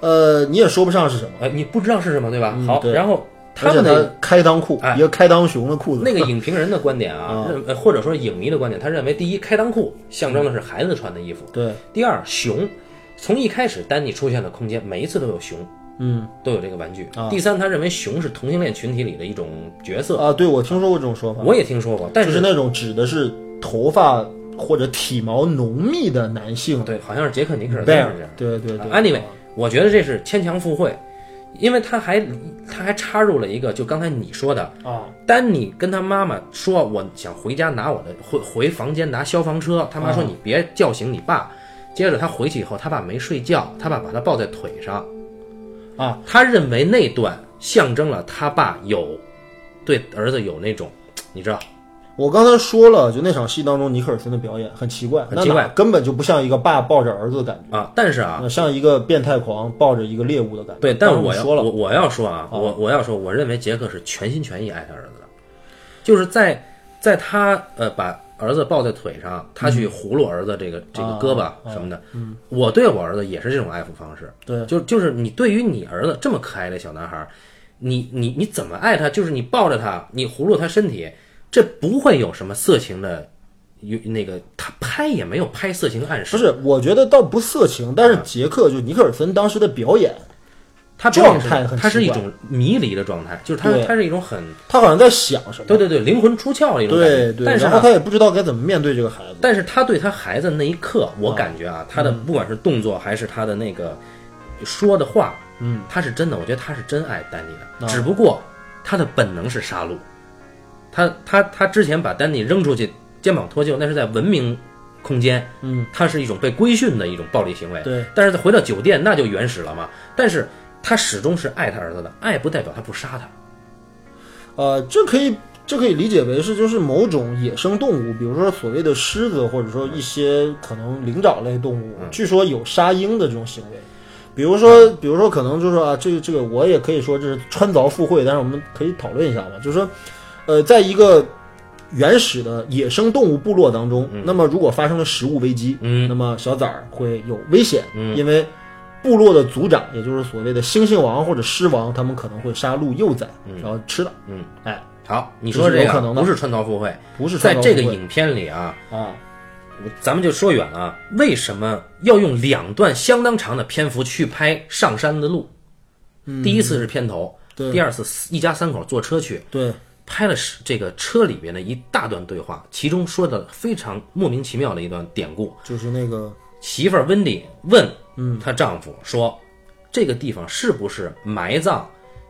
Speaker 1: 呃你也说不上是什么，
Speaker 2: 呃，你不知道是什么对吧？
Speaker 1: 嗯
Speaker 2: 好，
Speaker 1: 对
Speaker 2: 然后
Speaker 1: 而
Speaker 2: 他
Speaker 1: 且
Speaker 2: 们
Speaker 1: 他
Speaker 2: 的
Speaker 1: 开裆裤，
Speaker 2: 哎
Speaker 1: 一个开裆熊的裤子，
Speaker 2: 那个影评人的观点啊，
Speaker 1: [laughs] 啊
Speaker 2: 认呃或者说影迷的观点，他认为第一，开裆裤象征的是孩子穿的衣服；
Speaker 1: 对，
Speaker 2: 第二，熊，从一开始丹尼出现的空间，每一次都有熊，
Speaker 1: 嗯
Speaker 2: 都有这个玩具
Speaker 1: 啊；
Speaker 2: 第三，他认为熊是同性恋群体里的一种角色，
Speaker 1: 啊，对我听说过这种说法，
Speaker 2: 我也听说过，但
Speaker 1: 就是是那种指的是头发或者体毛浓密的男性
Speaker 2: 对，好像是杰克尼克尔森是这
Speaker 1: bear，
Speaker 2: 样。
Speaker 1: 对对对
Speaker 2: 啊，anyway，我觉得这是牵强附会，因为他还他还插入了一个，就刚才你说的，
Speaker 1: 啊，
Speaker 2: 丹尼跟他妈妈说我想回家拿我的回回房间拿消防车，他妈说
Speaker 1: 啊
Speaker 2: 你别叫醒你爸。接着他回去以后，他爸没睡觉，他爸把他抱在腿上，
Speaker 1: 啊，
Speaker 2: 他认为那段象征了他爸有对儿子有那种，你知道，
Speaker 1: 我刚才说了，就那场戏当中，尼克尔森的表演很奇怪，
Speaker 2: 很奇怪
Speaker 1: 那哪根本就不像一个爸抱着儿子的感觉，
Speaker 2: 啊，但是啊，
Speaker 1: 那像一个变态狂抱着一个猎物的感觉。
Speaker 2: 对，但是
Speaker 1: 当然
Speaker 2: 我
Speaker 1: 们
Speaker 2: 要
Speaker 1: 说
Speaker 2: 我
Speaker 1: 了，哦
Speaker 2: 我要说啊，我我要说，我认为杰克是全心全意爱他儿子的，就是在在他呃把儿子抱在腿上，他
Speaker 1: 嗯
Speaker 2: 去葫芦儿子这个、这个
Speaker 1: 哦
Speaker 2: 胳膊什么的，我对我儿子也是这种爱抚方式，
Speaker 1: 对
Speaker 2: 就就是你对于你儿子这么可爱的小男孩儿，你你你怎么爱他？就是你抱着他，你葫芦他身体，这不会有什么色情的。有那个他拍也没有拍色情暗示，嗯
Speaker 1: 不是，我觉得倒不色情，但是杰克就尼克尔森当时的表演，
Speaker 2: 他表演
Speaker 1: 状态很
Speaker 2: 是它是
Speaker 1: 奇
Speaker 2: 一
Speaker 1: 怪
Speaker 2: 种迷离的状态，就是它
Speaker 1: 对
Speaker 2: 它是一种很
Speaker 1: 他好像在想什么。
Speaker 2: 对对对灵魂出窍的一种感觉
Speaker 1: 对，对，
Speaker 2: 但是
Speaker 1: 然
Speaker 2: 啊
Speaker 1: 后他也不知道该怎么面对这个孩子。
Speaker 2: 但是他对他孩子那一刻，我
Speaker 1: 嗯
Speaker 2: 感觉啊，他的不管是动作还是他的那个说的话，
Speaker 1: 嗯，啊
Speaker 2: 他是真的，我觉得他是真爱丹尼的，只不过他的本能是杀戮，他他他之前把丹尼扔出去，肩膀脱臼，那是在文明空间，
Speaker 1: 嗯，
Speaker 2: 他是一种被规训的一种暴力行为，
Speaker 1: 对，
Speaker 2: 但是回到酒店那就原始了嘛，但是他始终是爱他儿子的，爱不代表他不杀他，
Speaker 1: 呃，这可以这可以理解为是就是某种野生动物，比如说所谓的狮子，或者说一些可能灵长类动物，
Speaker 2: 嗯
Speaker 1: 据说有杀鹰的这种行为。比如说，比如说，可能就是啊，这个这个，我也可以说这是穿凿附会，但是我们可以讨论一下嘛，就是说，呃，在一个原始的野生动物部落当中，那么如果发生了食物危机，
Speaker 2: 嗯
Speaker 1: 那么小崽儿会有危险，
Speaker 2: 嗯
Speaker 1: 因为部落的族长，也就是所谓的猩猩王或者狮王，他们可能会杀戮幼崽，然后吃了。
Speaker 2: 嗯，
Speaker 1: 哎，
Speaker 2: 好，你说
Speaker 1: 这是
Speaker 2: 这个
Speaker 1: 有可能的
Speaker 2: 不是穿凿附会，
Speaker 1: 不是
Speaker 2: 在
Speaker 1: 穿凿
Speaker 2: 这个
Speaker 1: 附会
Speaker 2: 影片里啊。
Speaker 1: 啊，
Speaker 2: 我咱们就说远了啊，为什么要用两段相当长的篇幅去拍上山的路？第一次是片头，
Speaker 1: 嗯对
Speaker 2: 第二次一家三口坐车去，
Speaker 1: 对，
Speaker 2: 拍了是这个车里边的一大段对话，其中说的非常莫名其妙的一段典故。
Speaker 1: 就是那个
Speaker 2: 媳妇儿温迪问，
Speaker 1: 嗯
Speaker 2: 她丈夫说，这个地方是不是埋葬，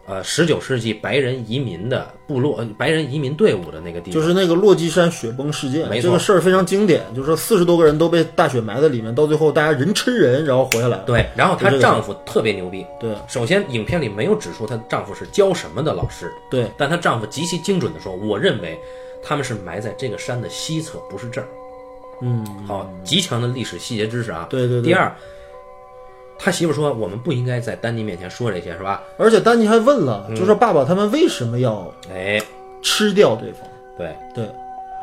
Speaker 2: 呃，十九世纪白人移民的部落、呃白人移民队伍的那个地方？
Speaker 1: 就是那个落基山雪崩事件
Speaker 2: 没，错
Speaker 1: 这个事儿非常经典，就是说四十多个人都被大雪埋在里面，到最后大家人吃人，然后活下来了。
Speaker 2: 对，然后
Speaker 1: 就
Speaker 2: 她
Speaker 1: 这个
Speaker 2: 丈夫特别牛逼，
Speaker 1: 对
Speaker 2: 首先，影片里没有指出她丈夫是教什么的老师，
Speaker 1: 对
Speaker 2: 但她丈夫极其精准地说：“我认为他们是埋在这个山的西侧，不是这儿。”嗯，好，极强的历史细节知识啊。
Speaker 1: 对对对
Speaker 2: 第二，他媳妇说：“我们不应该在丹尼面前说这些，是吧
Speaker 1: 而且丹尼还问了，就说爸爸他们为什么要？”
Speaker 2: 哎，
Speaker 1: 吃掉对方？
Speaker 2: 对，
Speaker 1: 对，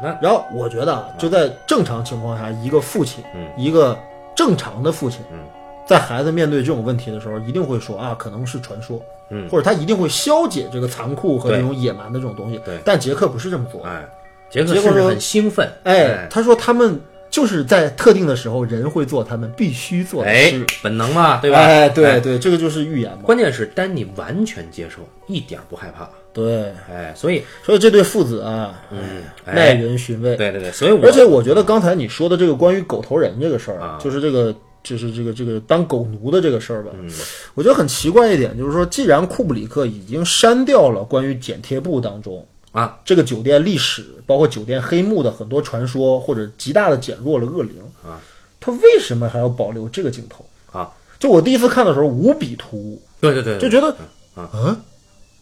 Speaker 2: 那
Speaker 1: 然后我觉得啊，就在正常情况下，一个父亲，
Speaker 2: 嗯
Speaker 1: 一个正常的父亲，
Speaker 2: 嗯
Speaker 1: 在孩子面对这种问题的时候，一定会说啊，可能是传说，
Speaker 2: 嗯
Speaker 1: 或者他一定会消解这个残酷和
Speaker 2: 对
Speaker 1: 这种野蛮的这种东西。
Speaker 2: 对
Speaker 1: 但杰克不是这么做，
Speaker 2: 哎，杰克
Speaker 1: 结
Speaker 2: 是
Speaker 1: 果
Speaker 2: 不是
Speaker 1: 说
Speaker 2: 很兴奋？
Speaker 1: 哎，他说他们就是在特定的时候，人会做他们必须做的
Speaker 2: 哎
Speaker 1: 事，，
Speaker 2: 本能嘛，对吧？
Speaker 1: 哎，对，对，这个就是预言嘛。
Speaker 2: 关键是丹尼完全接受，一点儿不害怕。
Speaker 1: 对，
Speaker 2: 哎，所以，
Speaker 1: 所以这对父子啊，
Speaker 2: 嗯，
Speaker 1: 耐
Speaker 2: 哎，
Speaker 1: 人寻味。
Speaker 2: 对对对，所以我
Speaker 1: 而且我觉得刚才你说的这个关于狗头人这个事儿
Speaker 2: 啊
Speaker 1: 就是这个就是这个这个当狗奴的这个事儿吧，
Speaker 2: 嗯
Speaker 1: 我觉得很奇怪一点，就是说，既然库布里克已经删掉了关于剪贴布当中
Speaker 2: 啊
Speaker 1: 这个酒店历史，包括酒店黑幕的很多传说，或者极大的减弱了恶灵
Speaker 2: 啊，
Speaker 1: 他为什么还要保留这个镜头？
Speaker 2: 啊，
Speaker 1: 就我第一次看的时候无比突兀，
Speaker 2: 对对对，
Speaker 1: 就
Speaker 2: 对
Speaker 1: 觉得
Speaker 2: 啊
Speaker 1: 啊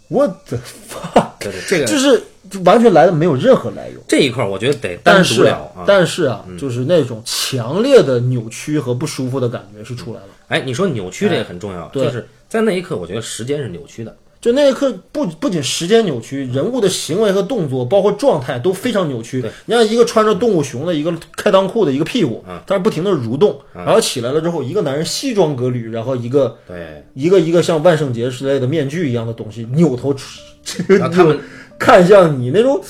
Speaker 1: ，what the fuck，
Speaker 2: 对对，这个
Speaker 1: 就是完全来的没有任何来由。
Speaker 2: 这一块儿我觉得得单
Speaker 1: 但
Speaker 2: 独
Speaker 1: 是
Speaker 2: 聊
Speaker 1: 啊
Speaker 2: 啊。
Speaker 1: 但是啊，就是那种强烈的扭曲和不舒服的感觉是出来了。
Speaker 2: 哎，你说扭曲这个很重要，
Speaker 1: 哎对
Speaker 2: 就是在那一刻，我觉得时间是扭曲的。
Speaker 1: 就那一刻不，不仅时间扭曲，人物的行为和动作，包括状态都非常扭曲。你像一个穿着动物熊的，一个开裆裤的，一个屁
Speaker 2: 嗯
Speaker 1: 股，但是不停的蠕动，然后起来了之后，一个男人西装革履，然后一个
Speaker 2: 对，
Speaker 1: 一个一个像万圣节之类的面具一样的东西扭头，这个
Speaker 2: 然后他们
Speaker 1: 就看向你那种，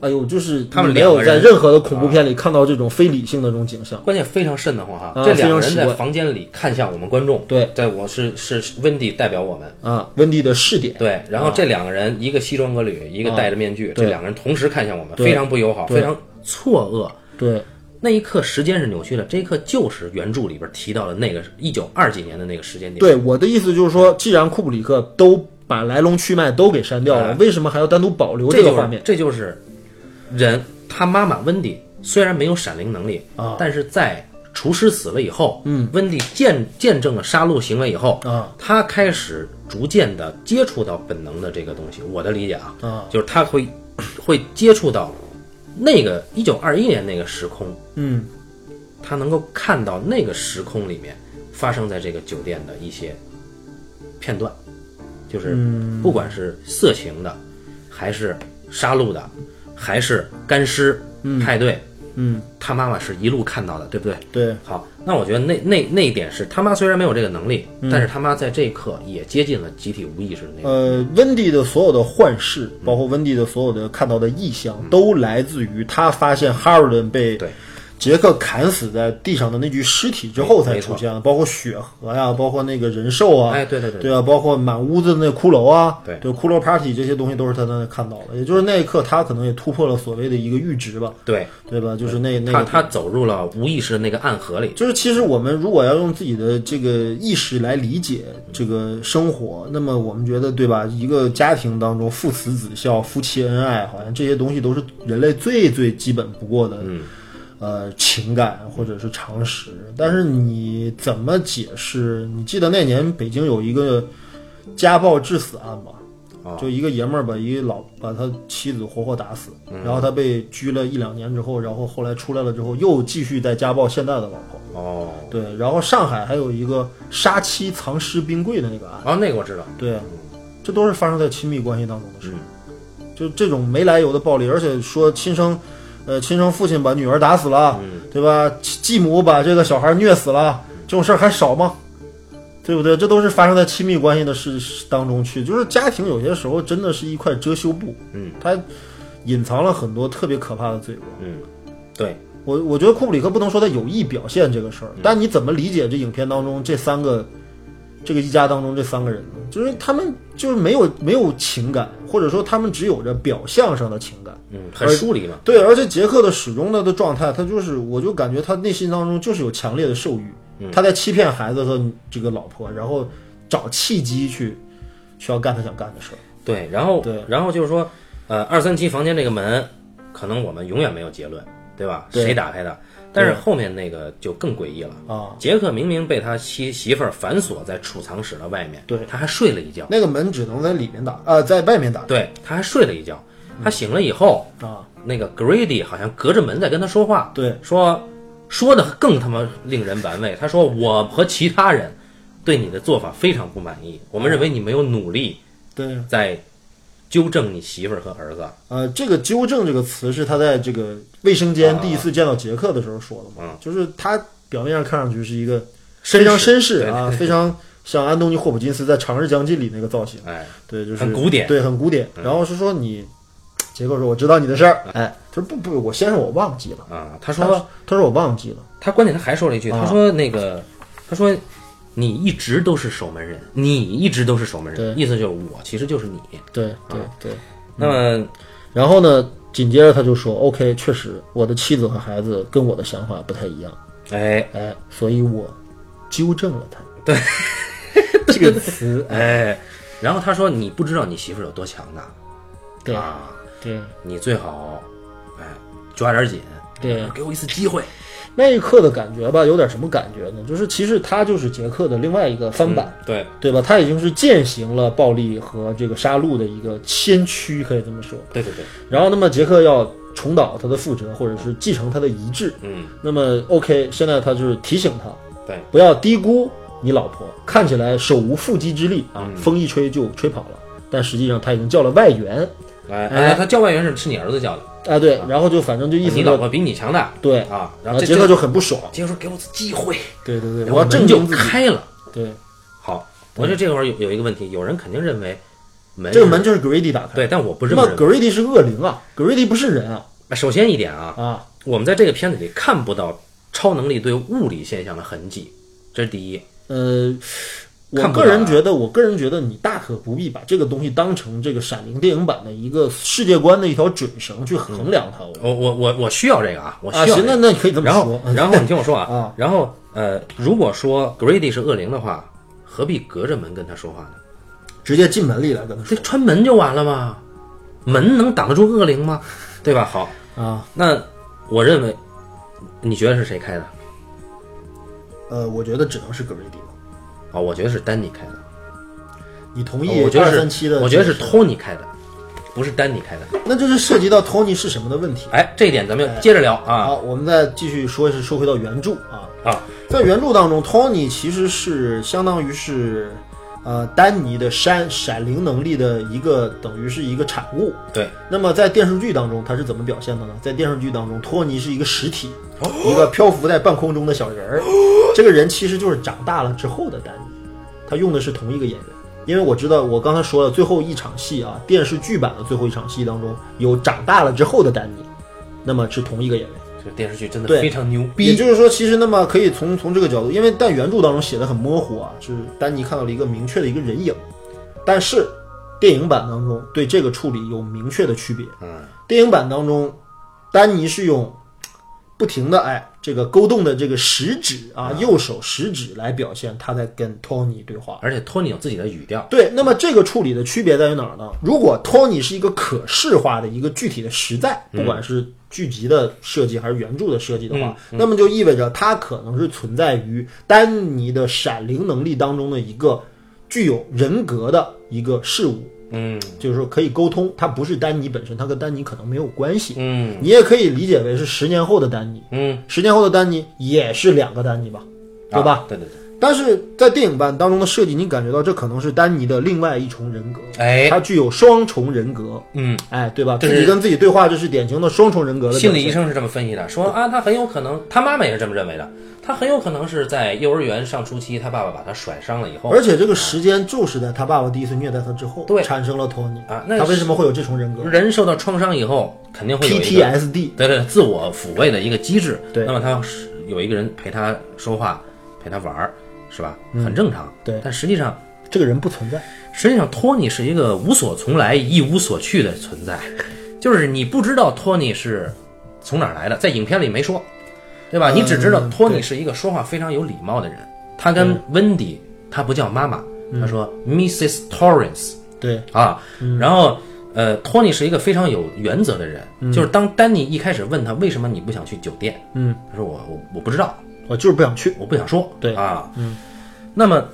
Speaker 1: 哎呦，就是
Speaker 2: 他们
Speaker 1: 你没
Speaker 2: 两个
Speaker 1: 有在
Speaker 2: 人啊
Speaker 1: 任何的恐怖片里看到这种非理性的这种景象。
Speaker 2: 关键非常瘆得慌哈。
Speaker 1: 啊
Speaker 2: 这两个
Speaker 1: 非常
Speaker 2: 人
Speaker 1: 奇
Speaker 2: 在
Speaker 1: 怪
Speaker 2: 房间里看向我们观众，
Speaker 1: 对，
Speaker 2: 在我是是是温蒂代表我们，
Speaker 1: 啊，温蒂的试点，
Speaker 2: 对。然
Speaker 1: 啊
Speaker 2: 后这两个人，一个西装革履，一个戴着面具，这两个人同时看向我们，非常不友好，非常错愕。
Speaker 1: 对，
Speaker 2: 那一刻时间是扭曲的，这一刻就是原著里边提到的那个一九二几年的那个时间点。
Speaker 1: 对，我的意思就是说，既然库布里克都把来龙去脉都给删掉了，
Speaker 2: 哎
Speaker 1: 为什么还要单独保留
Speaker 2: 这
Speaker 1: 个
Speaker 2: 就
Speaker 1: 画
Speaker 2: 是
Speaker 1: 面？
Speaker 2: 这就是人他妈妈温迪虽然没有闪灵能力
Speaker 1: 啊
Speaker 2: 但是在厨师死了以后，嗯，温迪见见证了杀戮行为以后
Speaker 1: 啊，
Speaker 2: 他开始逐渐的接触到本能的这个东西。我的理解啊，
Speaker 1: 啊
Speaker 2: 就是他会会接触到那个一九二一年那个时空，
Speaker 1: 嗯，
Speaker 2: 他能够看到那个时空里面发生在这个酒店的一些片段，就是
Speaker 1: 嗯
Speaker 2: 不管是色情的，还是杀戮的，还是干尸派对，
Speaker 1: 嗯，
Speaker 2: 他妈妈是一路看到的，对不对？
Speaker 1: 对，
Speaker 2: 好，那我觉得那那那一点是他妈虽然没有这个能力，
Speaker 1: 嗯
Speaker 2: 但是他妈在这一刻也接近了集体无意识的那个。
Speaker 1: 呃，温蒂的所有的幻视，嗯包括温蒂的所有的看到的异象，都来自于他发现哈尔顿被
Speaker 2: 对
Speaker 1: 杰克砍死在地上的那具尸体之后才
Speaker 2: 没错
Speaker 1: 出现的，包括血河呀，包括那个人兽啊，
Speaker 2: 哎，对对对，
Speaker 1: 对啊，包括满屋子的那骷髅啊，
Speaker 2: 对
Speaker 1: 骷髅 party 这些东西都是他在那看到的，也就是那一刻他可能也突破了所谓的一个阈值吧，
Speaker 2: 对
Speaker 1: 对吧？就是那那
Speaker 2: 他
Speaker 1: 个
Speaker 2: 他走入了无意识的那个暗河里，
Speaker 1: 就是其实我们如果要用自己的这个意识来理解这个生活，那么我们觉得对吧？一个家庭当中父慈子孝、夫妻恩爱，好像这些东西都是人类最最基本不过的，呃，情感或者是常识。但是你怎么解释？你记得那年北京有一个家暴致死案吧？
Speaker 2: 啊
Speaker 1: 就一个爷们儿把一老把他妻子活活打死，然后他被拘了一两年之后，然后后来出来了之后又继续在家暴现在的老婆。
Speaker 2: 哦，
Speaker 1: 对，然后上海还有一个杀妻藏尸冰柜的那个案，
Speaker 2: 哦，那个我知道，
Speaker 1: 对，这都是发生在亲密关系当中的事，就这种没来由的暴力，而且说亲生，呃，亲生父亲把女儿打死了，对吧？继继母把这个小孩虐死了，这种事儿还少吗？对不对？这都是发生在亲密关系的事事当中去，就是家庭有些时候真的是一块遮羞布，
Speaker 2: 嗯，
Speaker 1: 它隐藏了很多特别可怕的罪过。
Speaker 2: 嗯，对，
Speaker 1: 我我觉得库布里克不能说他有意表现这个事儿，但你怎么理解这影片当中这三个，这个一家当中这三个人呢？就是他们就是没有没有情感，或者说他们只有着表象上的情感。
Speaker 2: 嗯，很疏离嘛，
Speaker 1: 对，而且杰克的始终的的状态，他就是我就感觉他内心当中就是有强烈的兽欲，他在欺骗孩子和这个老婆，然后找契机去去要干他想干的事儿。
Speaker 2: 对，然后
Speaker 1: 对
Speaker 2: 然后就是说，呃，二三七房间这个门，可能我们永远没有结论，对吧？
Speaker 1: 对
Speaker 2: 谁打开的？但是后面那个就更诡异了
Speaker 1: 啊！
Speaker 2: 杰克明明被他妻媳妇儿反锁在储藏室的外面，
Speaker 1: 对
Speaker 2: 他还睡了一觉，
Speaker 1: 那个门只能在里面打，呃，在外面打
Speaker 2: 对，他还睡了一觉。
Speaker 1: 嗯
Speaker 2: 他醒了以后，
Speaker 1: 啊，
Speaker 2: 那个 Grady 好像隔着门在跟他说话，
Speaker 1: 对，
Speaker 2: 说说的更他妈令人玩味。他说我和其他人对你的做法非常不满意，我们认为你没有努力
Speaker 1: 对。
Speaker 2: 在纠正你媳妇儿和儿子。
Speaker 1: 呃，这个“纠正”这个词是他在这个卫生
Speaker 2: 啊
Speaker 1: 间第一次见到杰克的时候说的嘛？就是他表面上看上去是一个
Speaker 2: 绅
Speaker 1: 非
Speaker 2: 士
Speaker 1: 常绅士啊，
Speaker 2: [laughs] 对对
Speaker 1: 非常像安东尼·霍普金斯在《长日将近》里那个造型，
Speaker 2: 哎，
Speaker 1: 对，就是
Speaker 2: 很古典嗯
Speaker 1: 对，很古典。然后是说你，杰克说：“我知道你的事儿。”哎，他说：“不不，我先生，我忘记了。
Speaker 2: 啊，嗯他”
Speaker 1: 他
Speaker 2: 说
Speaker 1: 说：“他说我忘记了。
Speaker 2: 他关键他还说了一句，
Speaker 1: 啊
Speaker 2: 他说那个，他说你一直都是守门人，你一直都是守门人，
Speaker 1: 对嗯
Speaker 2: 意思就是我其实就是你。”
Speaker 1: 对对对。
Speaker 2: 那么
Speaker 1: 啊然后呢，紧接着他就说：“OK，确实，我的妻子和孩子跟我的想法不太一样。”
Speaker 2: 哎
Speaker 1: 哎，所以我纠正了他。对， [laughs] 这个词，
Speaker 2: 哎，然后他说你不知道你媳妇儿有多强大，
Speaker 1: 对
Speaker 2: 啊，
Speaker 1: 对
Speaker 2: 你最好哎抓点紧，
Speaker 1: 对，
Speaker 2: 给我一次机会。
Speaker 1: 那一刻的感觉吧，有点什么感觉呢？就是其实他就是杰克的另外一个翻版，
Speaker 2: 嗯对，
Speaker 1: 对吧？他已经是践行了暴力和这个杀戮的一个先驱，可以这么说。
Speaker 2: 对对对，
Speaker 1: 然后，那么杰克要重蹈他的覆辙，或者是继承他的遗志。
Speaker 2: 嗯，
Speaker 1: 那么，OK，现在他就是提醒他，
Speaker 2: 对，
Speaker 1: 不要低估你老婆，看起来手无缚鸡之力啊，风一吹就吹跑了，但实际上他已经叫了外援。
Speaker 2: 哎，
Speaker 1: 哎
Speaker 2: 哎他教外援是是你儿子教的，
Speaker 1: 啊，对，然后就反正就意思
Speaker 2: 你老
Speaker 1: 就
Speaker 2: 婆比你强大
Speaker 1: 对，
Speaker 2: 啊。
Speaker 1: 然
Speaker 2: 然后
Speaker 1: 后
Speaker 2: 这
Speaker 1: 杰克就很不爽，
Speaker 2: 杰克说给我次机会，
Speaker 1: 对对对
Speaker 2: 然
Speaker 1: 我
Speaker 2: 后
Speaker 1: 要证
Speaker 2: 门就
Speaker 1: 明自己，
Speaker 2: 开了。
Speaker 1: 对，
Speaker 2: 好，我觉得这会儿有有一个问题，有人肯定认为门
Speaker 1: 这个
Speaker 2: 是
Speaker 1: 门就是 Grady 打开，
Speaker 2: 哎对，但我不
Speaker 1: 那么
Speaker 2: 认为。
Speaker 1: Grady 是恶灵啊，Grady 不是人啊
Speaker 2: 首先一点啊，
Speaker 1: 啊，
Speaker 2: 我们在这个片子里看不到超能力对物理现象的痕迹，这是第一。
Speaker 1: 呃。我
Speaker 2: 看不啊
Speaker 1: 个
Speaker 2: 出来
Speaker 1: 人觉得，我个人觉得你大可不必把这个东西当成这个《闪灵》电影版的一个世界观的一条准绳去衡量它。我
Speaker 2: 我我我我需要这个嗯啊，我需
Speaker 1: 啊，
Speaker 2: 要、这
Speaker 1: 行，那
Speaker 2: 个。
Speaker 1: 那你可以这么
Speaker 2: 然后
Speaker 1: 说。
Speaker 2: 然后你听我说啊
Speaker 1: 啊，
Speaker 2: 然后呃，如果说 Grady 是恶灵的话，何必隔着门跟他说话呢？
Speaker 1: 直接进门里来跟他
Speaker 2: 这
Speaker 1: 说
Speaker 2: 穿门就完了吗？门能挡得住恶灵吗？对吧？好，
Speaker 1: 啊。
Speaker 2: 那我认为，你觉得是谁开的？啊、
Speaker 1: 呃，我觉得只能是 Grady 了。
Speaker 2: 哦我觉得是丹尼开的。
Speaker 1: 你同意
Speaker 2: 我觉
Speaker 1: 二
Speaker 2: 得
Speaker 1: 三七
Speaker 2: 是，
Speaker 1: 的？
Speaker 2: 我觉得是，托尼开的，不是丹尼开的。
Speaker 1: 那就是涉及到 Tony 是什么的问题。
Speaker 2: 哎，这一点咱们接着聊啊
Speaker 1: 好，我们再继续说，是说回到原著啊，
Speaker 2: 啊！
Speaker 1: 在原著当中，Tony 其实是相当于是，呃，丹尼的闪闪灵能力的一个等于是一个产物。
Speaker 2: 对，
Speaker 1: 那么在电视剧当中，他是怎么表现的呢？在电视剧当中，托尼是一个实体，一个漂浮在半空中的小人儿。这个人其实就是长大了之后的丹尼，他用的是同一个演员。因为我知道，我刚才说了，最后一场戏啊，电视剧版的最后一场戏当中有长大了之后的丹尼，那么是同一个演员。
Speaker 2: 这个电视剧真的
Speaker 1: 对
Speaker 2: 非常牛
Speaker 1: 也
Speaker 2: 逼，
Speaker 1: 就是说，其实那么可以从从这个角度，因为但原著当中写的很模糊啊，是丹尼看到了一个明确的一个人影，但是电影版当中对这个处理有明确的区别。
Speaker 2: 嗯，
Speaker 1: 电影版当中，丹尼是用不停的哎这个勾动的这个食指啊，右手食指来表现他在跟托尼对话。
Speaker 2: 而且托尼有自己的语调，
Speaker 1: 对，那么这个处理的区别在于哪儿呢？如果托尼是一个可视化的一个具体的实在，不
Speaker 2: 嗯
Speaker 1: 管是剧集的设计还是原著的设计的话，
Speaker 2: 嗯
Speaker 1: 那么就意味着它可能是存在于丹尼的闪灵能力当中的一个具有人格的一个事物，
Speaker 2: 嗯
Speaker 1: 就是说可以沟通，它不是丹尼本身，它跟丹尼可能没有关系。
Speaker 2: 嗯
Speaker 1: 你也可以理解为是十年后的丹尼，
Speaker 2: 嗯，
Speaker 1: 十年后的丹尼也是两个丹尼吧，对吧？
Speaker 2: 啊？对对
Speaker 1: 但是在电影版当中的设计，你感觉到这可能是丹尼的另外一重人格，
Speaker 2: 对，哎，
Speaker 1: 他具有双重人格，
Speaker 2: 嗯，
Speaker 1: 哎，对吧？
Speaker 2: 这
Speaker 1: 自己
Speaker 2: 是
Speaker 1: 跟自己对话，这是典型的双重人格的表
Speaker 2: 心理医
Speaker 1: 现。
Speaker 2: 生是这么分析的，说啊，他很有可能，他妈妈也是这么认为的，他很有可能是在幼儿园上初期，他爸爸把他甩伤了以后
Speaker 1: 而且这个时间就是在他爸爸第一次虐待他之后，
Speaker 2: 对
Speaker 1: 产生了托尼
Speaker 2: 啊那
Speaker 1: 他为什么会有这重人格
Speaker 2: 人受到创伤以后，肯定会有一个
Speaker 1: ？PTSD，
Speaker 2: 对对自我抚慰的一个机制。
Speaker 1: 对
Speaker 2: 那么他是有一个人陪他说话，陪他玩儿，是吧？很正常。
Speaker 1: 嗯对
Speaker 2: 但实际上，
Speaker 1: 这个人不存在。
Speaker 2: 实际上托尼是一个无所从来、一无所去的存在，就是你不知道托尼是从哪儿来的，在影片里没说，对吧？你只知道
Speaker 1: 嗯
Speaker 2: 托尼是一个说话非常有礼貌的人。他跟温迪，他不叫妈妈，
Speaker 1: 嗯
Speaker 2: 他说 Mrs. Torrance。
Speaker 1: 对，
Speaker 2: 啊，
Speaker 1: 嗯
Speaker 2: 然后呃，托尼是一个非常有原则的人，就是当丹尼一开始问他为什么你不想去酒店，
Speaker 1: 嗯，
Speaker 2: 他说我我我不知道，
Speaker 1: 我就是不想去。
Speaker 2: 我不想说，
Speaker 1: 对
Speaker 2: 啊，嗯，那么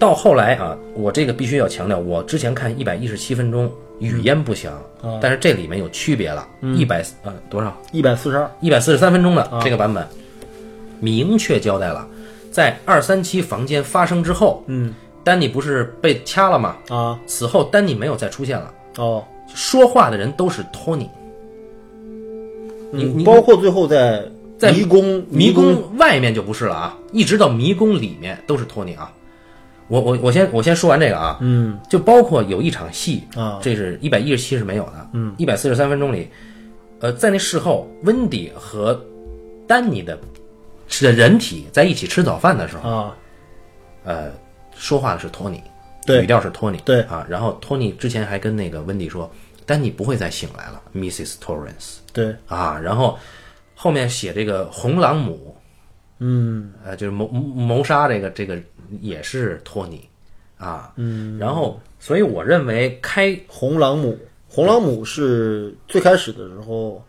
Speaker 2: 到后来啊，我这个必须要强调，我之前看一百一十七分钟
Speaker 1: 嗯
Speaker 2: 语言不详，
Speaker 1: 啊
Speaker 2: 但是这里面有区别了，一百呃多少
Speaker 1: 一百四十二，
Speaker 2: 一百四十三分钟
Speaker 1: 啊
Speaker 2: 的这个版本，明确交代了，在二三七房间发生之后，
Speaker 1: 嗯
Speaker 2: 丹尼不是被掐了吗？
Speaker 1: 啊，
Speaker 2: 此后丹尼没有再出现了。
Speaker 1: 哦，
Speaker 2: 说话的人都是托尼，你
Speaker 1: 嗯
Speaker 2: 你
Speaker 1: 包括最后在
Speaker 2: 在
Speaker 1: 迷宫
Speaker 2: 迷
Speaker 1: 宫
Speaker 2: 宫外面就不是了啊，一直到迷宫里面都是托尼啊。我我我先我先说完这个啊，嗯，就包括有一场戏
Speaker 1: 啊
Speaker 2: 这是一百一十七是没有的，嗯，一百四十三分钟里，呃，在那事后，温迪和丹尼的的人体在一起吃早饭的时候，
Speaker 1: 啊，
Speaker 2: 呃，说话的是托尼，
Speaker 1: 对
Speaker 2: 语调是托尼，
Speaker 1: 对
Speaker 2: 啊，然后托尼之前还跟那个温迪说，丹尼不会再醒来了，Mrs. Torrance。
Speaker 1: 对，
Speaker 2: 啊，然后后面写这个红朗姆，嗯，呃，就是谋谋杀这个这个也是托尼啊，嗯，然后所以我认为开
Speaker 1: 红朗姆，红朗姆是最开始的时候，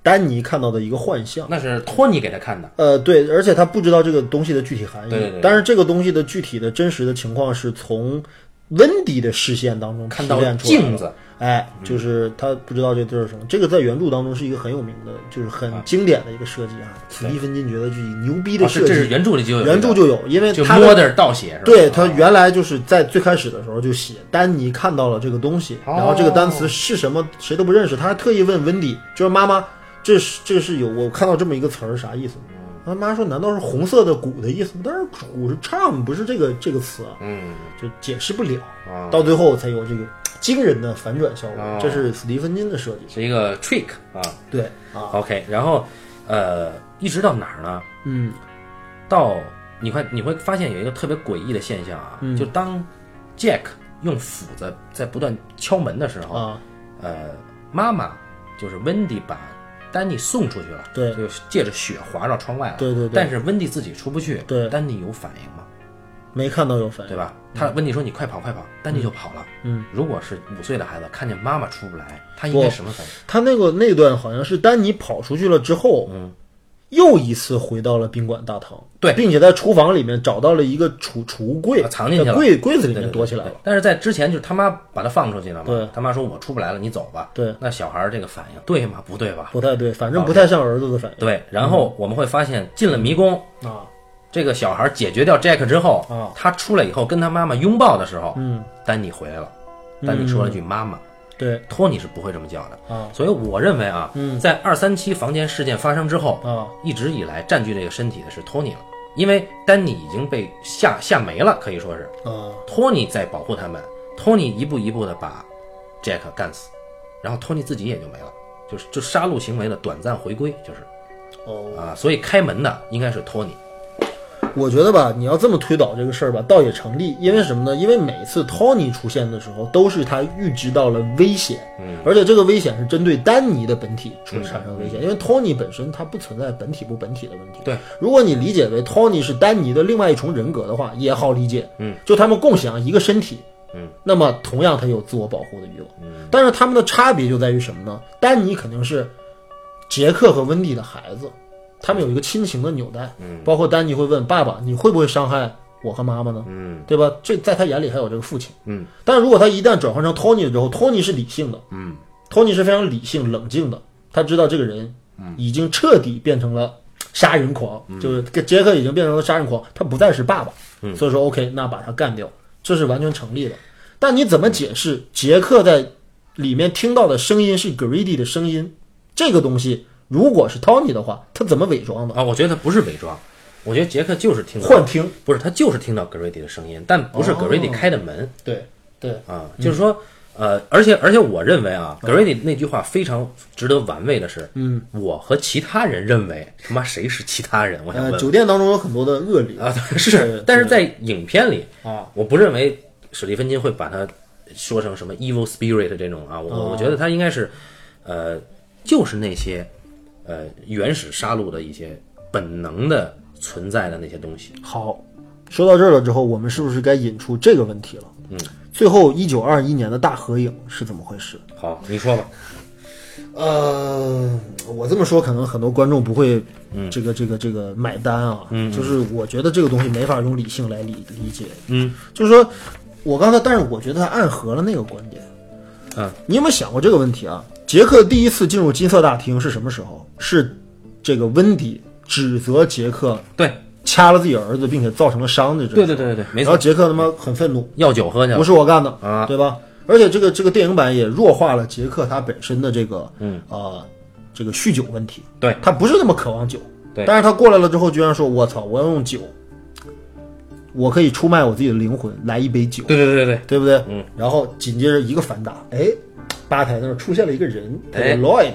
Speaker 1: 丹尼看到的一个幻象。
Speaker 2: 那是托尼给他看的，
Speaker 1: 呃，对，而且他不知道这个东西的具体含义。
Speaker 2: 对对对
Speaker 1: 但是这个东西的具体的真实的情况是从温迪的视线当中
Speaker 2: 看
Speaker 1: 提
Speaker 2: 到
Speaker 1: 炼出来的
Speaker 2: 镜子，
Speaker 1: 哎，就是他不知道这字是什么。这个在原著当中是一个很有名的，就是很经典的一个设计啊。斯蒂芬金觉得这牛逼的
Speaker 2: 啊
Speaker 1: 设
Speaker 2: 是这是
Speaker 1: 计，
Speaker 2: 原著里就有
Speaker 1: 原著
Speaker 2: 就
Speaker 1: 就有，因为
Speaker 2: 就
Speaker 1: 他的
Speaker 2: 摸着倒写是吧？
Speaker 1: 对
Speaker 2: 啊
Speaker 1: 他原来就是在最开始的时候就写丹尼看到了这个东西，
Speaker 2: 哦
Speaker 1: 然后这个单词是什么谁都不认识，他还特意问温迪，就是妈妈，这是这是有我看到这么一个词儿啥意思？
Speaker 2: 嗯
Speaker 1: 他妈说难道是红色的鼓的意思吗？但是鼓是唱，不是这个这个词，啊，
Speaker 2: 嗯
Speaker 1: 就解释不了。
Speaker 2: 啊，
Speaker 1: 到最后才有这个惊人的反转效果
Speaker 2: 哦，
Speaker 1: 这是斯蒂芬金的设计。
Speaker 2: 是一个 trick 啊
Speaker 1: 对啊，
Speaker 2: ，OK，然后呃，一直到哪儿呢？
Speaker 1: 嗯
Speaker 2: 到你会你会发现有一个特别诡异的现象啊，
Speaker 1: 嗯
Speaker 2: 就当 Jack 用斧子在不断敲门的时候，
Speaker 1: 啊，
Speaker 2: 呃，妈妈就是温迪把丹尼送出去了，
Speaker 1: 对
Speaker 2: 就借着雪滑到窗外了，
Speaker 1: 对对对
Speaker 2: 但是温迪自己出不去，
Speaker 1: 对
Speaker 2: 丹尼有反应吗？
Speaker 1: 没看到有反
Speaker 2: 对
Speaker 1: 应。
Speaker 2: 吧？他温迪说你快跑快跑，丹尼就跑了。
Speaker 1: 嗯，
Speaker 2: 如果是五岁的孩子看见妈妈出不来，他应该
Speaker 1: 不
Speaker 2: 什么反应？
Speaker 1: 他那个那段好像是丹尼跑出去了之后，
Speaker 2: 嗯，
Speaker 1: 又一次回到了宾馆大堂，
Speaker 2: 对
Speaker 1: 并且在厨房里面找到了一个储储物柜，
Speaker 2: 啊藏进去了
Speaker 1: 在柜柜子里
Speaker 2: 对对
Speaker 1: 面
Speaker 2: 对
Speaker 1: 躲起来
Speaker 2: 对
Speaker 1: 了。
Speaker 2: 但是在之前就是他妈把他放出去了
Speaker 1: 对
Speaker 2: 嘛，他妈说我出不来了，你走吧。
Speaker 1: 对
Speaker 2: 那小孩儿这个反应对吗？不对吧？
Speaker 1: 不嗯太对，反正不太像儿子的反应
Speaker 2: 对，然后我们会发现进了迷宫，
Speaker 1: 啊。
Speaker 2: 这个小孩解决掉 Jack 之后，
Speaker 1: 啊
Speaker 2: 他出来以后跟他妈妈拥抱的时候，
Speaker 1: 嗯，
Speaker 2: 丹尼回来了，丹尼说了句妈妈，
Speaker 1: 对
Speaker 2: 托尼是不会这么叫的。
Speaker 1: 啊嗯
Speaker 2: 所以我认为啊，在二三七房间事件发生之后，
Speaker 1: 啊，
Speaker 2: 一直以来占据这个身体的是托尼了，因为丹尼已经被吓吓没了，可以说是
Speaker 1: 啊
Speaker 2: 托尼在保护他们，托尼一步一步的把 Jack 干死，然后托尼自己也就没了，就是就杀戮行为的短暂回归，就是
Speaker 1: 哦，
Speaker 2: 啊，所以开门的应该是托尼。
Speaker 1: 我觉得吧，你要这么推导这个事儿吧，倒也成立。因为什么呢？因为每次 Tony 出现的时候，都是他预知到了危险，
Speaker 2: 嗯
Speaker 1: 而且这个危险是针对丹尼的本体出产生危险。因为 Tony 本身它不存在本体不本体的问题。
Speaker 2: 嗯对，
Speaker 1: 如果你理解为 Tony 是丹尼的另外一重人格的话，也好理解。
Speaker 2: 嗯，
Speaker 1: 就他们共享一个身体。
Speaker 2: 嗯，
Speaker 1: 那么同样他有自我保护的欲望。嗯，但是他们的差别就在于什么呢？丹尼肯定是杰克和温蒂的孩子，他们有一个亲情的纽带。嗯，包括丹尼会问爸爸：“你会不会伤害我和妈妈呢？”
Speaker 2: 嗯，
Speaker 1: 对吧？这在他眼里还有这个父亲。
Speaker 2: 嗯，
Speaker 1: 但如果他一旦转换成托尼之后，托尼是理性的。
Speaker 2: 嗯，
Speaker 1: 托尼是非常理性、冷静的，他知道这个人
Speaker 2: 嗯
Speaker 1: 已经彻底变成了杀人狂，就是跟杰克已经变成了杀人狂，他不再是爸爸。
Speaker 2: 嗯
Speaker 1: 所以说 OK，那把他干掉，这是完全成立的。但你怎么解释杰克在里面听到的声音是 Grady 的声音？这个东西如果是 Tony 的话，他怎么伪装的？
Speaker 2: 啊，我觉得他不是伪装，我觉得杰克就是听到
Speaker 1: 幻听，哦
Speaker 2: 不是他就是听到格瑞迪的声音，但不是格瑞迪开的门、
Speaker 1: 对对，
Speaker 2: 啊，就是说。呃，而且而且，我认为
Speaker 1: 嗯
Speaker 2: 啊，格瑞迪那句话非常值得玩味的是，嗯，我和其他人认为他妈谁是其他人？我想
Speaker 1: 呃，
Speaker 2: 问
Speaker 1: 酒店当中有很多的恶例
Speaker 2: 啊，是，但是在影片里
Speaker 1: 啊，
Speaker 2: 我不认为史蒂芬金会把它说成什么 evil spirit 这种啊，我、我觉得他应该是，呃，就是那些呃原始杀戮的一些本能的存在的那些东西。
Speaker 1: 好，说到这儿了之后，我们是不是该引出这个问题了？嗯，最后一九二一年的大合影是怎么回事？
Speaker 2: 好，你说吧，
Speaker 1: 呃，我这么说可能很多观众不会，
Speaker 2: 嗯
Speaker 1: 这个这个这个买单啊，就是我觉得这个东西没法用理性来理理解，
Speaker 2: 嗯，
Speaker 1: 就是说我刚才，但是我觉得他暗合了那个观点，
Speaker 2: 嗯，
Speaker 1: 你有没有想过这个问题啊？杰克第一次进入金色大厅是什么时候？是这个温迪指责杰克
Speaker 2: 对，
Speaker 1: 掐了自己儿子，并且造成了伤的这，
Speaker 2: 对对对对对，没
Speaker 1: 然后
Speaker 2: 错，
Speaker 1: 杰克他妈很愤怒，
Speaker 2: 哦药酒喝去
Speaker 1: 不
Speaker 2: 了，
Speaker 1: 是我干的
Speaker 2: 啊
Speaker 1: 对吧？而且这个这个电影版也弱化了杰克他本身的这个，嗯呃，这个酗酒问题。
Speaker 2: 对
Speaker 1: 他不是那么渴望酒，
Speaker 2: 对
Speaker 1: 但是他过来了之后，居然说：“我操，我要用酒，我可以出卖我自己的灵魂来一杯酒，
Speaker 2: 对对对对，
Speaker 1: 对不对？”
Speaker 2: 嗯。
Speaker 1: 然后紧接着一个反打，哎，吧台那儿出现了一个人，叫做
Speaker 2: 哎
Speaker 1: Lloyd，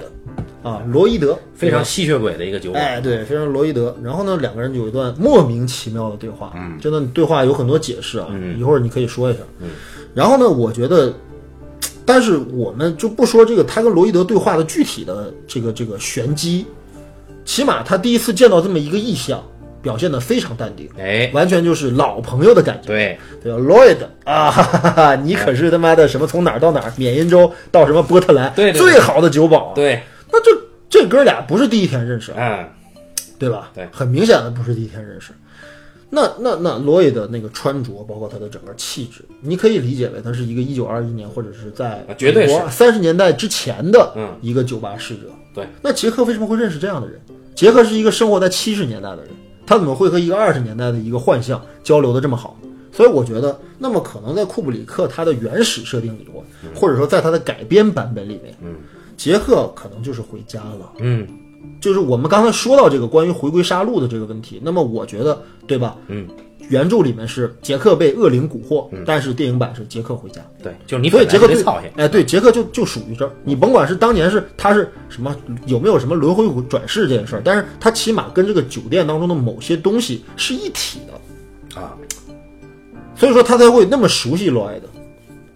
Speaker 1: 啊，罗伊德，
Speaker 2: 非常吸血鬼的一个酒馆。
Speaker 1: 哎，对，非常罗伊德。然后呢，两个人有一段莫名其妙的对话，嗯，真的对话有很多解释啊，一会儿你可以说一下。嗯，然后呢，我觉得，但是我们就不说这个他跟罗伊德对话的具体的这个这个玄机，起码他第一次见到这么一个意象，表现得非常淡定，
Speaker 2: 哎，
Speaker 1: 完全就是老朋友的感觉。
Speaker 2: 对，
Speaker 1: 对吧？Lloyd 啊， [laughs] 哈哈哈，你可是他妈的什么从哪儿到哪儿，缅因州到什么波特兰，
Speaker 2: 对对对
Speaker 1: 最好的酒保啊。
Speaker 2: 对，
Speaker 1: 那这这哥俩不是第一天认识啊。
Speaker 2: 啊，
Speaker 1: 对吧？
Speaker 2: 对
Speaker 1: 很明显的不是第一天认识。那那那罗伊的那个穿着，包括他的整个气质，你可以理解为他是一个一九二一年或者是在
Speaker 2: 啊绝对是
Speaker 1: 三十年代之前的
Speaker 2: 嗯
Speaker 1: 一个酒吧侍者。
Speaker 2: 对，
Speaker 1: 那杰克为什么会认识这样的人？杰克是一个生活在七十年代的人，他怎么会和一个二十年代的一个幻象交流的这么好？所以我觉得，那么可能在库布里克他的原始设定里面，
Speaker 2: 嗯
Speaker 1: 或者说在他的改编版本里面，嗯，杰克可能就是回家了。
Speaker 2: 嗯，
Speaker 1: 就是我们刚才说到这个关于回归杀戮的这个问题，那么我觉得，对吧？
Speaker 2: 嗯，
Speaker 1: 原著里面是杰克被恶灵蛊惑，但是电影版是杰克回家。
Speaker 2: 对，就是你
Speaker 1: 所以
Speaker 2: 本来
Speaker 1: 杰克
Speaker 2: 就
Speaker 1: 对
Speaker 2: 得操心，
Speaker 1: 哎，对，杰克就就属于这儿。你甭管是当年是他是什么，有没有什么轮回转世这件事儿，但是他起码跟这个酒店当中的某些东西是一体的，
Speaker 2: 啊，
Speaker 1: 所以说他才会那么熟悉罗埃德。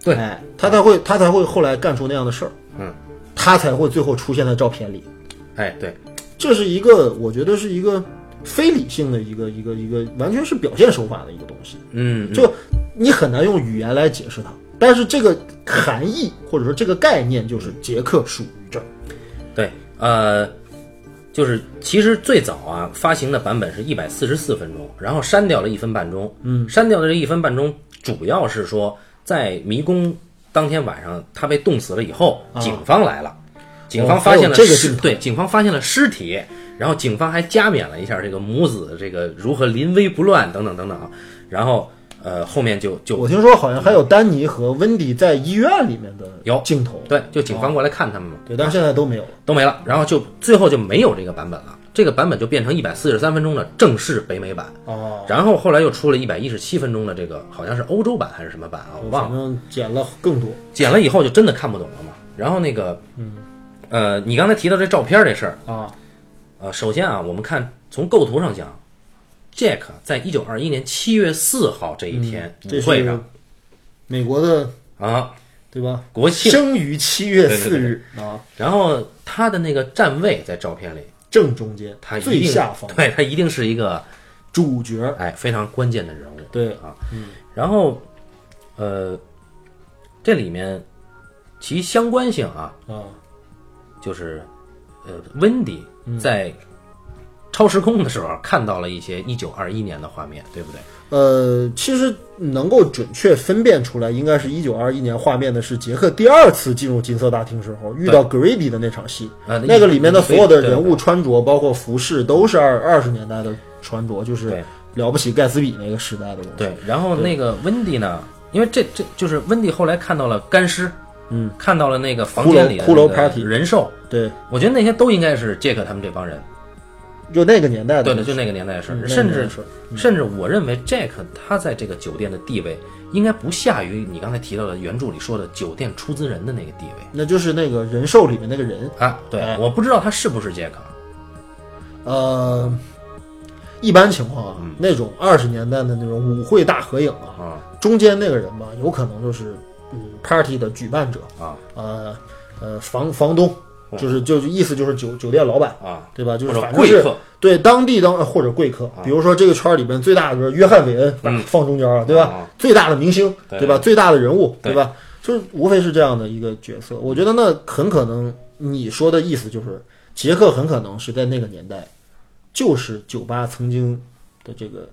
Speaker 2: 对
Speaker 1: 哎，他才会他才会后来干出那样的事儿。
Speaker 2: 嗯，
Speaker 1: 他才会最后出现在照片里。
Speaker 2: 哎，对，
Speaker 1: 这是一个，我觉得是一个非理性的一个一个一个，完全是表现手法的一个东西，
Speaker 2: 嗯，
Speaker 1: 就你很难用语言来解释它。但是这个含义或者说这个概念就是杰克属于这儿，
Speaker 2: 对，呃，就是其实最早啊发行的版本是一百四十四分钟，然后删掉了一分半钟。嗯，删掉的这一分半钟主要是说在迷宫当天晚上他被冻死了以后，警方来了，警方发现
Speaker 1: 啊哦
Speaker 2: 了
Speaker 1: 还有这个
Speaker 2: 尸
Speaker 1: 镜头
Speaker 2: 对，警方发现了尸体，然后警方还加冕了一下这个母子这个如何临危不乱等等等等啊，然后呃后面就就
Speaker 1: 我听说好像还有丹尼和温迪在医院里面的
Speaker 2: 有
Speaker 1: 镜头，
Speaker 2: 对，就警方过来看他们嘛。
Speaker 1: 对，但是现在都没有了。
Speaker 2: 都没了，然后就最后就没有这个版本了，这个版本就变成一百四十三分钟的正式北美版，
Speaker 1: 哦，
Speaker 2: 然后后来又出了一百一十七分钟的这个好像是欧洲版还是什么版啊，我忘
Speaker 1: 反
Speaker 2: 了。
Speaker 1: 正剪了更多，
Speaker 2: 剪了以后就真的看不懂了嘛。然后那个，嗯，呃，你刚才提到这照片这事儿，
Speaker 1: 啊，
Speaker 2: 呃，首先啊，我们看从构图上讲，Jack 在一九二一年七月四号这一天
Speaker 1: 嗯这
Speaker 2: 舞
Speaker 1: 是
Speaker 2: 会上
Speaker 1: 美国的
Speaker 2: 啊，
Speaker 1: 对吧？
Speaker 2: 国庆，
Speaker 1: 生于七月四日啊，
Speaker 2: 然后他的那个站位在照片里，
Speaker 1: 正中间
Speaker 2: 他一
Speaker 1: 最
Speaker 2: 定
Speaker 1: 下方
Speaker 2: 对他一定是一个
Speaker 1: 主角，
Speaker 2: 哎非常关键的人物。啊
Speaker 1: 对，嗯
Speaker 2: 然后，呃，这里面其相关性啊，
Speaker 1: 啊，
Speaker 2: 就是呃，温迪
Speaker 1: 嗯
Speaker 2: 在超时空的时候看到了一些一九二一年的画面，对不对？
Speaker 1: 呃，其实能够准确分辨出来，应该是一九二一年画面的是杰克第二次进入金色大厅时候遇到 Grady 的那场戏。
Speaker 2: 呃，
Speaker 1: 那个里面的所有的人
Speaker 2: 对
Speaker 1: 物穿着，包括服饰，都是二二十年代的穿着，就是
Speaker 2: 对
Speaker 1: 了不起盖茨比那个时代的东西。
Speaker 2: 对，然后那个温迪呢，因为这这就是温迪后来看到了干尸，嗯，看到了那个房间里的
Speaker 1: 骷髅骷髅
Speaker 2: 那个
Speaker 1: party
Speaker 2: 人兽，
Speaker 1: 对，
Speaker 2: 我觉得那些都应该是杰克他们这帮人，
Speaker 1: 就那个年代的
Speaker 2: 对
Speaker 1: 东
Speaker 2: 的，
Speaker 1: 西，
Speaker 2: 就那个年代的事
Speaker 1: 啊嗯
Speaker 2: 儿，
Speaker 1: 那个
Speaker 2: 甚
Speaker 1: 年代
Speaker 2: 至
Speaker 1: 的事儿
Speaker 2: 甚至我认为 Jack 他在这个酒店的地位应该不下于你刚才提到的原著里说的酒店出资人的那个地位
Speaker 1: 那就是那个人兽里面那个人。
Speaker 2: 啊。对
Speaker 1: 哎，
Speaker 2: 我不知道他是不是 Jack，啊
Speaker 1: 呃，一般情况啊，
Speaker 2: 嗯
Speaker 1: 那种二十年代的那种舞会大合影啊，
Speaker 2: 啊
Speaker 1: 中间那个人吧，有可能就是嗯 party 的举办者，
Speaker 2: 啊
Speaker 1: 呃呃房房东，就是就是意思就是酒酒店老板，
Speaker 2: 啊，
Speaker 1: 对吧？就是
Speaker 2: 哦或者
Speaker 1: 反正
Speaker 2: 贵
Speaker 1: 是
Speaker 2: 客，啊
Speaker 1: 对当地当或者贵客，比如说这个圈里边最大的就是约翰韦恩，
Speaker 2: 嗯
Speaker 1: 啊放中间了，对吧
Speaker 2: 啊？
Speaker 1: 最大的明星，
Speaker 2: 对
Speaker 1: 对吧？最大的人物，
Speaker 2: 对
Speaker 1: 对吧？就是无非是这样的一个角色。我觉得那很可能你说的意思就是，杰克很可能是在那个年代，就是酒吧曾经的这个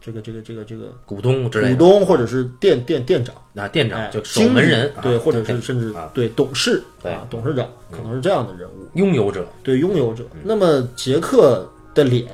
Speaker 1: 这个这个这个这个
Speaker 2: 股东之类
Speaker 1: 股
Speaker 2: 的
Speaker 1: 东或者是店店店长。
Speaker 2: 啊，店长
Speaker 1: 哎
Speaker 2: 就守
Speaker 1: 经理
Speaker 2: 门人，啊
Speaker 1: 对，或者是
Speaker 2: 对
Speaker 1: 甚至
Speaker 2: 啊
Speaker 1: 对董事
Speaker 2: 对嗯
Speaker 1: 啊，董事长可能是这样的人物，
Speaker 2: 拥有者
Speaker 1: 对拥有者。
Speaker 2: 嗯
Speaker 1: 那么杰克的脸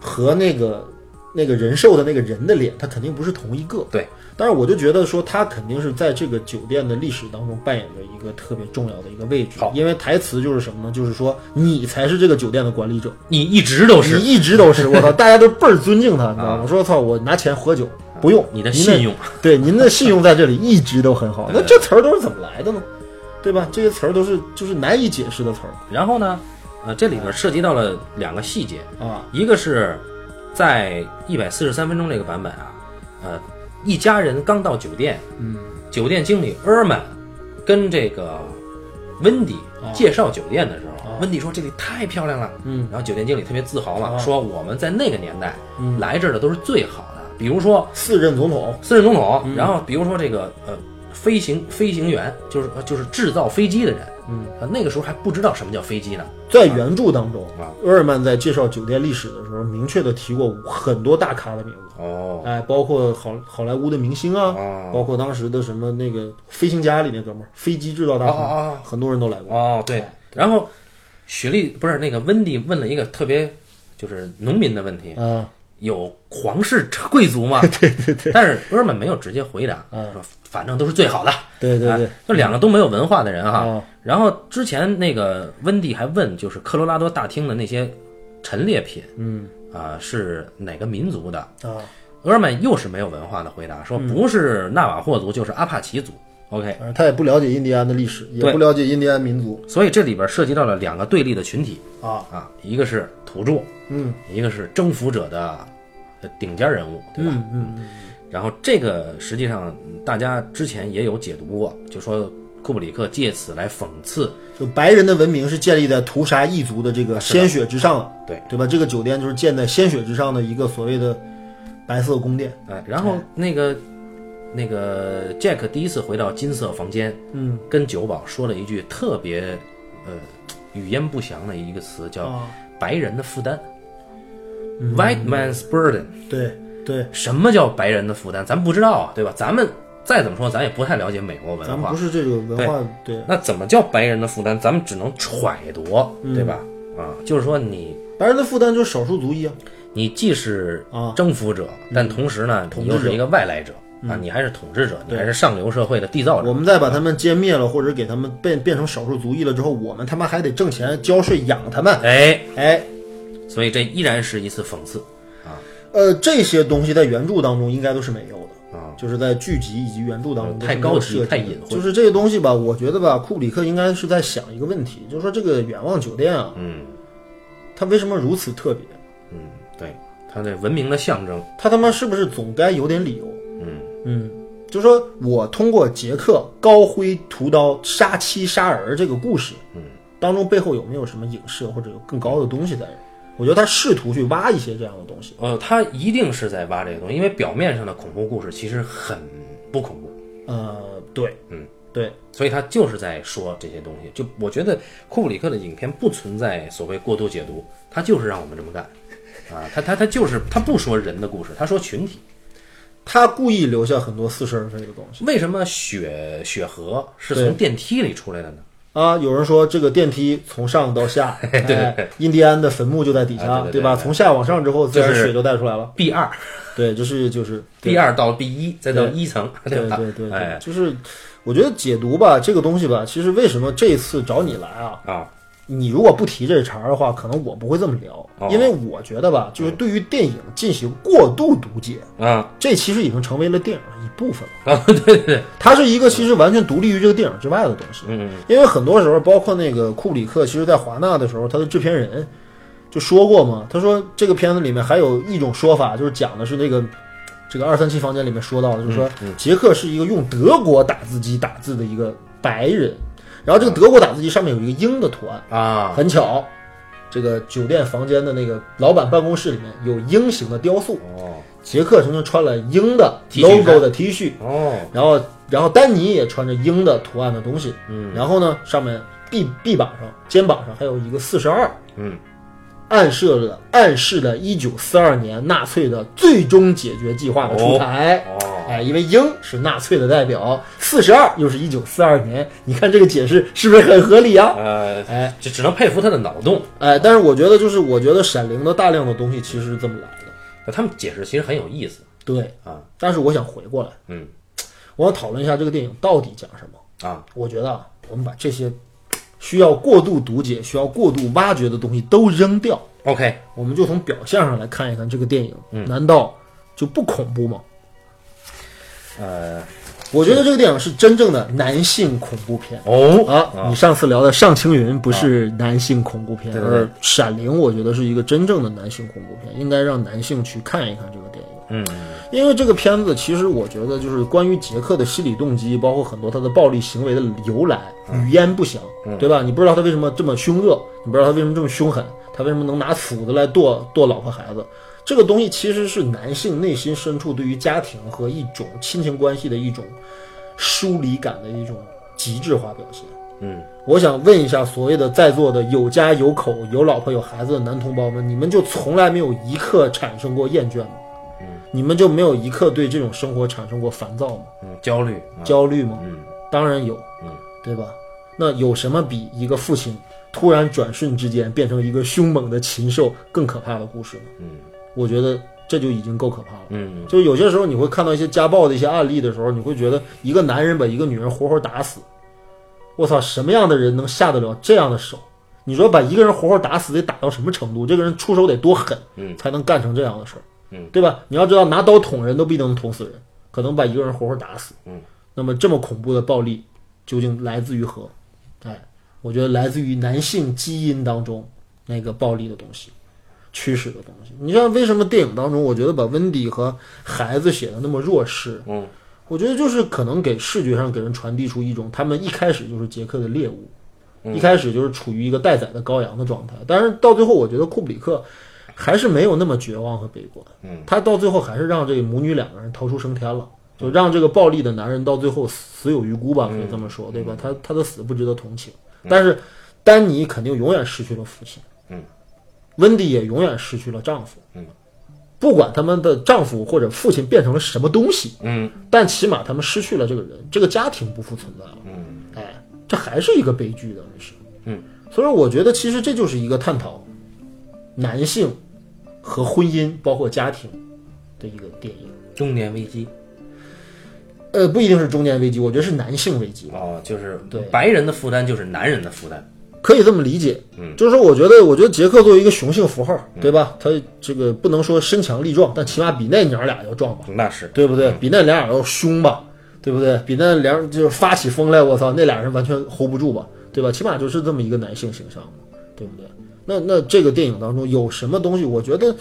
Speaker 1: 和那个那个人兽的那个人的脸，他肯定不是同一个。
Speaker 2: 对，
Speaker 1: 但是我就觉得说他肯定是在这个酒店的历史当中扮演着一个特别重要的一个位置
Speaker 2: 好，
Speaker 1: 因为台词就是什么呢？就是说你才是这个酒店的管理者，
Speaker 2: 你一直都是啊
Speaker 1: 你一直都是
Speaker 2: [laughs]
Speaker 1: 我操，大家都倍儿尊敬他，你知道吗？我说操，我拿钱喝酒不用，
Speaker 2: 你的
Speaker 1: 您那
Speaker 2: 信用，
Speaker 1: [laughs] 对，您的信用在这里一直都很好。
Speaker 2: 对
Speaker 1: 那这词儿都是怎么来的呢？对吧？这些词儿都是就是难以解释的词儿
Speaker 2: 然后呢，呃，这里边涉及到了两个细节，
Speaker 1: 啊。
Speaker 2: 一个是在一百四十三分钟这个版本啊，呃，一家人刚到酒店，
Speaker 1: 嗯，
Speaker 2: 酒店经理 Erman 跟这个温迪
Speaker 1: 啊
Speaker 2: 介绍酒店的时候，
Speaker 1: 啊
Speaker 2: 温迪说这里太漂亮了，
Speaker 1: 嗯，
Speaker 2: 然后酒店经理特别自豪嘛，
Speaker 1: 啊
Speaker 2: 说我们在那个年代、
Speaker 1: 嗯
Speaker 2: 来这儿的都是最好的，比如说
Speaker 1: 四任总统
Speaker 2: 私人总统，
Speaker 1: 嗯
Speaker 2: 然后比如说这个呃飞行飞行员，就是呃就是制造飞机的人，
Speaker 1: 嗯
Speaker 2: 呃，那个时候还不知道什么叫飞机呢，
Speaker 1: 在原著当中
Speaker 2: 啊，
Speaker 1: 厄尔曼在介绍酒店历史的时候，明确的提过很多大咖的名字，
Speaker 2: 哦
Speaker 1: 哎，包括好好莱坞的明星啊，
Speaker 2: 哦
Speaker 1: 包括当时的什么那个《飞行家》里那哥们儿，飞机制造大
Speaker 2: 哦哦哦
Speaker 1: 亨，很多人都来过。
Speaker 2: 哦，对。然后雪莉不是那个温迪问了一个特别就是农民的问题，
Speaker 1: 啊，
Speaker 2: 有皇室贵族吗？ [laughs] 对对嗯对。但是厄尔曼没有直接回答，说反正都是最好的。
Speaker 1: 对对对
Speaker 2: 啊，就两个都没有文化的人哈
Speaker 1: 嗯。
Speaker 2: 然后之前那个温蒂还问，就是科罗拉多大厅的那些陈列品，嗯啊是哪个民族的？
Speaker 1: 啊，
Speaker 2: 厄尔曼又是没有文化的回答，说不是纳瓦霍族就是阿帕奇族。OK，
Speaker 1: 反正啊他也不了解印第安的历史，也
Speaker 2: 对
Speaker 1: 不了解印第安民族
Speaker 2: 所以这里边涉及到了两个对立的群体
Speaker 1: 啊，
Speaker 2: 啊，一个是土著，
Speaker 1: 嗯，
Speaker 2: 一个是征服者的呃顶尖人物，对吧？嗯嗯然后这个实际上大家之前也有解读过，就说库布里克借此来讽刺，
Speaker 1: 就白人的文明是建立在屠杀异族的这个鲜血之上的，
Speaker 2: 对
Speaker 1: 对吧？这个酒店就是建在鲜血之上的一个所谓的白色宫殿。
Speaker 2: 哎，然后那个那个 Jack 第一次回到金色房间，
Speaker 1: 嗯，
Speaker 2: 跟酒保说了一句特别呃语焉不详的一个词，叫
Speaker 1: 啊，
Speaker 2: “白人的负担 ”（White man's burden）。
Speaker 1: 对对，
Speaker 2: 什么叫白人的负担？咱不知道啊，对吧？咱们再怎么说，咱也不太了解美国文
Speaker 1: 咱们
Speaker 2: 化
Speaker 1: 不。是这个文化，对，
Speaker 2: 那怎么叫白人的负担？咱们只能揣度，
Speaker 1: 嗯
Speaker 2: 对吧？啊，就是说你
Speaker 1: 白人的负担就是少数族裔啊。
Speaker 2: 你既是
Speaker 1: 啊
Speaker 2: 征服者，但同时呢，你又
Speaker 1: 治者嗯
Speaker 2: 是一个外来者、啊，你还是统治者，你还是上流社会的缔造
Speaker 1: 我
Speaker 2: 者。
Speaker 1: 们再把他们歼灭了，或者给他们变变成少数族裔了之后，我们他妈还得挣钱交税养他们。
Speaker 2: 哎，
Speaker 1: 哎，
Speaker 2: 所以这依然是一次讽刺。
Speaker 1: 呃，这些东西在原著当中应该都是没有的
Speaker 2: 啊，
Speaker 1: 就是在剧集以及原著当中都是
Speaker 2: 太
Speaker 1: 没有
Speaker 2: 高级
Speaker 1: 设计
Speaker 2: 太
Speaker 1: 的
Speaker 2: 隐晦
Speaker 1: 就是这个东西吧，我觉得吧，库布里克应该是在想一个问题，就是说这个远望酒店啊，
Speaker 2: 嗯，
Speaker 1: 它为什么如此特别？
Speaker 2: 嗯，对，它这文明的象征，
Speaker 1: 它他妈是不是总该有点理由？
Speaker 2: 嗯
Speaker 1: 嗯，就说我通过杰克高挥屠刀杀妻杀儿这个故事，
Speaker 2: 嗯，
Speaker 1: 当中背后有没有什么影射或者有更高的东西在里？我觉得他试图去挖一些这样的东西。
Speaker 2: 呃，它一定是在挖这个东西，因为表面上的恐怖故事其实很不恐怖，
Speaker 1: 呃，对，
Speaker 2: 嗯，
Speaker 1: 对，
Speaker 2: 所以他就是在说这些东西。就我觉得库布里克的影片不存在所谓过度解读，他就是让我们这么干，啊，他他他就是他不说人的故事，他说群体。
Speaker 1: 他故意留下很多似是而非的东西
Speaker 2: 为什么雪雪河是
Speaker 1: 对
Speaker 2: 从电梯里出来的呢？
Speaker 1: 啊。有人说这个电梯从上到
Speaker 2: [laughs]
Speaker 1: 下，对印第安的坟墓就在底
Speaker 2: 啊
Speaker 1: 下，
Speaker 2: 对对
Speaker 1: 对吧？
Speaker 2: 对
Speaker 1: 从下往上之后，自然
Speaker 2: 就是
Speaker 1: 水就带出来了。
Speaker 2: B 二
Speaker 1: 对，就是就是
Speaker 2: ，B 二到 B 一，再到
Speaker 1: 对
Speaker 2: 一层，
Speaker 1: 对
Speaker 2: 吧？
Speaker 1: 对对，
Speaker 2: 哎
Speaker 1: 就是我觉得解读吧，这个东西吧，其实为什么这次找你来啊？
Speaker 2: 啊，
Speaker 1: 你如果不提这茬儿的话，可能我不会这么聊，
Speaker 2: 哦嗯
Speaker 1: 因为我觉得吧，就是对于电影进行过度读解，
Speaker 2: 啊
Speaker 1: 这其实已经成为了电影的一部分了。
Speaker 2: 啊， [laughs] 对对对，
Speaker 1: 它是一个其实完全独立于这个电影之外的东西。
Speaker 2: 嗯，
Speaker 1: 因为很多时候，包括那个库布里克，其实在华纳的时候，他的制片人就说过嘛，他说这个片子里面还有一种说法，就是讲的是那个这个二三七房间里面说到的，就是说
Speaker 2: 嗯
Speaker 1: 杰克是一个用德国打字机打字的一个白人，然后这个德国打字机上面有一个鹰的图案，
Speaker 2: 啊，
Speaker 1: 很巧。这个酒店房间的那个老板办公室里面有鹰形的雕塑，
Speaker 2: 哦
Speaker 1: 杰克曾经穿了鹰的
Speaker 2: T 恤衫
Speaker 1: logo 的 T 恤，
Speaker 2: 哦，
Speaker 1: 然后然后丹尼也穿着鹰的图案的东西，
Speaker 2: 嗯
Speaker 1: 然后呢上面臂臂膀上、肩膀上还有一个四十二，
Speaker 2: 嗯，
Speaker 1: 暗示了暗示了一九四二年纳粹的最终解决计划的出台。
Speaker 2: 哦，
Speaker 1: 哎，因为鹰是纳粹的代表，四十二又是一九四二年，你看这个解释是不是很合理啊？
Speaker 2: 呃，
Speaker 1: 哎，
Speaker 2: 这只能佩服他的脑洞。
Speaker 1: 哎，但是我觉得就是，我觉得《闪灵》的大量的东西其实是这么来的，
Speaker 2: 他们解释其实很有意思
Speaker 1: 对。
Speaker 2: 啊，
Speaker 1: 但是我想回过来，
Speaker 2: 嗯
Speaker 1: 我想讨论一下这个电影到底讲什么。
Speaker 2: 啊，
Speaker 1: 我觉得啊，我们把这些需要过度读解、需要过度挖掘的东西都扔掉，
Speaker 2: OK，
Speaker 1: 我们就从表象上来看一看这个电影，难道就不恐怖吗？
Speaker 2: 呃，
Speaker 1: 我觉得这个电影是真正的男性恐怖片。
Speaker 2: 哦，
Speaker 1: 啊，你上次聊的《上青云》不是男性恐怖片，
Speaker 2: 对对对
Speaker 1: 而《闪灵》我觉得是一个真正的男性恐怖片，应该让男性去看一看这个电影。
Speaker 2: 嗯，
Speaker 1: 因为这个片子，其实我觉得就是关于杰克的心理动机，包括很多他的暴力行为的由来，语焉不详，对吧？你不知道他为什么这么凶恶，你不知道他为什么这么凶狠，他为什么能拿斧子来剁剁老婆孩子？这个东西其实是男性内心深处对于家庭和一种亲情关系的一种疏离感的一种极致化表现。
Speaker 2: 嗯，
Speaker 1: 我想问一下，所谓的在座的有家有口、有老婆有孩子的男同胞们，你们就从来没有一刻产生过厌倦吗？你们就没有一刻对这种生活产生过烦躁吗？
Speaker 2: 嗯，焦虑，啊
Speaker 1: 焦虑吗？
Speaker 2: 嗯，
Speaker 1: 当然有，
Speaker 2: 嗯，
Speaker 1: 对吧？那有什么比一个父亲突然转瞬之间变成一个凶猛的禽兽更可怕的故事呢？
Speaker 2: 嗯
Speaker 1: 我觉得这就已经够可怕了。
Speaker 2: 嗯
Speaker 1: 就有些时候你会看到一些家暴的一些案例的时候，你会觉得一个男人把一个女人活活打死，我操，什么样的人能下得了这样的手？你说把一个人活活打死得打到什么程度？这个人出手得多狠，
Speaker 2: 嗯
Speaker 1: 才能干成这样的事儿，
Speaker 2: 嗯，
Speaker 1: 对吧？你要知道，拿刀捅人都不一定能捅死人，可能把一个人活活打死，
Speaker 2: 嗯。
Speaker 1: 那么这么恐怖的暴力究竟来自于何？哎，我觉得来自于男性基因当中那个暴力的东西。驱使的东西。你像为什么电影当中，我觉得把温迪和孩子写的那么弱势？
Speaker 2: 嗯，
Speaker 1: 我觉得就是可能给视觉上给人传递出一种他们一开始就是杰克的猎物，一开始就是处于一个待宰的羔羊的状态。但是到最后，我觉得库布里克还是没有那么绝望和悲观。
Speaker 2: 嗯，
Speaker 1: 他到最后还是让这母女两个人逃出升天了。就让这个暴力的男人到最后死有余辜吧，可以这么说，对吧？他他的死不值得同情，但是丹尼肯定永远失去了父亲，温迪也永远失去了丈夫。
Speaker 2: 嗯，
Speaker 1: 不管他们的丈夫或者父亲变成了什么东西，
Speaker 2: 嗯
Speaker 1: 但起码他们失去了这个人，这个家庭不复存在了。
Speaker 2: 嗯
Speaker 1: 哎，这还是一个悲剧的于是。
Speaker 2: 嗯，
Speaker 1: 所以我觉得其实这就是一个探讨男性和婚姻，包括家庭的一个电影。
Speaker 2: 中年危机
Speaker 1: 呃，不一定是中年危机，我觉得是男性危机吧，
Speaker 2: 哦，就是
Speaker 1: 对
Speaker 2: 白人的负担就是男人的负担，
Speaker 1: 可以这么理解。
Speaker 2: 嗯
Speaker 1: 就是说，我觉得，我觉得杰克作为一个雄性符号，对吧？他这个不能说身强力壮，但起码比那娘俩要壮吧。
Speaker 2: 那是
Speaker 1: 对不对？比那俩人要凶吧，对不对？比那俩人就是发起疯来，我操，那俩人完全 hold 不住吧，对吧？起码就是这么一个男性形象嘛，对不对？那那这个电影当中有什么东西？我觉得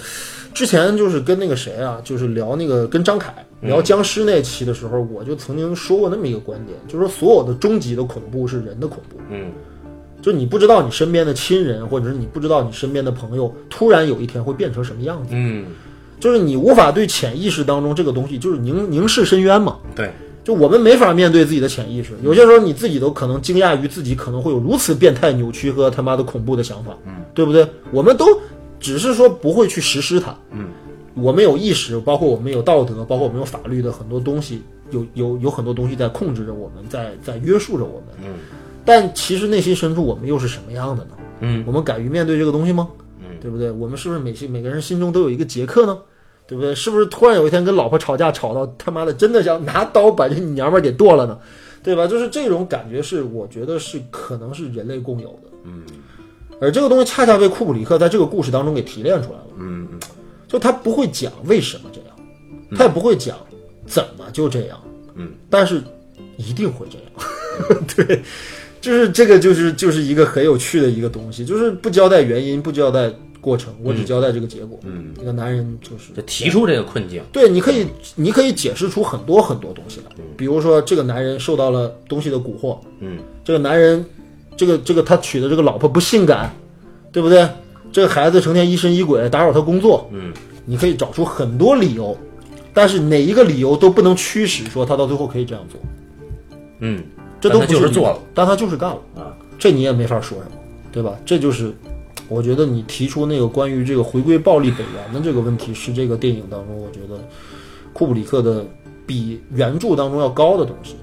Speaker 1: 之前就是跟那个谁啊，就是聊那个跟张凯聊僵尸那期的时候，我就曾经说过那么一个观点，就是说所有的终极的恐怖是人的恐怖，
Speaker 2: 嗯，
Speaker 1: 就你不知道你身边的亲人，或者是你不知道你身边的朋友，突然有一天会变成什么样子，
Speaker 2: 嗯，
Speaker 1: 就是你无法对潜意识当中这个东西，就是凝凝视深渊嘛。
Speaker 2: 对，
Speaker 1: 就我们没法面对自己的潜意识，有些时候你自己都可能惊讶于自己可能会有如此变态、扭曲和他妈的恐怖的想法，嗯，对不对？我们都只是说不会去实施它，
Speaker 2: 嗯，
Speaker 1: 我们有意识，包括我们有道德，包括我们有法律的很多东西，有有有很多东西在控制着我们，在在约束着我们，
Speaker 2: 嗯，
Speaker 1: 但其实内心深处我们又是什么样的呢？
Speaker 2: 嗯，
Speaker 1: 我们敢于面对这个东西吗？
Speaker 2: 嗯，
Speaker 1: 对不对？我们是不是每心每个人心中都有一个杰克呢？对不对？是不是突然有一天跟老婆吵架，吵到他妈的真的想拿刀把这娘们儿给剁了呢？对吧？就是这种感觉是，我觉得是可能是人类共有的。嗯，而这个东西恰恰被库布里克在这个故事当中给提炼出来了。
Speaker 2: 嗯嗯
Speaker 1: 就他不会讲为什么这样，他也不会讲怎么就这样，
Speaker 2: 嗯，
Speaker 1: 但是一定会这
Speaker 2: [laughs]
Speaker 1: 样，对，就是这个就是就是一个很有趣的一个东西，就是不交代原因，不交代过程，我只交代这个结果，
Speaker 2: 嗯，
Speaker 1: 这个男人就是
Speaker 2: 就提出这个困境，
Speaker 1: 对，你可以，你可以解释出很多很多东西来，比如说这个男人受到了东西的蛊惑，
Speaker 2: 嗯，
Speaker 1: 这个男人，这个这个他娶的这个老婆不性感，对不对？这个孩子成天疑神疑鬼，打扰他工作，
Speaker 2: 嗯，
Speaker 1: 你可以找出很多理由，但是哪一个理由都不能驱使说他到最后可以这样做，
Speaker 2: 嗯，
Speaker 1: 这都不
Speaker 2: 但他就是是
Speaker 1: 理
Speaker 2: 做
Speaker 1: 由
Speaker 2: 了，
Speaker 1: 但他就是干了
Speaker 2: 啊，
Speaker 1: 这你也没法说什么，对吧？这就是。我觉得你提出那个关于这个回归暴力本源的这个问题，是这个电影当中，我觉得库布里克的比原著当中要高的东西。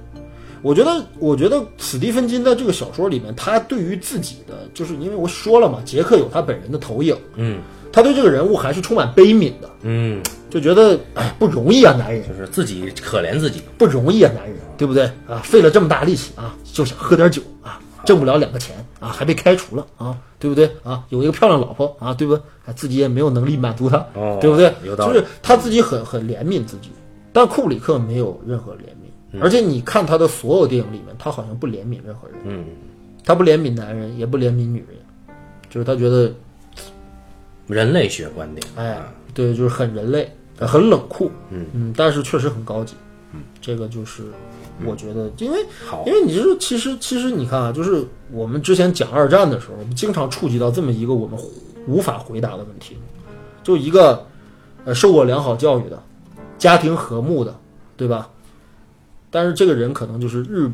Speaker 1: 我觉得，我觉得史蒂芬金在这个小说里面，他对于自己的，就是因为我说了嘛，杰克有他本人的投影，
Speaker 2: 嗯
Speaker 1: 他对这个人物还是充满悲悯的，
Speaker 2: 嗯，
Speaker 1: 就觉得哎不容易啊，男人
Speaker 2: 就是自己可怜自己，
Speaker 1: 不容易啊，男人对不对啊？费了这么大力气啊，就想喝点酒啊，挣不了两个钱啊，还被开除了啊，对不对啊？有一个漂亮老婆啊，对不对？啊自己也没有能力满足她，
Speaker 2: 哦
Speaker 1: 对不对？
Speaker 2: 有道理
Speaker 1: 就是他自己很很怜悯自己，但库布里克没有任何怜悯，而且你看他的所有电影里面，他好像不怜悯任何人，
Speaker 2: 嗯，
Speaker 1: 他不怜悯男人，也不怜悯女人，就是他觉得
Speaker 2: 人类学观点，
Speaker 1: 哎，对，就是很人类，呃很冷酷，嗯但是确实很高级，嗯，这个就是我觉得，因为
Speaker 2: 好
Speaker 1: 因为你是其实其实你看啊，就是我们之前讲二战的时候，我们经常触及到这么一个我们无法回答的问题，就一个呃受过良好教育的，家庭和睦的，对吧？但是这个人可能就是日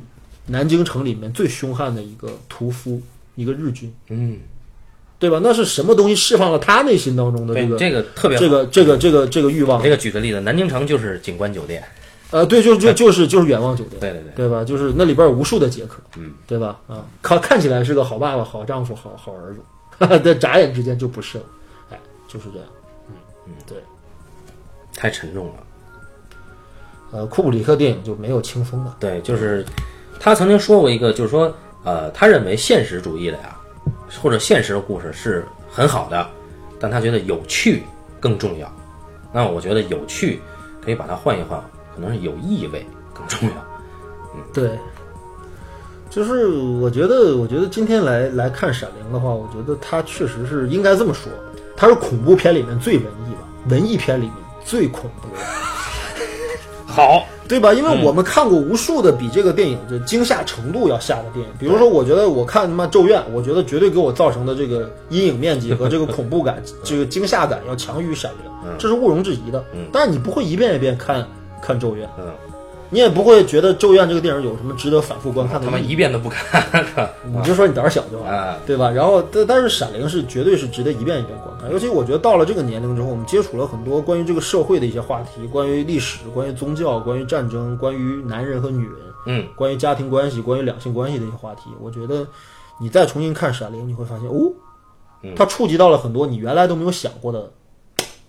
Speaker 1: 南京城里面最凶悍的一个屠夫，一个日军，
Speaker 2: 嗯，
Speaker 1: 对吧？那是什么东西释放了他内心当中的
Speaker 2: 对
Speaker 1: 哎这，个
Speaker 2: 这个特别好
Speaker 1: 这个这个这个这个欲望
Speaker 2: 这，个举个例子，南京城就是景观酒店，
Speaker 1: 呃，对，就就就是就是远望酒店，
Speaker 2: 对对对，
Speaker 1: 对吧？就是那里边有无数的杰克，嗯，对吧？啊，看看起来是个好爸爸、好丈夫、好好儿子， [laughs] 哈哈，在眨眼之间就不是了，哎，就是这样。
Speaker 2: 太沉重了。
Speaker 1: 呃，库布里克电影就没有轻松的，
Speaker 2: 对，就是他曾经说过一个，就是说，呃，他认为现实主义的呀，或者现实的故事是很好的，但他觉得有趣更重要。那我觉得有趣可以把它换一换，可能是有意味更重要。
Speaker 1: 对。嗯就是我觉得，我觉得今天来来看《闪灵》的话，我觉得它确实是应该这么说，它是恐怖片里面最文艺吧，文艺片里面最恐怖的。
Speaker 2: [laughs] 好，
Speaker 1: 对吧？因
Speaker 2: 嗯
Speaker 1: 为我们看过无数的比这个电影就惊吓程度要吓的电影，比如说，我觉得我看他妈《咒怨》，我觉得绝对给我造成的这个阴影面积和这个恐怖
Speaker 2: [laughs] 嗯
Speaker 1: 感、这个惊吓感要强于《闪灵》，这是毋庸置疑的。但是你不会一遍一遍看看《咒怨》，
Speaker 2: 嗯，
Speaker 1: 你也不会觉得《咒怨》这个电影有什么值得反复观看的
Speaker 2: 哦他妈
Speaker 1: 意义。
Speaker 2: 一遍都不看
Speaker 1: 你就说你胆儿小就完
Speaker 2: 啊
Speaker 1: 了，对吧？然后，但但是《闪灵》是绝对是值得一遍一遍观看，尤其我觉得到了这个年龄之后，我们接触了很多关于这个社会的一些话题，关于历史、关于宗教、关于战争、关于男人和女人，
Speaker 2: 嗯，
Speaker 1: 关于家庭关系、关于两性关系的一些话题。我觉得你再重新看《闪灵》，你会发现，哦，它触及到了很多你原来都没有想过的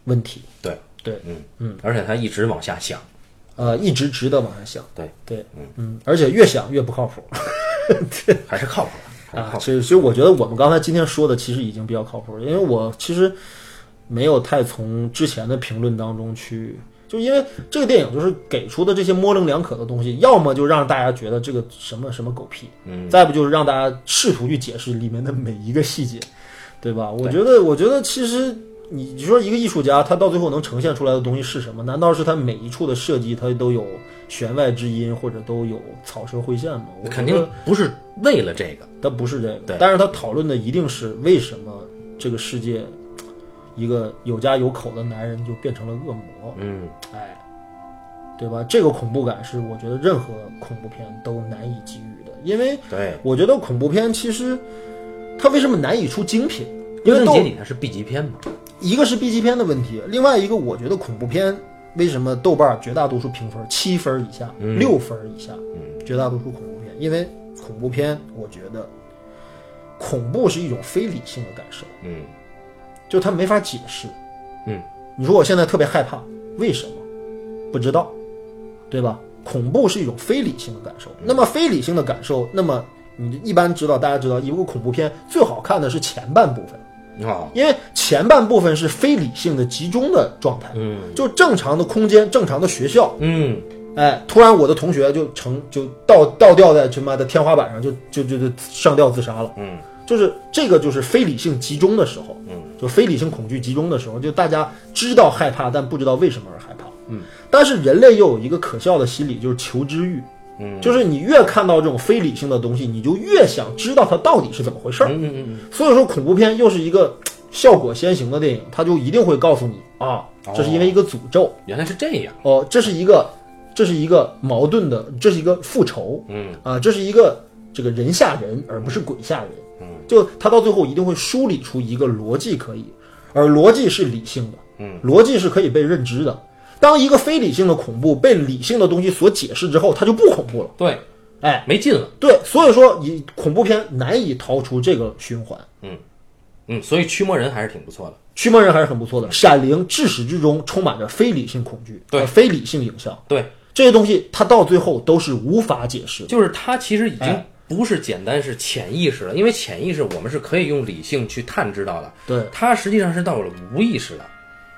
Speaker 1: 问题。
Speaker 2: 对，
Speaker 1: 对，
Speaker 2: 嗯嗯，而且他一直往下想，
Speaker 1: 呃，一直值得往下想。
Speaker 2: 对
Speaker 1: 对，嗯，而且越想越不靠谱。
Speaker 2: 还是靠谱的，还是
Speaker 1: 啊
Speaker 2: 靠，谱。
Speaker 1: 其实其实我觉得我们刚才今天说的其实已经比较靠谱了，因为我其实没有太从之前的评论当中去，就因为这个电影就是给出的这些模棱两可的东西，要么就让大家觉得这个什么什么狗屁，嗯，再不就是让大家试图去解释里面的每一个细节，对吧？我觉得，我觉得其实你说一个艺术家，他到最后能呈现出来的东西是什么？难道是他每一处的设计，他都有弦外之音，或者都有草蛇灰线吗？我
Speaker 2: 肯定不是为了这个。
Speaker 1: 他不是这个，
Speaker 2: 对
Speaker 1: 但是他讨论的一定是为什么这个世界一个有家有口的男人就变成了恶魔，
Speaker 2: 嗯，
Speaker 1: 哎，对吧？这个恐怖感是我觉得任何恐怖片都难以给予的，因为
Speaker 2: 对。
Speaker 1: 我觉得恐怖片其实它为什么难以出精品？因为
Speaker 2: 论
Speaker 1: 都
Speaker 2: 结底它是 B 级片嘛，
Speaker 1: 一个是 B 级片的问题，另外一个我觉得恐怖片为什么豆瓣绝大多数评分七分以下、
Speaker 2: 嗯
Speaker 1: 六分以下，
Speaker 2: 嗯
Speaker 1: 绝大多数恐怖片，因为恐怖片我觉得恐怖是一种非理性的感受，
Speaker 2: 嗯
Speaker 1: 就它没法解释。
Speaker 2: 嗯，
Speaker 1: 你说我现在特别害怕，为什么？不知道，对吧？恐怖是一种非理性的感
Speaker 2: 嗯
Speaker 1: 受。那么非理性的感受，那么你一般知道，大家知道，一部恐怖片最好看的是前半部分，
Speaker 2: 哦，
Speaker 1: 因为前半部分是非理性的集中的状态。
Speaker 2: 嗯，
Speaker 1: 就正常的空间、正常的学校，
Speaker 2: 嗯，
Speaker 1: 哎，突然我的同学就成就倒倒吊在他妈的天花板上，就就就就上吊自杀了。
Speaker 2: 嗯，
Speaker 1: 就是这个就是非理性集中的时候，
Speaker 2: 嗯，
Speaker 1: 就非理性恐惧集中的时候，就大家知道害怕，但不知道为什么而害怕。嗯，但是人类又有一个可笑的心理，就是求知欲。
Speaker 2: 嗯，
Speaker 1: 就是你越看到这种非理性的东西，你就越想知道它到底是怎么回事儿。
Speaker 2: 嗯嗯嗯嗯，
Speaker 1: 所以说，恐怖片又是一个效果先行的电影，它就一定会告诉你
Speaker 2: 哦
Speaker 1: 啊，这是因为一个诅咒，
Speaker 2: 原来是这样，
Speaker 1: 哦，这是一个，这是一个矛盾的，这是一个复仇，
Speaker 2: 嗯
Speaker 1: 啊，这是一个这个人吓人，而不是鬼吓人，嗯，就他到最后一定会梳理出一个逻辑可以，而逻辑是理性的，
Speaker 2: 嗯，
Speaker 1: 逻辑是可以被认知的。当一个非理性的恐怖被理性的东西所解释之后，它就不恐怖了，
Speaker 2: 对，
Speaker 1: 哎，
Speaker 2: 没劲了，
Speaker 1: 对，所以说以恐怖片难以逃出这个循环。
Speaker 2: 嗯，所以驱魔人还是挺不错的，
Speaker 1: 驱魔人还是很不错的，《闪灵》至始至终充满着非理性恐惧，
Speaker 2: 对
Speaker 1: 呃非理性影像，
Speaker 2: 对，
Speaker 1: 这些东西它到最后都是无法解释的。
Speaker 2: 就是它其实已经
Speaker 1: 哎
Speaker 2: 不是简单是潜意识了，因为潜意识我们是可以用理性去探知到的，
Speaker 1: 对，嗯
Speaker 2: 它实际上是到了无意识的，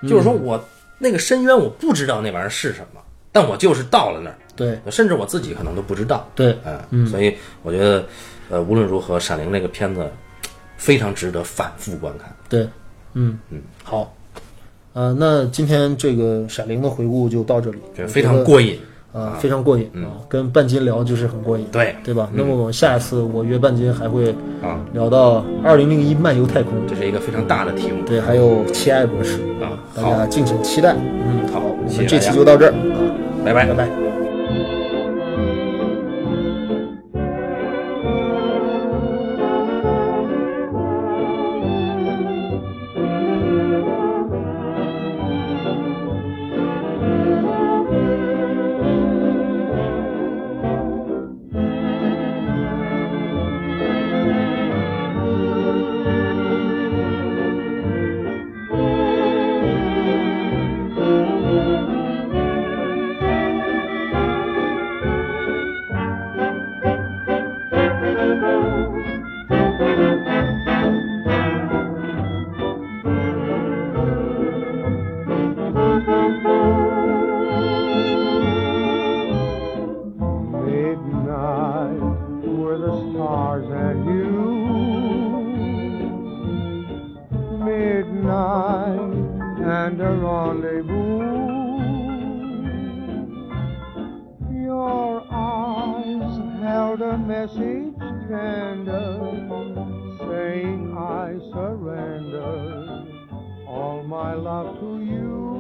Speaker 2: 就是说我那个深渊我不知道那玩意儿是什么，但我就是到了那儿，
Speaker 1: 对，
Speaker 2: 甚至我自己可能都不知道，
Speaker 1: 对，
Speaker 2: 嗯，所以我觉得，呃，无论如何，《闪灵》这个片子非常值得反复观看。
Speaker 1: 对，嗯嗯，好，呃，那今天这个《闪灵》的回顾就到这里，
Speaker 2: 觉得非常过瘾。嗯
Speaker 1: 啊，非常过瘾啊，跟半斤聊就是很过瘾，
Speaker 2: 对嗯
Speaker 1: 对吧？那么我们下一次我约半斤还会
Speaker 2: 啊
Speaker 1: 聊到《二零零一漫游太空》，
Speaker 2: 这是一个非常大的题目
Speaker 1: 对，还有《奇爱博士》，
Speaker 2: 啊。
Speaker 1: 大
Speaker 2: 好，
Speaker 1: 家敬请期待。嗯，
Speaker 2: 好
Speaker 1: 我
Speaker 2: 谢谢
Speaker 1: 们这
Speaker 2: 大
Speaker 1: 期
Speaker 2: 家
Speaker 1: 就到这儿，
Speaker 2: 拜拜
Speaker 1: 拜。拜。
Speaker 3: Midnight were the stars and you. Midnight and a rendezvous. Your eyes held a message tender, saying I surrender all my love to you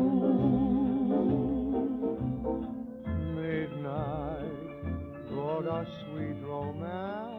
Speaker 3: midnight brought us sweet romance.